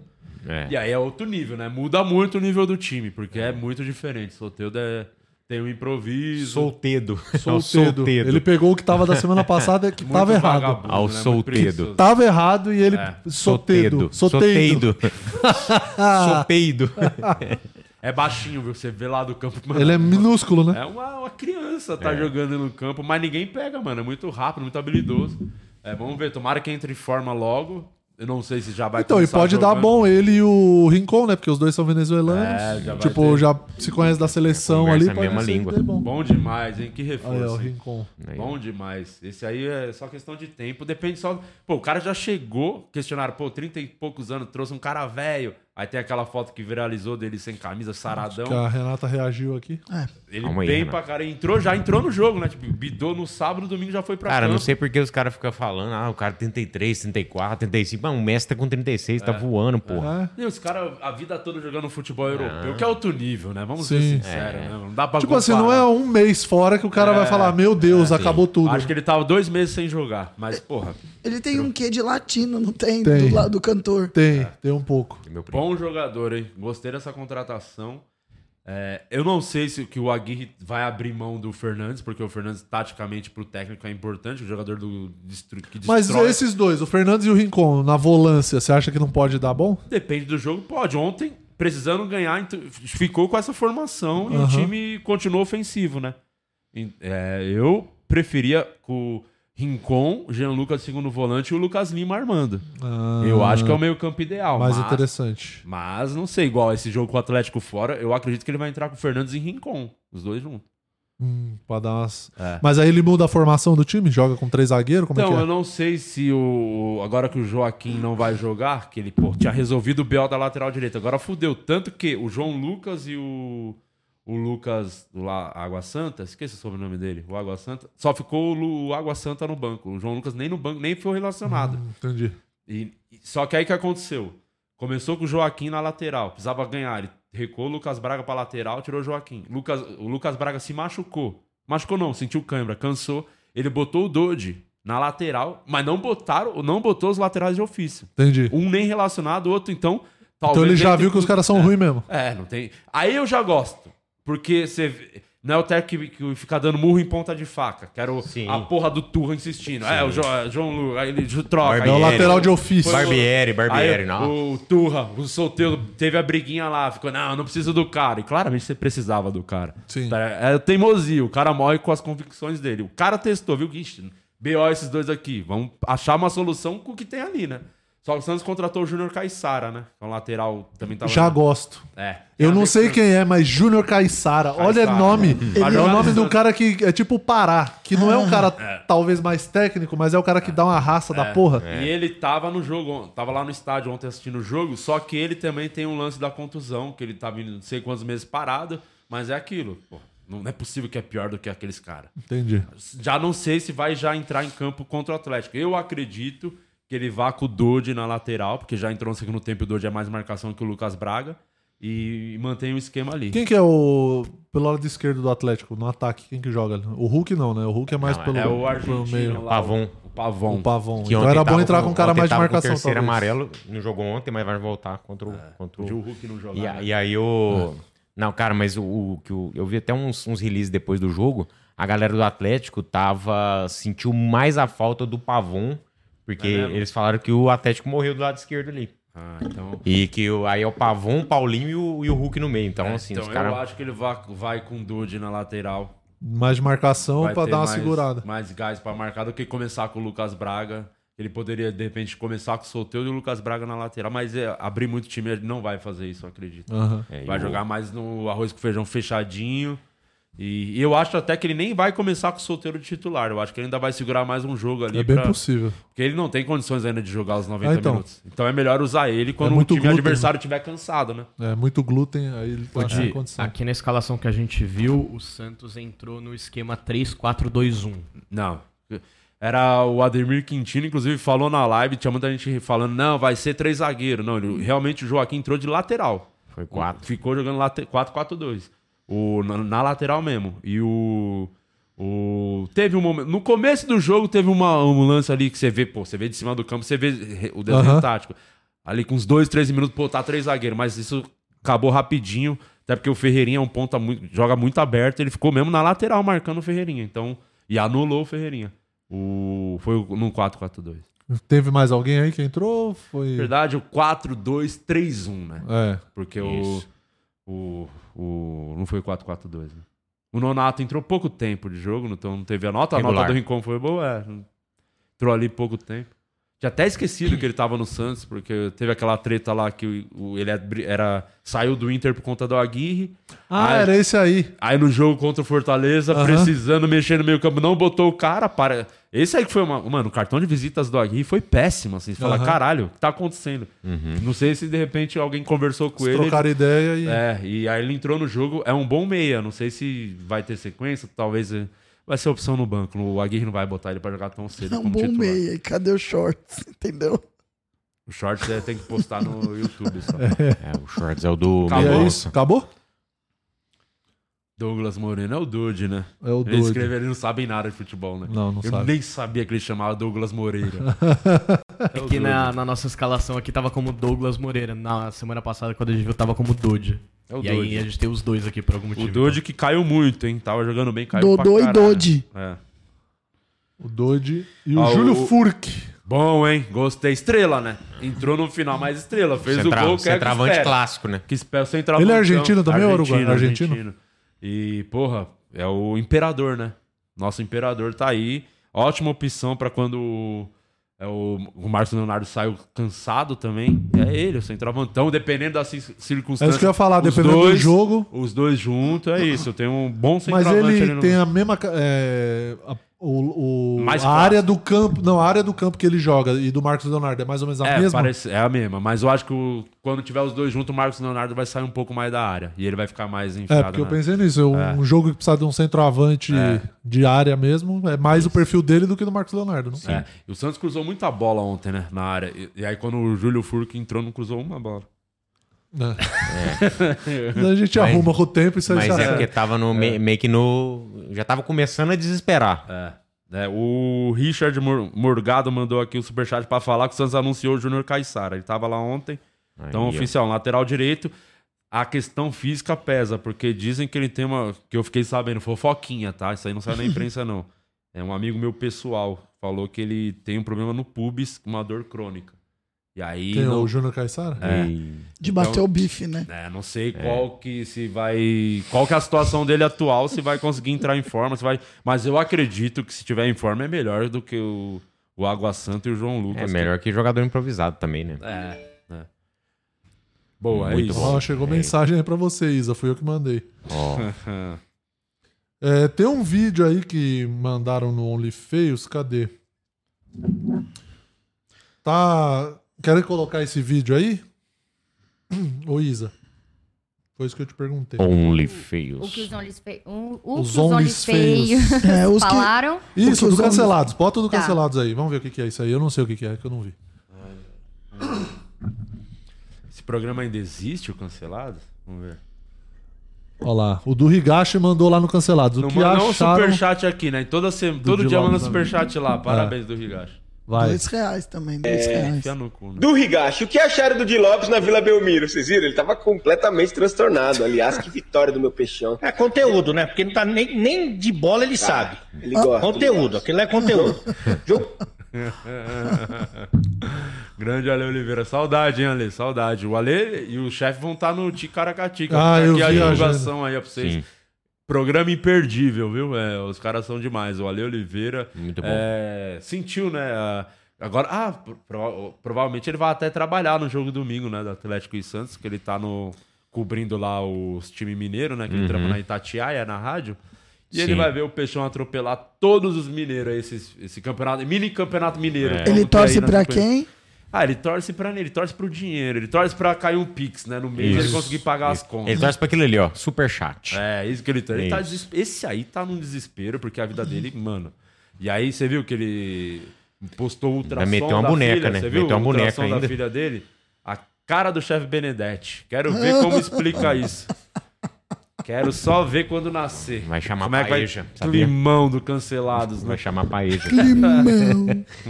Speaker 12: É.
Speaker 11: E aí é outro nível, né? Muda muito o nível do time, porque é muito diferente. Soteudo é... tem um improviso.
Speaker 12: Soltedo.
Speaker 11: Soltedo.
Speaker 12: É o soltedo.
Speaker 13: Ele pegou o que tava da semana passada que
Speaker 11: Muito
Speaker 13: tava errado.
Speaker 11: vagabundo, né?
Speaker 12: Ao
Speaker 11: Muito
Speaker 12: soltedo.
Speaker 11: preguiçoso. É.
Speaker 13: Tava errado e ele.
Speaker 12: É.
Speaker 13: Sotedo.
Speaker 12: Soteido.
Speaker 13: Soteido.
Speaker 12: Sopeido.
Speaker 11: É baixinho, viu? Você vê lá do campo.
Speaker 13: Ele é minúsculo, né?
Speaker 11: É uma, uma criança tá
Speaker 12: É.
Speaker 11: jogando no campo, mas ninguém pega, mano. É muito rápido, muito habilidoso. É, vamos ver. Tomara que entre em forma logo. Eu não sei se já vai
Speaker 13: Então, e
Speaker 11: começar
Speaker 13: pode dar
Speaker 11: jogando.
Speaker 13: bom ele e o Rincon, né? Porque os dois são venezuelanos.
Speaker 11: É, já vai
Speaker 13: tipo,
Speaker 11: ter-
Speaker 13: já se conhece da seleção ali.
Speaker 12: é
Speaker 11: Conversa é
Speaker 13: pode ser que dê bom.
Speaker 11: Bom. demais, hein? Que reforço.
Speaker 13: Aí, ó,
Speaker 11: hein?
Speaker 13: Rincon.
Speaker 11: Bom demais. Esse aí é só questão de tempo. Depende só. Pô, o cara já chegou. Questionaram, pô, 30 e poucos anos, trouxe um cara velho. Aí tem aquela foto que viralizou dele sem camisa, saradão. É.
Speaker 13: Que a Renata reagiu aqui.
Speaker 11: Ele
Speaker 12: Calma aí,
Speaker 11: bem
Speaker 12: Renato.
Speaker 11: pra cara. Entrou, já entrou no jogo, né? Tipo, bidou no sábado, domingo já foi pra
Speaker 12: Cara,
Speaker 11: campo.
Speaker 12: não sei por que os caras ficam falando, ah, o cara 33, 34, 35. Mas o Messi tá com 36,
Speaker 11: É.
Speaker 12: tá voando, porra.
Speaker 11: E os caras a vida toda jogando futebol europeu,
Speaker 12: Ah.
Speaker 11: que é outro nível, né? Vamos ser
Speaker 13: Sim.
Speaker 11: sinceros, né? Não dá pra É,
Speaker 13: Tipo assim, não é um mês fora que o cara vai falar, meu Deus, acabou tudo.
Speaker 11: Acho que ele tava dois meses sem jogar, mas porra.
Speaker 14: Ele tem um quê de latino, não tem?
Speaker 13: Tem.
Speaker 14: Do lado do cantor.
Speaker 13: Tem,
Speaker 11: é.
Speaker 13: tem um pouco.
Speaker 11: Bom jogador, hein? Gostei dessa contratação. É, eu não sei se que o Aguirre vai abrir mão do Fernandes, porque o Fernandes, taticamente, pro técnico é importante, o jogador do, destru- que
Speaker 13: Mas
Speaker 11: destrói.
Speaker 13: esses dois, o Fernandes e o Rincon, na volância, você acha que não pode dar bom?
Speaker 11: Depende do jogo, pode. Ontem, precisando ganhar, ent- ficou com essa formação e o
Speaker 13: Aham.
Speaker 11: time continuou ofensivo, né? E, é, eu preferia com o Rincon, Jean Lucas segundo volante e o Lucas Lima armando.
Speaker 13: Ah.
Speaker 11: eu acho que é o meio campo ideal.
Speaker 13: Mais
Speaker 11: mas-
Speaker 13: interessante.
Speaker 11: Mas não sei, igual esse jogo com o Atlético fora, eu acredito que ele vai entrar com o Fernandes e Rincon, os dois juntos.
Speaker 13: Hum, pra dar umas...
Speaker 11: É.
Speaker 13: Mas aí ele muda a formação do time? Joga com três zagueiros? Como
Speaker 11: então,
Speaker 13: é que é?
Speaker 11: eu não sei se o. Agora que o Joaquim não vai jogar, que ele pô, tinha resolvido o BO da lateral direita. Agora fudeu. Tanto que o João Lucas e o. O Lucas do lá, Água Santa, esqueci o sobrenome dele, o Água Santa. Só ficou o, Lu- o Água Santa no banco. O João Lucas nem no banco, nem foi relacionado.
Speaker 13: Hum, entendi.
Speaker 11: E, e- só que aí que aconteceu? Começou com o Joaquim na lateral, precisava ganhar. Ele recuou o Lucas Braga pra lateral, tirou o Joaquim. Lucas, o Lucas Braga se machucou. Machucou não, sentiu câimbra, cansou. Ele botou o Dodi na lateral, mas não botaram, não botou os laterais de ofício.
Speaker 13: Entendi.
Speaker 11: Um nem relacionado, o outro então.
Speaker 13: Então ele já
Speaker 11: tenha
Speaker 13: viu que os
Speaker 11: tudo-
Speaker 13: caras são ruins mesmo.
Speaker 11: É, não tem. Aí eu já gosto. Porque você. vê- Não é o técnico que, que fica dando murro em ponta de faca. Quero a porra do Turro insistindo. É, o jo, João Lu, aí ele ju- troca.
Speaker 12: Barbieri.
Speaker 11: Aí-
Speaker 12: É o lateral de ofício.
Speaker 11: Foi o-
Speaker 12: Barbieri, Barbieri,
Speaker 11: aí,
Speaker 12: não.
Speaker 11: O Turra, o solteiro, teve a briguinha lá. Ficou, não, não preciso do cara. E claramente você precisava do cara. Sim. É teimosia. O cara morre com as convicções dele. O cara testou, viu? Ixi, B.O. esses dois aqui. Vamos achar uma solução com o que tem ali, né? Só que o Santos contratou o Júnior Caissara, né? Que É um lateral também tava...
Speaker 13: Já gosto.
Speaker 11: É.
Speaker 13: Eu não sei quem é, mas Júnior Caissara. Olha o
Speaker 11: Caissara.
Speaker 13: nome.
Speaker 11: Ele-
Speaker 13: É o nome de um cara que é tipo o Pará, que não é um cara talvez mais técnico, mas é o cara que dá uma raça da
Speaker 11: Ah. É.
Speaker 13: porra.
Speaker 11: E ele tava no jogo, on- tava lá no estádio ontem assistindo o jogo, só que ele também tem um lance da contusão, que ele tá vindo não sei quantos meses parado, mas é aquilo. Pô, não é possível que é pior do que aqueles caras.
Speaker 13: Entendi.
Speaker 11: Já não sei se vai já entrar em campo contra o Atlético. Eu acredito que ele vá com o Dodi na lateral, porque já entrou no segundo tempo e o Dodi é mais marcação que o Lucas Braga, e mantém o esquema ali.
Speaker 13: Quem que é o. Pelo lado esquerdo do Atlético, no ataque, quem que joga? ali? O Hulk não, né? O Hulk é mais
Speaker 11: Não,
Speaker 13: pelo,
Speaker 11: é o
Speaker 13: pelo
Speaker 11: argentino
Speaker 13: meio.
Speaker 11: lá, Pavon.
Speaker 12: O
Speaker 11: Pavon.
Speaker 13: O Pavon. Então era bom entrar com um cara mais de marcação.
Speaker 12: O terceiro
Speaker 13: talvez.
Speaker 12: amarelo não jogou ontem, mas vai voltar contra o. contra
Speaker 11: Hoje É, o Hulk não jogar,
Speaker 12: E, a-
Speaker 11: né? Ah.
Speaker 12: e aí o. Não, cara, mas o, o que o- eu vi até uns, uns releases depois do jogo. A galera do Atlético tava. sentiu mais a falta do Pavon, porque
Speaker 11: É mesmo?
Speaker 12: eles falaram que o Atlético morreu do lado esquerdo ali.
Speaker 11: Ah, então.
Speaker 12: E que o- aí é o Pavon, o Paulinho e o, e o Hulk no meio. Então, assim,
Speaker 11: Então
Speaker 12: os
Speaker 11: eu
Speaker 12: caras.
Speaker 11: acho que ele vai, vai com o Dodi na lateral.
Speaker 13: Mais de marcação
Speaker 11: Vai
Speaker 13: pra
Speaker 11: ter
Speaker 13: dar uma
Speaker 11: mais-
Speaker 13: segurada.
Speaker 11: Mais gás pra marcar do que começar com o Lucas Braga. Ele poderia, de repente, começar com o Soteldo e o Lucas Braga na lateral. Mas é, abrir muito time, ele não vai fazer isso, eu acredito.
Speaker 13: Aham.
Speaker 11: É,
Speaker 12: e
Speaker 11: vai
Speaker 12: o-
Speaker 11: jogar mais no arroz com feijão fechadinho. E, e eu acho até que ele nem vai começar com o solteiro de titular. Eu acho que ele ainda vai segurar mais um jogo ali.
Speaker 13: É bem possível.
Speaker 11: Porque ele não tem condições ainda de jogar os 90
Speaker 13: Ah, então.
Speaker 11: minutos. Então é melhor usar ele quando o
Speaker 13: muito
Speaker 11: time
Speaker 13: glúten,
Speaker 11: adversário estiver cansado, né?
Speaker 13: É, muito glúten, aí ele tá
Speaker 20: Ô, Di,
Speaker 13: sem condição.
Speaker 20: aqui na escalação que a gente viu, o Santos entrou no esquema 3-4-2-1.
Speaker 11: Não. Era o Ademir Quintino, inclusive, falou na live, tinha muita gente falando, não, vai ser três zagueiros. Não, ele- realmente o Joaquim entrou de lateral.
Speaker 12: Foi quatro.
Speaker 11: Ficou jogando late- 4-4-2. O- Na, na lateral mesmo. E o. O, teve um momento. No começo do jogo teve uma, um lance ali que você vê, pô, você vê de cima do campo, você vê re- o desenho
Speaker 13: Aham.
Speaker 11: tático. Ali com uns dois, três minutos, pô, tá três zagueiros, mas isso acabou rapidinho. Até porque o Ferreirinha é um ponta muito. joga muito aberto, ele ficou mesmo na lateral marcando o Ferreirinha. Então. E anulou o Ferreirinha. O, foi o- no 4-4-2.
Speaker 13: Teve mais alguém aí que entrou? Foi.
Speaker 11: Na verdade, o 4-2-3-1, né?
Speaker 13: É.
Speaker 11: Porque
Speaker 13: Isso.
Speaker 11: o, o, o. Não foi 4-4-2, né? O Nonato entrou pouco tempo de jogo, então não teve a nota. A
Speaker 12: Regular.
Speaker 11: nota do Rincon foi boa, é. Entrou ali pouco tempo. Tinha até esquecido que ele tava no Santos, porque teve aquela treta lá que o, o- ele abri- era, saiu do Inter por conta do Aguirre.
Speaker 13: Ah, era esse aí.
Speaker 11: Aí no jogo contra o Fortaleza,
Speaker 13: Aham.
Speaker 11: precisando mexer no meio campo, não botou o cara. Para... Esse aí que foi uma. Mano, o cartão de visitas do Aguirre foi péssimo, assim. Você fala,
Speaker 13: Aham.
Speaker 11: caralho, o que tá acontecendo? Não sei se de repente alguém conversou com
Speaker 13: Se
Speaker 11: ele.
Speaker 13: trocaram ideia e-
Speaker 11: É, e aí ele entrou no jogo, é um bom meia. Não sei se vai ter sequência, talvez. eh, Vai ser opção no banco. O Aguirre não vai botar ele pra jogar tão cedo.
Speaker 14: É um
Speaker 11: como
Speaker 14: bom
Speaker 11: titular.
Speaker 14: meia. E cadê o shorts? Entendeu?
Speaker 11: O short você tem que postar no YouTube só.
Speaker 12: É, o Shorts é o do
Speaker 11: Acabou.
Speaker 12: Mendonça.
Speaker 13: Acabou?
Speaker 11: Douglas Moreno é o Dude, né?
Speaker 13: É o
Speaker 11: Eles
Speaker 13: Dude.
Speaker 11: escrevem, eles não sabem nada de futebol, né?
Speaker 13: Não, não
Speaker 11: Eu
Speaker 13: sabe.
Speaker 11: nem sabia que ele chamava Douglas Moreira. É o
Speaker 20: Aqui na,
Speaker 11: Dude.
Speaker 20: na nossa escalação aqui tava como Douglas Moreira. Na semana passada, quando a gente viu, tava como Dodge.
Speaker 11: É o
Speaker 20: e
Speaker 11: Dodge.
Speaker 20: aí a gente tem os dois aqui por algum
Speaker 11: O
Speaker 20: motivo. então.
Speaker 11: Dude que caiu muito, hein? Tava jogando bem, caiu pra
Speaker 14: Dodô e
Speaker 11: caralho.
Speaker 14: Dodi.
Speaker 11: É.
Speaker 13: O Dodi e o
Speaker 11: Ah,
Speaker 13: Júlio
Speaker 11: o-
Speaker 13: Furk.
Speaker 11: Bom, hein? Gostei. Estrela, né? Entrou no final mais estrela. Fez
Speaker 12: Centra-
Speaker 11: o gol. quer
Speaker 12: centroavante
Speaker 11: que espera.
Speaker 12: clássico, né?
Speaker 11: Que espera o centroavante.
Speaker 13: Ele é argentino também ou uruguaio? Argentino?
Speaker 11: E, porra, é o imperador, né? Nosso imperador tá aí. Ótima opção pra quando o, é o, o Márcio Leonardo saiu cansado também. É ele, o centroavantão, dependendo das cir- circunstâncias.
Speaker 13: É isso que eu ia falar,
Speaker 11: os
Speaker 13: dependendo do jogo.
Speaker 11: Os dois juntos, é isso. Tem um bom
Speaker 13: Mas
Speaker 11: centroavante ali
Speaker 13: ele
Speaker 11: no-
Speaker 13: tem a mesma. ca- é, a, o, o-
Speaker 11: Mais
Speaker 13: a
Speaker 11: clássico.
Speaker 13: área do campo. Não, a área do campo que ele joga e do Marcos Leonardo é mais ou menos a
Speaker 11: É,
Speaker 13: mesma.
Speaker 11: parece- é a mesma, mas eu acho que o- quando tiver os dois juntos, o Marcos Leonardo vai sair um pouco mais da área. E ele vai ficar mais
Speaker 13: É,
Speaker 11: enfiado.
Speaker 13: porque eu
Speaker 11: na-
Speaker 13: pensei nisso. Um
Speaker 11: É.
Speaker 13: jogo que precisa de um centroavante
Speaker 11: É.
Speaker 13: de área mesmo, é mais o perfil dele do que do Marcos Leonardo. Não?
Speaker 11: É, E o Santos cruzou muita bola ontem, né? Na área. E, e aí quando o Júlio Furque entrou, não cruzou uma bola. É.
Speaker 13: Mas É. a gente
Speaker 12: Mas-
Speaker 13: arruma com o tempo e sai
Speaker 12: Mas
Speaker 13: sai.
Speaker 12: é porque tava no, me- meio que no. Já tava começando a desesperar.
Speaker 11: É, o Richard Mor- Morgado mandou aqui o superchat pra falar que o Santos anunciou o Júnior Caissara. Ele tava lá ontem. então,
Speaker 12: ó.
Speaker 11: oficial, lateral direito. a questão física pesa, porque dizem que ele tem uma. que eu fiquei sabendo, fofoquinha, tá? Isso aí não sai na imprensa, não. É um amigo meu pessoal, falou que ele tem um problema no pubis, uma dor crônica. E aí.
Speaker 13: Quem é
Speaker 11: não-
Speaker 13: o Júnior Caissara?
Speaker 11: É.
Speaker 14: De
Speaker 11: Então-
Speaker 14: bater o bife, né?
Speaker 11: É, não sei qual que se vai. Qual que é a situação dele atual, se vai conseguir entrar em forma, se vai. Mas eu acredito que se tiver em forma é melhor do que o, o Água Santa e o João
Speaker 12: É
Speaker 11: Lucas.
Speaker 12: melhor que jogador improvisado também, né?
Speaker 11: É. é. Boa, é
Speaker 12: Muito
Speaker 11: isso.
Speaker 12: bom.
Speaker 13: Ó, Ah, chegou mensagem aí pra você, Isa. Fui eu que mandei.
Speaker 12: Ó.
Speaker 13: É, tem um vídeo aí que mandaram no OnlyFeios. Cadê? Tá. Querem colocar esse vídeo aí? Ô, Isa. Foi isso que eu te perguntei.
Speaker 12: OnlyFeios.
Speaker 3: O que os olhos feios. O, o
Speaker 13: Os
Speaker 3: que os olhos
Speaker 13: onlys feios.
Speaker 3: feios
Speaker 13: É, os que-
Speaker 3: falaram. O que
Speaker 13: Isso,
Speaker 3: os
Speaker 13: do
Speaker 3: onlys-
Speaker 13: cancelados. Bota o do
Speaker 3: Tá.
Speaker 13: cancelados aí. Vamos ver o que que é isso aí. Eu não sei o que que é, que eu não vi.
Speaker 11: Esse programa ainda existe, o cancelado? Vamos ver.
Speaker 13: Olha lá. O do Higashi mandou lá no cancelados. O
Speaker 11: Não
Speaker 13: que
Speaker 11: manda um
Speaker 13: acharam...
Speaker 11: superchat aqui, né? Toda se...
Speaker 13: Do
Speaker 11: Todo dia
Speaker 13: Dilma
Speaker 11: manda
Speaker 13: também.
Speaker 11: superchat lá.
Speaker 13: É.
Speaker 11: Parabéns do Higashi.
Speaker 13: Vai.
Speaker 14: Dois reais também, dois
Speaker 22: É.
Speaker 14: reais.
Speaker 11: Enfia no cu, né?
Speaker 22: Do Higashi, o que acharam do Di Lopes na Vila Belmiro? Vocês viram? Ele tava completamente transtornado. Aliás, que vitória do meu peixão. Ah,
Speaker 23: É conteúdo, né? Porque não tá nem, nem de bola ele sabe.
Speaker 22: ele gosta, ele
Speaker 23: Conteúdo,
Speaker 22: gosta.
Speaker 23: aquilo é conteúdo.
Speaker 11: Grande Ale Oliveira. Saudade, hein, Ale? Saudade. O Ale e o chefe vão estar no Ticaracatica.
Speaker 13: Ah,
Speaker 11: Fica
Speaker 13: eu
Speaker 11: aqui a
Speaker 13: vi a
Speaker 11: divulgação aí pra vocês.
Speaker 13: Sim.
Speaker 11: Programa imperdível, viu? É, os caras são demais. O Ale Oliveira
Speaker 12: Muito bom.
Speaker 11: é, sentiu, né? a- Agora, ah, pro- pro- provavelmente ele vai até trabalhar no jogo domingo, né? Do Atlético e Santos, que ele tá no, cobrindo lá os time mineiro, né? Que ele
Speaker 12: Uhum.
Speaker 11: trampa na Itatiaia, na rádio. E ele
Speaker 12: Sim.
Speaker 11: vai ver o Peixão atropelar todos os mineiros, esses, esse campeonato, mini campeonato mineiro.
Speaker 12: É.
Speaker 11: Vamos
Speaker 14: Ele
Speaker 11: ter aí
Speaker 14: torce
Speaker 11: na
Speaker 14: pra
Speaker 11: sequência.
Speaker 14: quem?
Speaker 11: Ah, ele torce pra ele torce pro dinheiro, ele torce pra cair um Pix, né? No mês ele
Speaker 12: Isso.
Speaker 11: conseguir pagar as
Speaker 12: Ele-
Speaker 11: contas.
Speaker 12: Ele torce pra aquilo ali, ó. Superchat.
Speaker 11: É, isso que ele tá. Ele tá
Speaker 12: Isso.
Speaker 11: desespe- Esse aí tá num desespero, porque a vida dele, mano. E aí você viu que ele postou o ultrassom
Speaker 12: Vai meter uma
Speaker 11: da
Speaker 12: boneca,
Speaker 11: filha,
Speaker 12: né?
Speaker 11: Você viu
Speaker 12: Meteu uma
Speaker 11: o ultrassom
Speaker 12: boneca ainda.
Speaker 11: da filha dele? A cara do chefe Benedetti. Quero ver como explica isso. Quero só ver quando nascer.
Speaker 12: Vai chamar
Speaker 11: como é que vai...
Speaker 12: paeja, sabia?
Speaker 11: Climão do Cancelados, né?
Speaker 12: Vai chamar paeja.
Speaker 13: Climão.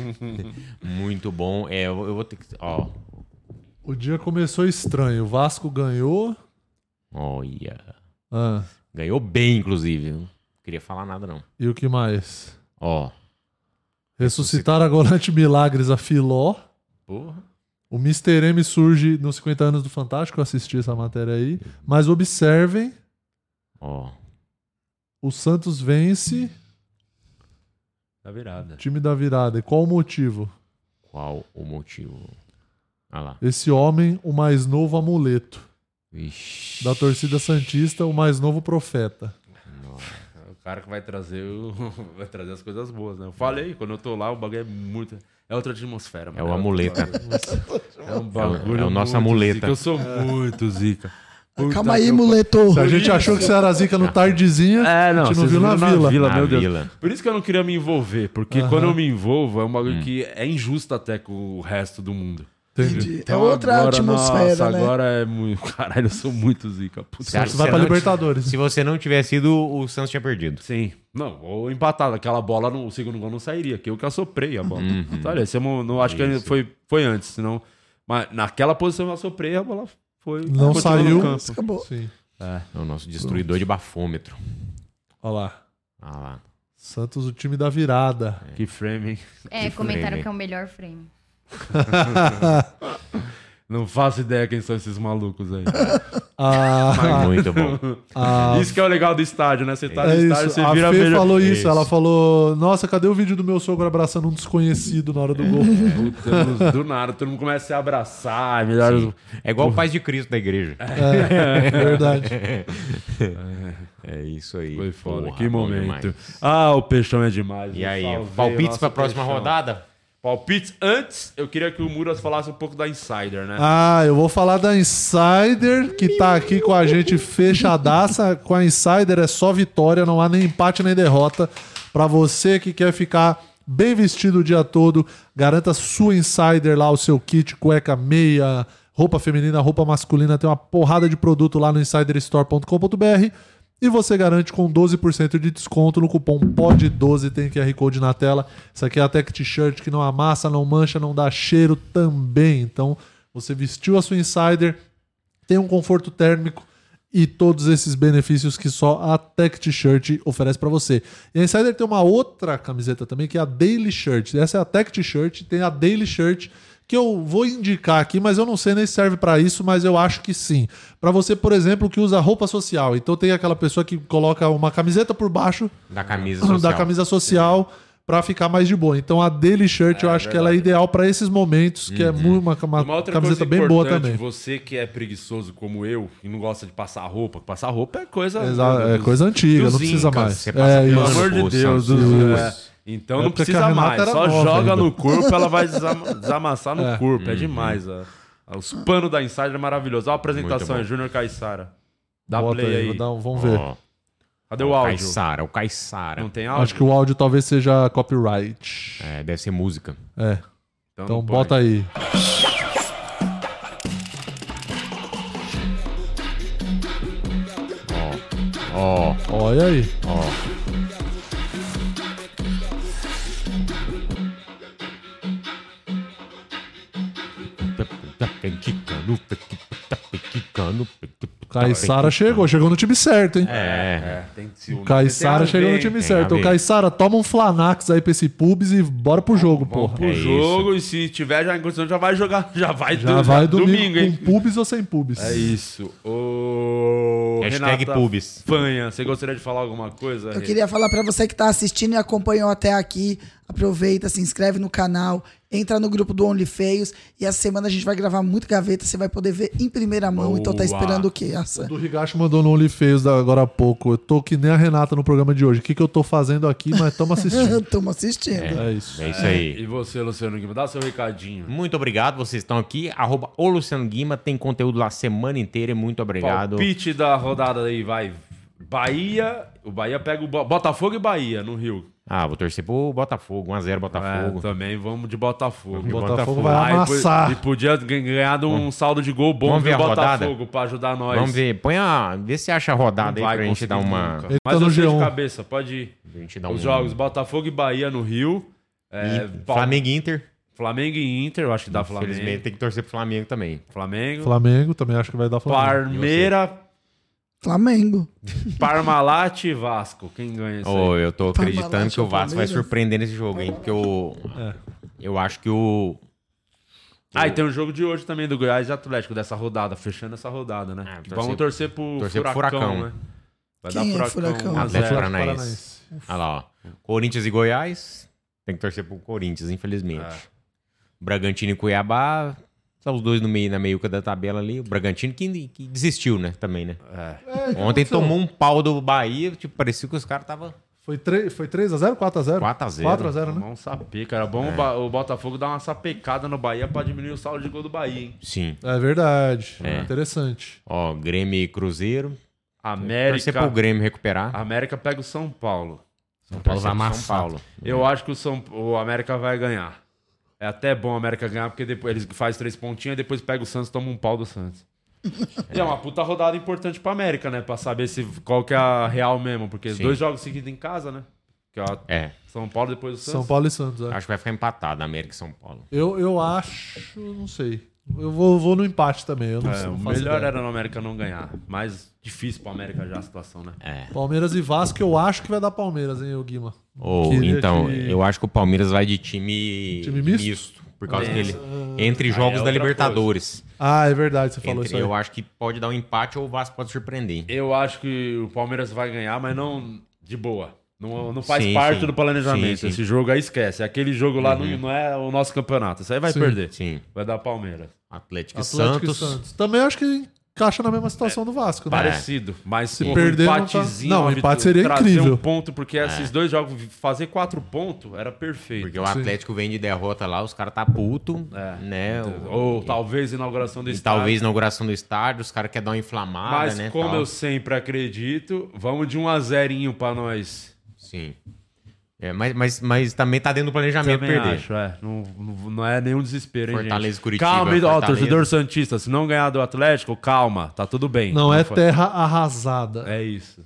Speaker 12: Muito bom. É, eu, eu vou ter que. Ó.
Speaker 13: O dia começou estranho. O Vasco ganhou.
Speaker 12: Olha.
Speaker 13: Ah.
Speaker 12: Ganhou bem, inclusive. Não queria falar nada, não.
Speaker 13: E o que mais?
Speaker 12: Ó.
Speaker 13: Ressuscitar a Golante Milagres a Filó.
Speaker 11: Porra.
Speaker 13: O Mr. M surge nos 50 anos do Fantástico, eu assisti essa matéria aí. Mas observem,
Speaker 12: Ó.
Speaker 13: o Santos vence,
Speaker 11: Tá virada.
Speaker 13: time da virada. E qual o motivo?
Speaker 12: Qual o motivo? Ah lá.
Speaker 13: Esse homem, o mais novo amuleto.
Speaker 12: Ixi.
Speaker 13: Da torcida Santista, o mais novo profeta.
Speaker 11: O cara que vai trazer, o- vai trazer as coisas boas, né? Eu falei, quando eu tô lá, o bagulho é muito. É outra atmosfera.
Speaker 12: É
Speaker 11: mano.
Speaker 12: o
Speaker 11: outro
Speaker 12: amuleta.
Speaker 11: bagulho. É um
Speaker 12: É o-
Speaker 11: bagulho.
Speaker 12: é o nosso
Speaker 11: muito
Speaker 12: amuleta.
Speaker 11: zica. Eu sou muito zica. Puta
Speaker 14: Calma aí,
Speaker 11: que eu-
Speaker 14: moleto.
Speaker 13: Se a gente achou que você era zica no tardezinha,
Speaker 11: É, não,
Speaker 13: a gente não
Speaker 11: vocês
Speaker 13: viu na
Speaker 11: viram
Speaker 13: vila.
Speaker 11: meu Deus. Por isso que eu não queria me envolver, porque
Speaker 13: Aham.
Speaker 11: quando eu me envolvo é um bagulho que é injusto até com o resto do mundo. Então,
Speaker 13: Entendi.
Speaker 14: É outra atmosfera,
Speaker 11: nossa,
Speaker 14: né?
Speaker 11: agora é muito. Caralho, eu sou muito zica. Putz,
Speaker 12: Cara,
Speaker 11: eu
Speaker 12: se
Speaker 11: sou-
Speaker 12: você não-
Speaker 13: Libertadores.
Speaker 12: Se você não tivesse ido, o Santos tinha perdido.
Speaker 11: Sim. Não, ou empatado. Aquela bola, no, o segundo gol não sairia, que eu que assoprei a bola.
Speaker 12: Uhum.
Speaker 11: Tá, olha, esse eu não, não acho que
Speaker 12: Isso.
Speaker 11: foi, foi antes, senão. Mas naquela posição eu assoprei, a bola foi.
Speaker 13: Não
Speaker 11: continuou
Speaker 13: saiu.
Speaker 11: no campo.
Speaker 13: Acabou. Sim.
Speaker 12: É. o nosso destruidor de bafômetro.
Speaker 13: Olha lá.
Speaker 12: Ah lá.
Speaker 13: Santos, o time da virada.
Speaker 11: Que frame, hein?
Speaker 3: É, comentaram que é o melhor frame.
Speaker 11: Não faço ideia quem são esses malucos aí.
Speaker 13: Ah.
Speaker 11: Mas-
Speaker 13: Muito bom. Ah.
Speaker 11: isso que é o legal do estádio, né? Você tá
Speaker 13: É
Speaker 11: no
Speaker 13: isso,
Speaker 11: estádio, você
Speaker 13: a
Speaker 11: vira
Speaker 13: Fê
Speaker 11: melhor.
Speaker 13: falou isso. Ela falou: Nossa, cadê o vídeo do meu sogro abraçando um desconhecido na hora do gol?
Speaker 11: Puta, do nada, todo mundo começa a se abraçar. É, melhor...
Speaker 12: Sim. É igual o
Speaker 11: Porra.
Speaker 12: Paz de Cristo da igreja.
Speaker 11: É, verdade.
Speaker 12: É isso aí.
Speaker 11: Foi foda,
Speaker 12: Porra,
Speaker 11: que
Speaker 12: bom
Speaker 11: momento.
Speaker 12: demais.
Speaker 11: Ah, o Peixão é demais.
Speaker 12: E
Speaker 11: eu
Speaker 12: aí,
Speaker 11: salvei
Speaker 12: palpites
Speaker 11: nosso
Speaker 12: pra próxima
Speaker 11: Peixão.
Speaker 12: rodada?
Speaker 11: Palpites. Antes, eu queria que o Muras falasse um pouco da Insider, né?
Speaker 13: Ah, eu vou falar da Insider, que tá aqui com a gente fechadaça. Com a Insider é só vitória, não há nem empate nem derrota. Pra você que quer ficar bem vestido o dia todo, garanta sua Insider lá, o seu kit, cueca, meia, roupa feminina, roupa masculina. Tem uma porrada de produto lá no insiderstore.com.br. E você garante com 12% de desconto no cupom POD12, tem QR Code na tela. Isso aqui é a Tech T-shirt que não amassa, não mancha, não dá cheiro também. Então, você vestiu a sua Insider, tem um conforto térmico e todos esses benefícios que só a Tech T-Shirt oferece para você. E a Insider tem uma outra camiseta também, que é a Daily Shirt. Essa é a Tech T-Shirt, tem a Daily Shirt que eu vou indicar aqui, mas eu não sei nem se serve para isso, mas eu acho que sim. Para você, por exemplo, que usa roupa social. Então tem aquela pessoa que coloca uma camiseta por baixo
Speaker 12: Da camisa
Speaker 13: Ah, da
Speaker 12: social.
Speaker 13: camisa social para ficar mais de boa. Então a Daily Shirt eu acho que ela é ideal para esses momentos,
Speaker 12: Uhum.
Speaker 13: que é muito uma, uma
Speaker 11: Uhum. Uma outra
Speaker 13: camiseta
Speaker 11: coisa
Speaker 13: bem boa
Speaker 11: importante,
Speaker 13: também.
Speaker 11: Você que é preguiçoso como eu e não gosta de passar roupa, passar roupa é coisa.
Speaker 13: Exa- é
Speaker 11: dos-
Speaker 13: coisa antiga,
Speaker 11: dos
Speaker 13: não precisa
Speaker 11: incas.
Speaker 13: mais. É
Speaker 11: pelo
Speaker 13: isso.
Speaker 11: amor de
Speaker 13: Poxa,
Speaker 11: Deus.
Speaker 13: isso.
Speaker 11: dos-
Speaker 13: É.
Speaker 11: Então
Speaker 13: É
Speaker 11: não
Speaker 13: porque a
Speaker 11: precisa
Speaker 13: Renata
Speaker 11: mais.
Speaker 13: era
Speaker 11: Só
Speaker 13: nova
Speaker 11: joga
Speaker 13: ainda.
Speaker 11: no corpo, ela vai desama- desamassar no
Speaker 13: É.
Speaker 11: corpo. É
Speaker 13: Uhum.
Speaker 11: demais. ó. Os panos da Insider é maravilhoso. Olha a apresentação,
Speaker 12: bom.
Speaker 11: é Júnior Caissara. Dá
Speaker 13: Bota
Speaker 11: play
Speaker 13: aí,
Speaker 11: aí.
Speaker 13: vou dar um- vamos ver.
Speaker 12: Ó.
Speaker 11: Cadê o áudio?
Speaker 12: Caissara, o Caissara.
Speaker 11: Não tem áudio?
Speaker 13: Acho que o áudio talvez seja copyright.
Speaker 12: É, deve ser música.
Speaker 13: É.
Speaker 12: Então
Speaker 13: Então,
Speaker 12: não põe.
Speaker 13: bota aí.
Speaker 12: Ó.
Speaker 13: Olha aí.
Speaker 12: Ó.
Speaker 13: Caissara Tá, chegou, chegou no time certo, hein?
Speaker 12: Tá É, é, tem que se
Speaker 13: O
Speaker 12: unir.
Speaker 13: Caissara
Speaker 12: Tem a
Speaker 13: chegou no
Speaker 12: ver,
Speaker 13: time
Speaker 12: tem
Speaker 13: certo.
Speaker 12: a
Speaker 13: Ô,
Speaker 12: ver.
Speaker 13: Caissara, toma um Flanax aí pra esse Pubs e bora pro jogo, porra.
Speaker 11: Pro jogo, e se tiver já em condição, já vai jogar. Já vai,
Speaker 13: Já
Speaker 11: do-
Speaker 13: vai domingo,
Speaker 11: hein?
Speaker 13: com pubs ou sem pubs.
Speaker 11: É isso. Ô,
Speaker 12: Hashtag
Speaker 11: Renata
Speaker 12: pubis.
Speaker 11: Fanha, você gostaria de falar alguma coisa?
Speaker 14: Eu queria falar pra você que tá assistindo e acompanhou até aqui, aproveita, se inscreve no canal, entra no grupo do Only Feios e essa semana a gente vai gravar muito gaveta, você vai poder ver em primeira mão, então tá
Speaker 13: Boa.
Speaker 14: esperando o quê? Essa.
Speaker 13: O Rigacho mandou no OnlyFans da- agora há pouco. Eu tô que nem a Renata no programa de hoje. O que, que eu tô fazendo aqui, mas tamo assistindo.
Speaker 14: Tamo assistindo.
Speaker 13: É isso.
Speaker 12: É isso aí.
Speaker 11: E você, Luciano Guima, dá seu recadinho.
Speaker 12: Muito obrigado, vocês estão aqui. Arroba o Luciano Guima, tem conteúdo lá a semana inteira. e Muito obrigado.
Speaker 11: Palpite da rodada aí, vai. Bahia, o Bahia pega o Bo- Botafogo e Bahia no Rio.
Speaker 12: Ah, vou torcer pro Botafogo, 1x0 Botafogo.
Speaker 11: também vamos É, de Botafogo.
Speaker 12: Vamos de
Speaker 11: Ah, e po-
Speaker 12: amassar.
Speaker 11: E podia gan- ganhar de um saldo de gol bom
Speaker 12: Vamos ver
Speaker 11: do
Speaker 12: a rodada?
Speaker 11: Botafogo pra ajudar nós.
Speaker 12: Vamos ver, põe a. Vê se acha a rodada
Speaker 11: Não
Speaker 12: aí
Speaker 11: vai
Speaker 12: pra gente dar
Speaker 11: conseguir
Speaker 12: uma.
Speaker 11: nunca. Mas eu sei de cabeça, pode ir.
Speaker 12: um. gente dá
Speaker 11: Os
Speaker 12: um-
Speaker 11: jogos Botafogo e Bahia no Rio. é,
Speaker 12: E
Speaker 11: Pal-
Speaker 12: Flamengo e Inter.
Speaker 11: Flamengo e Inter, eu acho que dá Flamengo.
Speaker 12: Infelizmente tem que torcer pro Flamengo também.
Speaker 11: Flamengo.
Speaker 13: Flamengo também acho que vai dar Flamengo.
Speaker 11: Parmeira,
Speaker 14: Flamengo.
Speaker 11: Parmalat e Vasco. Quem ganha isso?
Speaker 12: Ô,
Speaker 11: aí?
Speaker 12: eu tô
Speaker 11: Parmalat
Speaker 12: acreditando que
Speaker 11: ou
Speaker 12: é o Vasco vai
Speaker 11: Palmeiras?
Speaker 12: surpreender nesse jogo, hein? Porque eu. Eu acho que o.
Speaker 11: Ah, e tem um jogo de hoje também do Goiás e Atlético, dessa rodada, fechando essa rodada, né? Vamos torcer pro
Speaker 12: torcer pro
Speaker 11: furacão,
Speaker 12: Furacão.
Speaker 11: né? Vai
Speaker 12: Quem é
Speaker 11: dar
Speaker 12: Furacão?
Speaker 11: furacão. né? 1 a 0.
Speaker 12: Atlético Paranaense.
Speaker 11: Paranaense.
Speaker 12: Olha lá, ó. Corinthians e Goiás. Tem que torcer pro Corinthians, infelizmente.
Speaker 11: É.
Speaker 12: Bragantino e Cuiabá. São os dois no meio, na meiuca da tabela ali. O Bragantino que, que desistiu, né? Também, né?
Speaker 13: É, que
Speaker 12: Ontem
Speaker 13: aconteceu?
Speaker 12: tomou um pau do Bahia. Tipo, parecia que os caras estavam.
Speaker 13: Foi, 3, foi 3x0? 4x0?
Speaker 12: 4x0.
Speaker 13: 4x0, né?
Speaker 11: Tomar um sapeca, era bom o
Speaker 12: É.
Speaker 11: Ba- o Botafogo dar uma sapecada no Bahia pra diminuir o saldo de gol do Bahia, hein?
Speaker 12: Sim.
Speaker 13: É verdade.
Speaker 12: É.
Speaker 13: Interessante.
Speaker 12: Ó, Grêmio e Cruzeiro.
Speaker 11: América.
Speaker 12: Torcer pro Grêmio recuperar.
Speaker 11: América pega o São Paulo. São
Speaker 12: Paulo vai
Speaker 11: pega o
Speaker 12: amassar.
Speaker 11: Eu acho que o, São, o América vai ganhar. É até bom o América ganhar, porque depois eles fazem três pontinhos e depois pega o Santos e toma um pau do Santos. E é uma puta rodada importante pra América, né? Pra saber se, qual que é a real mesmo. Porque
Speaker 12: Sim.
Speaker 11: dois jogos seguidos em casa, né? Que é, a-
Speaker 12: É.
Speaker 11: São Paulo depois do Santos.
Speaker 13: São Paulo e Santos, é.
Speaker 12: Acho que vai ficar empatado América e São Paulo.
Speaker 13: Eu, eu acho, não sei. Eu vou, vou no empate também. Eu não
Speaker 11: É,
Speaker 13: sei.
Speaker 11: o
Speaker 13: não faço
Speaker 11: melhor
Speaker 13: ideia.
Speaker 11: era no América não ganhar. Mais difícil pro América já a situação, né?
Speaker 12: É.
Speaker 13: Palmeiras e Vasco, eu acho que vai dar Palmeiras, hein, ô Guima?
Speaker 12: Ou,
Speaker 13: Queria
Speaker 12: então,
Speaker 13: que-
Speaker 12: eu acho que o Palmeiras vai de time,
Speaker 13: Time misto?
Speaker 12: por causa
Speaker 11: É.
Speaker 13: Nossa.
Speaker 12: dele. Entre
Speaker 13: Aí
Speaker 11: Ah,
Speaker 12: jogos
Speaker 13: é
Speaker 12: da
Speaker 13: outra
Speaker 12: Libertadores.
Speaker 13: Ah, é verdade, você falou
Speaker 12: Entre-
Speaker 13: isso aí.
Speaker 12: Eu acho que pode dar um empate ou o Vasco pode surpreender.
Speaker 11: Eu acho que o Palmeiras vai ganhar, mas não de boa. Não, não faz
Speaker 12: Sim,
Speaker 11: parte
Speaker 12: sim.
Speaker 11: do planejamento.
Speaker 12: Sim, sim.
Speaker 11: Esse jogo aí esquece. Aquele jogo lá
Speaker 12: Uhum.
Speaker 11: não, não é o nosso campeonato. Isso aí vai
Speaker 12: Sim.
Speaker 11: perder.
Speaker 12: Sim.
Speaker 11: Vai dar Palmeiras.
Speaker 12: Atlético,
Speaker 13: Atlético e Santos. Também acho que encaixa na mesma situação do Vasco, né?
Speaker 11: É, Parecido, mas
Speaker 13: Se
Speaker 11: um
Speaker 13: perder, não tá-
Speaker 11: empatezinho.
Speaker 13: não,
Speaker 11: uma
Speaker 13: o empate
Speaker 11: vitória-
Speaker 13: seria
Speaker 11: trazer
Speaker 13: incrível.
Speaker 11: um ponto, porque
Speaker 12: É.
Speaker 11: esses dois jogos, fazer quatro pontos era perfeito. É.
Speaker 12: Porque o Atlético vem de derrota lá, os caras tá puto, né?
Speaker 11: Então, Ou talvez inauguração do
Speaker 12: E
Speaker 11: estádio.
Speaker 12: talvez inauguração do estádio, os caras querem dar uma inflamada,
Speaker 11: Mas
Speaker 12: né?
Speaker 11: como
Speaker 12: tal.
Speaker 11: eu sempre acredito, vamos de um a zerinho pra nós.
Speaker 12: Sim. É, mas, mas, mas também tá dentro do planejamento
Speaker 11: Também
Speaker 12: perder.
Speaker 11: acho, é. Não, não- não é nenhum desespero, hein,
Speaker 12: Fortaleza
Speaker 11: gente?
Speaker 12: e Curitiba,
Speaker 11: Calma, ó,
Speaker 12: Fortaleza.
Speaker 11: torcedor Santista, se não ganhar do Atlético, calma, tá tudo bem.
Speaker 13: Não é
Speaker 11: foi-
Speaker 13: terra arrasada.
Speaker 11: É isso.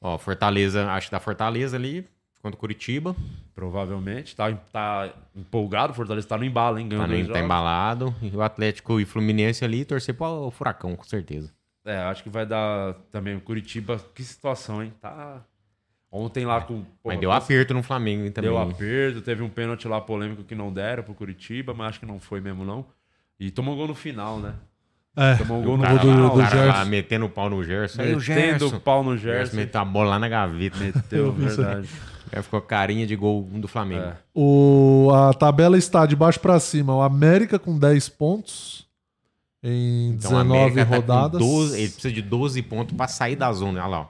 Speaker 12: Ó, Fortaleza, acho que dá Fortaleza ali. contra o Curitiba.
Speaker 11: Provavelmente. Tá, tá empolgado, o Fortaleza tá no embalo, hein? Ganhou
Speaker 12: Tá, no-
Speaker 11: dois
Speaker 12: tá
Speaker 11: jogos.
Speaker 12: embalado. E o Atlético e Fluminense ali torcer pro Furacão, com certeza.
Speaker 11: É, acho que vai dar também o Curitiba. Que situação, hein? Tá. Ontem lá com.
Speaker 12: mas deu aperto no Flamengo, hein, também.
Speaker 11: Deu aperto, teve um pênalti lá polêmico que não deram pro Curitiba, mas acho que não foi mesmo, não. E tomou gol no final, né?
Speaker 13: É,
Speaker 11: tomou
Speaker 12: o
Speaker 11: gol no
Speaker 12: um cara,
Speaker 11: final.
Speaker 12: lá, o cara lá
Speaker 11: Gerson.
Speaker 12: metendo o pau no Gerson.
Speaker 11: Metendo
Speaker 12: Aí o Gerson.
Speaker 11: o pau no
Speaker 12: O
Speaker 11: Gerson.
Speaker 12: Meteu a bola lá na gaveta.
Speaker 11: Meteu, verdade.
Speaker 12: O cara ficou carinha de gol um do Flamengo.
Speaker 11: É.
Speaker 13: O, a tabela está de baixo para cima. O América com 10 pontos em
Speaker 12: Então
Speaker 13: 19
Speaker 12: o América tá com
Speaker 13: rodadas.
Speaker 12: 12 ele precisa de 12 pontos pra sair da zona. Olha lá, ó.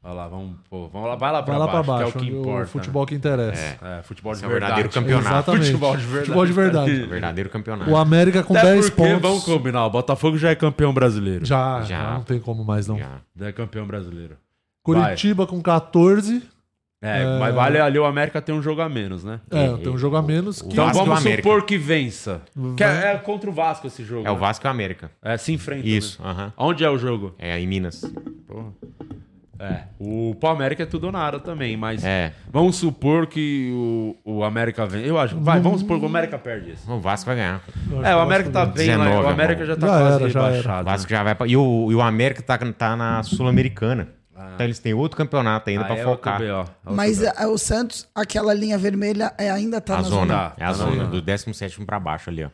Speaker 11: Olha lá, vamos, pô, vamos lá, vai lá pra
Speaker 13: Vai lá pra
Speaker 11: baixo,
Speaker 13: baixo,
Speaker 11: que é o que
Speaker 13: onde o
Speaker 11: importa.
Speaker 13: futebol que interessa.
Speaker 11: É, é futebol de
Speaker 12: Esse né? é o
Speaker 11: verdade.
Speaker 12: verdadeiro campeonato.
Speaker 13: Exatamente.
Speaker 11: Futebol de verdade.
Speaker 13: Futebol de verdade.
Speaker 11: Tá aqui.
Speaker 12: Verdadeiro campeonato.
Speaker 13: O América com
Speaker 11: Até
Speaker 13: 10
Speaker 11: porque,
Speaker 13: pontos.
Speaker 11: Vamos combinar, o Botafogo já é campeão brasileiro.
Speaker 13: Já, já não tem como mais não.
Speaker 11: Já é campeão brasileiro.
Speaker 13: Curitiba com 14.
Speaker 11: É, mas vale ali o América tem um jogo a menos, né?
Speaker 13: É, tem um jogo a menos. que-
Speaker 11: Então vamos
Speaker 12: América.
Speaker 11: supor que vença. Que é,
Speaker 12: Vai.
Speaker 11: é contra o Vasco esse jogo.
Speaker 12: É o
Speaker 11: né?
Speaker 12: Vasco e o América.
Speaker 11: É, se enfrenta.
Speaker 12: Isso,
Speaker 11: né?
Speaker 12: aham.
Speaker 11: Onde é o jogo?
Speaker 12: É, em Minas.
Speaker 11: Porra. É, o pro América é tudo ou nada também, mas
Speaker 12: É.
Speaker 11: vamos supor que o, o América vem. Eu acho, vai, vamos supor que o América perde isso.
Speaker 12: O Vasco vai ganhar.
Speaker 11: É, o América tá bem, lá, o América já tá quase rebaixado. né?
Speaker 12: O Vasco já vai pra... e, o, e o América tá, tá na Sul-Americana. Então eles têm outro campeonato ainda
Speaker 11: Ah,
Speaker 12: pra
Speaker 11: é outro
Speaker 12: focar.
Speaker 11: B.O., é outro
Speaker 14: Mas a- o Santos, aquela linha vermelha é, ainda tá
Speaker 12: a
Speaker 14: na
Speaker 12: zona.
Speaker 14: zona.
Speaker 12: É
Speaker 14: Tá
Speaker 12: a
Speaker 14: na
Speaker 12: zona, do 17 pra baixo ali, ó. E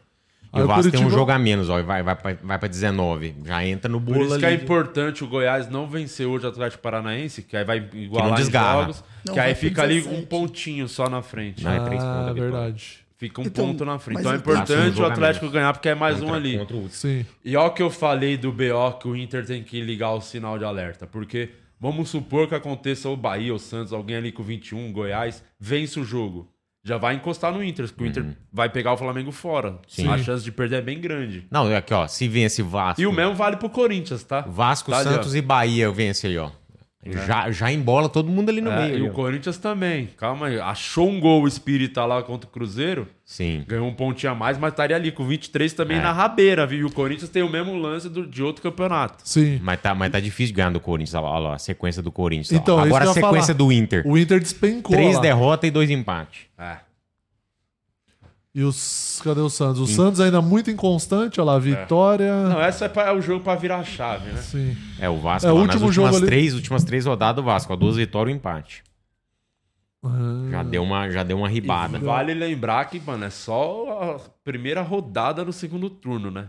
Speaker 11: Aí
Speaker 12: o
Speaker 11: Ah, o
Speaker 12: Vasco tem um
Speaker 11: Curitiba-
Speaker 12: jogo a menos, ó. e Vai, vai, pra, vai pra 19. Já entra no
Speaker 11: Por
Speaker 12: bolo
Speaker 11: isso
Speaker 12: ali.
Speaker 11: que é
Speaker 12: de-
Speaker 11: importante o Goiás não vencer hoje o Atlético Paranaense, que aí vai
Speaker 12: não
Speaker 11: igualar os
Speaker 12: desgarra.
Speaker 11: jogos,
Speaker 12: Não,
Speaker 11: que aí
Speaker 12: vai pro
Speaker 11: fica ali
Speaker 12: 17.
Speaker 11: um pontinho só na frente.
Speaker 12: Não, é três Ah, pontos da vitória.
Speaker 13: verdade.
Speaker 11: Fica um
Speaker 12: Então,
Speaker 11: ponto na frente.
Speaker 12: mas
Speaker 11: Então é
Speaker 12: o Atlético- Passa um
Speaker 11: importante
Speaker 12: jogo
Speaker 11: o
Speaker 12: a
Speaker 11: Atlético
Speaker 12: menos.
Speaker 11: ganhar, porque é mais um
Speaker 12: Contra-
Speaker 11: ali.
Speaker 12: contra o Hudson.
Speaker 13: Sim.
Speaker 11: E ó que eu falei do BO que o Inter tem que ligar o sinal de alerta, porque vamos supor que aconteça o Bahia, o Santos, alguém ali com 21, Goiás, vence o jogo. Já vai encostar no Inter, porque o Inter vai pegar o Flamengo fora.
Speaker 12: Uhum. Sim.
Speaker 11: A chance de perder é bem grande.
Speaker 12: Não, é aqui, ó. Se vence Vasco.
Speaker 11: E o mesmo vale pro Corinthians, tá?
Speaker 12: Vasco,
Speaker 11: Tá ali, ó.
Speaker 12: Santos e Bahia vence aí, ó. Já, já embola todo mundo ali no
Speaker 11: É,
Speaker 12: meio.
Speaker 11: e
Speaker 12: ali,
Speaker 11: o
Speaker 12: ó.
Speaker 11: Corinthians também. Calma aí. Achou um gol espírita lá contra o Cruzeiro.
Speaker 12: Sim.
Speaker 11: Ganhou um pontinho a mais, mas estaria ali com 23 também
Speaker 12: É.
Speaker 11: na rabeira, viu? E o Corinthians tem o mesmo lance do- de outro campeonato.
Speaker 13: Sim.
Speaker 12: Mas tá, mas tá difícil ganhar do Corinthians. Olha lá, olha lá, a sequência do Corinthians. ó.
Speaker 13: Então, é isso
Speaker 12: Agora
Speaker 13: que
Speaker 12: a
Speaker 13: eu ia falar.
Speaker 12: sequência do Inter.
Speaker 13: O Inter despencou
Speaker 12: Três
Speaker 13: lá. É.
Speaker 12: derrotas e dois empates.
Speaker 13: E os. Cadê o Santos? O Santos ainda muito inconstante,
Speaker 11: É.
Speaker 13: olha lá, vitória.
Speaker 11: Não, essa é, pra- é o jogo pra virar a chave, né?
Speaker 13: Sim.
Speaker 12: É, o Vasco
Speaker 13: É, o
Speaker 12: lá nas
Speaker 13: último jogo
Speaker 12: últimas
Speaker 13: ali-
Speaker 12: três, últimas três rodadas, o Vasco. Ó, duas vitórias e um empate.
Speaker 13: Ah.
Speaker 12: Já deu uma, já deu uma ribada.
Speaker 11: Ah, Vale lembrar que, mano, é só a primeira rodada no segundo turno, né?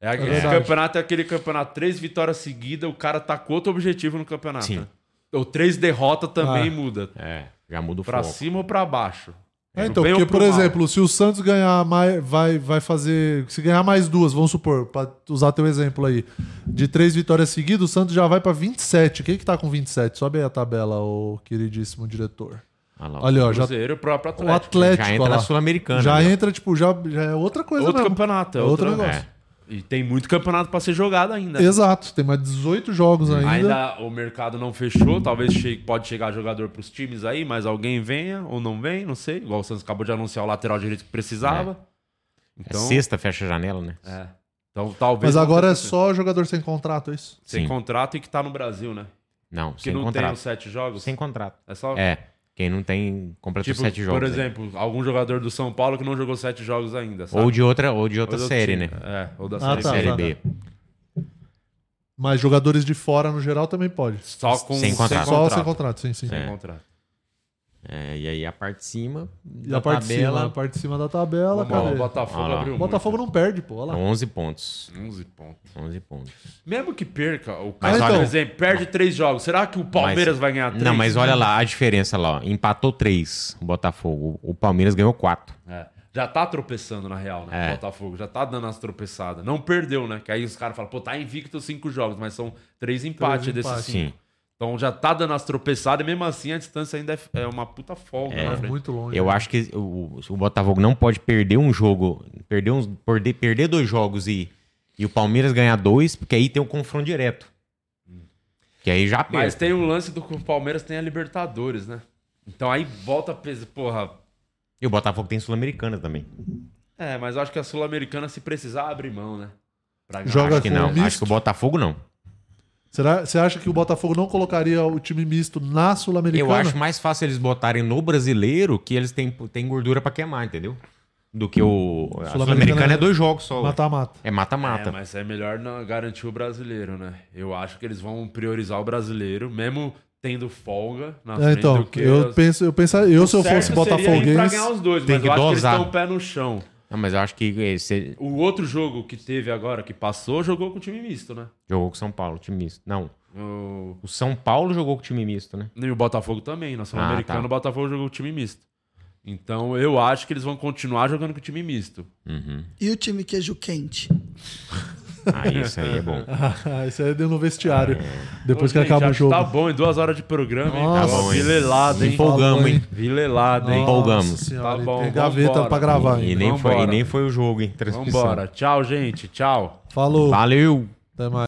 Speaker 11: É, aquele
Speaker 12: verdade.
Speaker 11: campeonato é aquele campeonato, três vitórias seguidas, o cara tá com outro objetivo no campeonato.
Speaker 12: Sim.
Speaker 11: né? Ou três derrotas também
Speaker 13: Ah.
Speaker 11: muda.
Speaker 12: É, já muda o
Speaker 11: Pra
Speaker 12: foco.
Speaker 11: cima ou pra baixo.
Speaker 13: É,
Speaker 11: Pro
Speaker 13: então,
Speaker 11: bem ou
Speaker 13: porque,
Speaker 11: pro
Speaker 13: por
Speaker 11: mal.
Speaker 13: exemplo, se o Santos ganhar mais, vai, vai fazer. Se ganhar mais duas, vamos supor, pra usar teu exemplo aí, de três vitórias seguidas, o Santos já vai pra 27. Quem que tá com 27? Sobe aí a tabela, o queridíssimo diretor.
Speaker 12: Olha lá,
Speaker 13: Olha, ó, já.
Speaker 11: Cruzeiro, o próprio
Speaker 13: O
Speaker 11: Atlético.
Speaker 13: Atlético.
Speaker 12: Já entra
Speaker 13: olha
Speaker 12: na
Speaker 13: lá.
Speaker 12: Sul-Americana,
Speaker 13: Já
Speaker 12: né?
Speaker 13: entra, tipo, já, já é outra coisa.
Speaker 11: outro
Speaker 13: mesmo.
Speaker 11: campeonato, é
Speaker 13: outro,
Speaker 11: outro,
Speaker 13: negócio.
Speaker 11: é. E tem muito campeonato pra ser jogado ainda. né?
Speaker 13: Exato, tem mais 18 jogos ainda.
Speaker 11: Hum, Ainda o mercado não fechou, talvez chegue, pode chegar jogador pros times aí, mas alguém venha ou não vem, não sei. Igual o Santos acabou de anunciar o lateral direito que precisava.
Speaker 12: É sexta, fecha a janela, né?
Speaker 11: então. É. Então talvez.
Speaker 13: Mas agora é
Speaker 11: aconteça.
Speaker 13: só jogador sem contrato, é isso?
Speaker 11: Sem
Speaker 12: Sim.
Speaker 11: contrato e que tá no Brasil, né?
Speaker 12: Não,
Speaker 11: que
Speaker 12: sem
Speaker 11: não
Speaker 12: contrato.
Speaker 11: tem os sete jogos.
Speaker 12: Sem contrato.
Speaker 11: É só.
Speaker 12: É, quem não tem, completa os
Speaker 11: Tipo,
Speaker 12: sete jogos.
Speaker 11: Por
Speaker 12: aí.
Speaker 11: exemplo, algum jogador do São Paulo que não jogou sete jogos ainda. sabe?
Speaker 12: Ou de outra, ou de outra
Speaker 11: Ou do
Speaker 12: série,
Speaker 11: time.
Speaker 12: né?
Speaker 11: É, ou da
Speaker 13: Ah,
Speaker 11: série,
Speaker 13: tá,
Speaker 11: B.
Speaker 13: tá, tá. Mas jogadores de fora, no geral, também pode.
Speaker 11: Só com-
Speaker 12: Sem contrato.
Speaker 13: Só sem contrato, sim, sim.
Speaker 12: Sem
Speaker 13: É.
Speaker 11: contrato.
Speaker 12: É, e aí a parte de cima
Speaker 13: E a parte, de cima, a parte de cima da tabela,
Speaker 11: Vamos lá,
Speaker 13: cadê?
Speaker 11: o Botafogo
Speaker 12: Olha lá. abriu
Speaker 13: Botafogo não perde, pô. Olha lá.
Speaker 12: 11 pontos.
Speaker 11: 11 pontos.
Speaker 12: 11 pontos.
Speaker 11: Mesmo que perca, o
Speaker 12: Mas
Speaker 11: cara, por
Speaker 12: olha-
Speaker 11: exemplo, perde três jogos. Será que o Palmeiras
Speaker 12: Mas-
Speaker 11: vai ganhar três?
Speaker 12: Não, mas olha lá a diferença lá. ó. Empatou 3 o Botafogo. O Palmeiras ganhou 4.
Speaker 11: É, Já tá tropeçando, na real, né?
Speaker 12: É.
Speaker 11: O Botafogo já tá dando as tropeçadas. Não perdeu, né? Que aí os caras falam, pô, tá invicto cinco jogos, mas são três empates desses
Speaker 13: empates.
Speaker 11: cinco.
Speaker 12: Sim.
Speaker 11: Então já tá dando as tropeçadas e mesmo assim a distância ainda é- é uma puta folga. na frente.
Speaker 12: É.
Speaker 13: né?
Speaker 12: Eu acho que o, o Botafogo não pode perder um jogo, perder, uns, perder, perder dois jogos e, e o Palmeiras ganhar dois, porque aí tem um confronto direto. Hum. Que é. aí já perde.
Speaker 11: Mas tem o lance do que o Palmeiras tem a Libertadores, né? Então aí volta a peso, porra.
Speaker 12: E o Botafogo tem Sul-Americana também.
Speaker 11: É, mas eu acho que a Sul-Americana, se precisar, abre mão, né? Pra ganhar.
Speaker 12: acho que não. Acho que o Botafogo não.
Speaker 13: Será, você acha que o Botafogo não colocaria o time misto na Sul-Americana?
Speaker 12: Eu acho mais fácil eles botarem no brasileiro que eles têm, têm gordura pra queimar, entendeu? Do que o. a Sul-Americana é dois jogos só. ué.
Speaker 13: Mata-mata.
Speaker 12: É mata-mata.
Speaker 11: É, mas é melhor não garantir o brasileiro, né? Eu acho que eles vão priorizar o brasileiro, mesmo tendo folga na
Speaker 13: É,
Speaker 11: frente
Speaker 13: então,
Speaker 11: do que.
Speaker 13: eu penso, eu pensaria, eu
Speaker 11: O
Speaker 13: se eu
Speaker 11: certo
Speaker 13: fosse
Speaker 11: seria ir Pra
Speaker 13: botafoguense,
Speaker 11: ganhar os dois,
Speaker 12: Tem
Speaker 11: mas
Speaker 12: que
Speaker 11: eu acho que eles
Speaker 12: dosar.
Speaker 11: estão o pé no chão.
Speaker 12: Não, mas eu acho que esse
Speaker 11: O outro jogo que teve agora, que passou, jogou com time misto, né?
Speaker 12: jogou com o São Paulo, time misto. Não.
Speaker 11: O...
Speaker 12: São Paulo jogou com time misto, né?
Speaker 11: E o Botafogo também. Na Sul-Americana,
Speaker 12: Ah, tá.
Speaker 11: o Botafogo jogou com time misto. Então, eu acho que eles vão continuar jogando com time misto.
Speaker 12: Uhum.
Speaker 14: E o time queijo quente?
Speaker 12: Ah, isso aí é bom. É.
Speaker 13: Ah, Isso aí deu no vestiário. Depois
Speaker 11: Ô,
Speaker 13: que
Speaker 11: gente,
Speaker 13: acaba o
Speaker 11: acho
Speaker 13: jogo.
Speaker 11: que Tá bom, em duas horas de programa, hein?
Speaker 13: Nossa.
Speaker 11: Tá bom, hein? Vilelado, hein?
Speaker 12: Empolgamos, hein?
Speaker 11: Vilelado, hein?
Speaker 12: Empolgamos.
Speaker 11: Tá bom.
Speaker 13: tem gaveta
Speaker 11: vambora.
Speaker 13: pra gravar
Speaker 12: E
Speaker 13: ainda.
Speaker 12: nem, foi, e
Speaker 11: Vambora.
Speaker 12: nem foi o jogo, hein? Transmissão.
Speaker 11: Vambora. Tchau, gente. Tchau.
Speaker 13: Falou.
Speaker 12: Valeu.
Speaker 13: Até mais.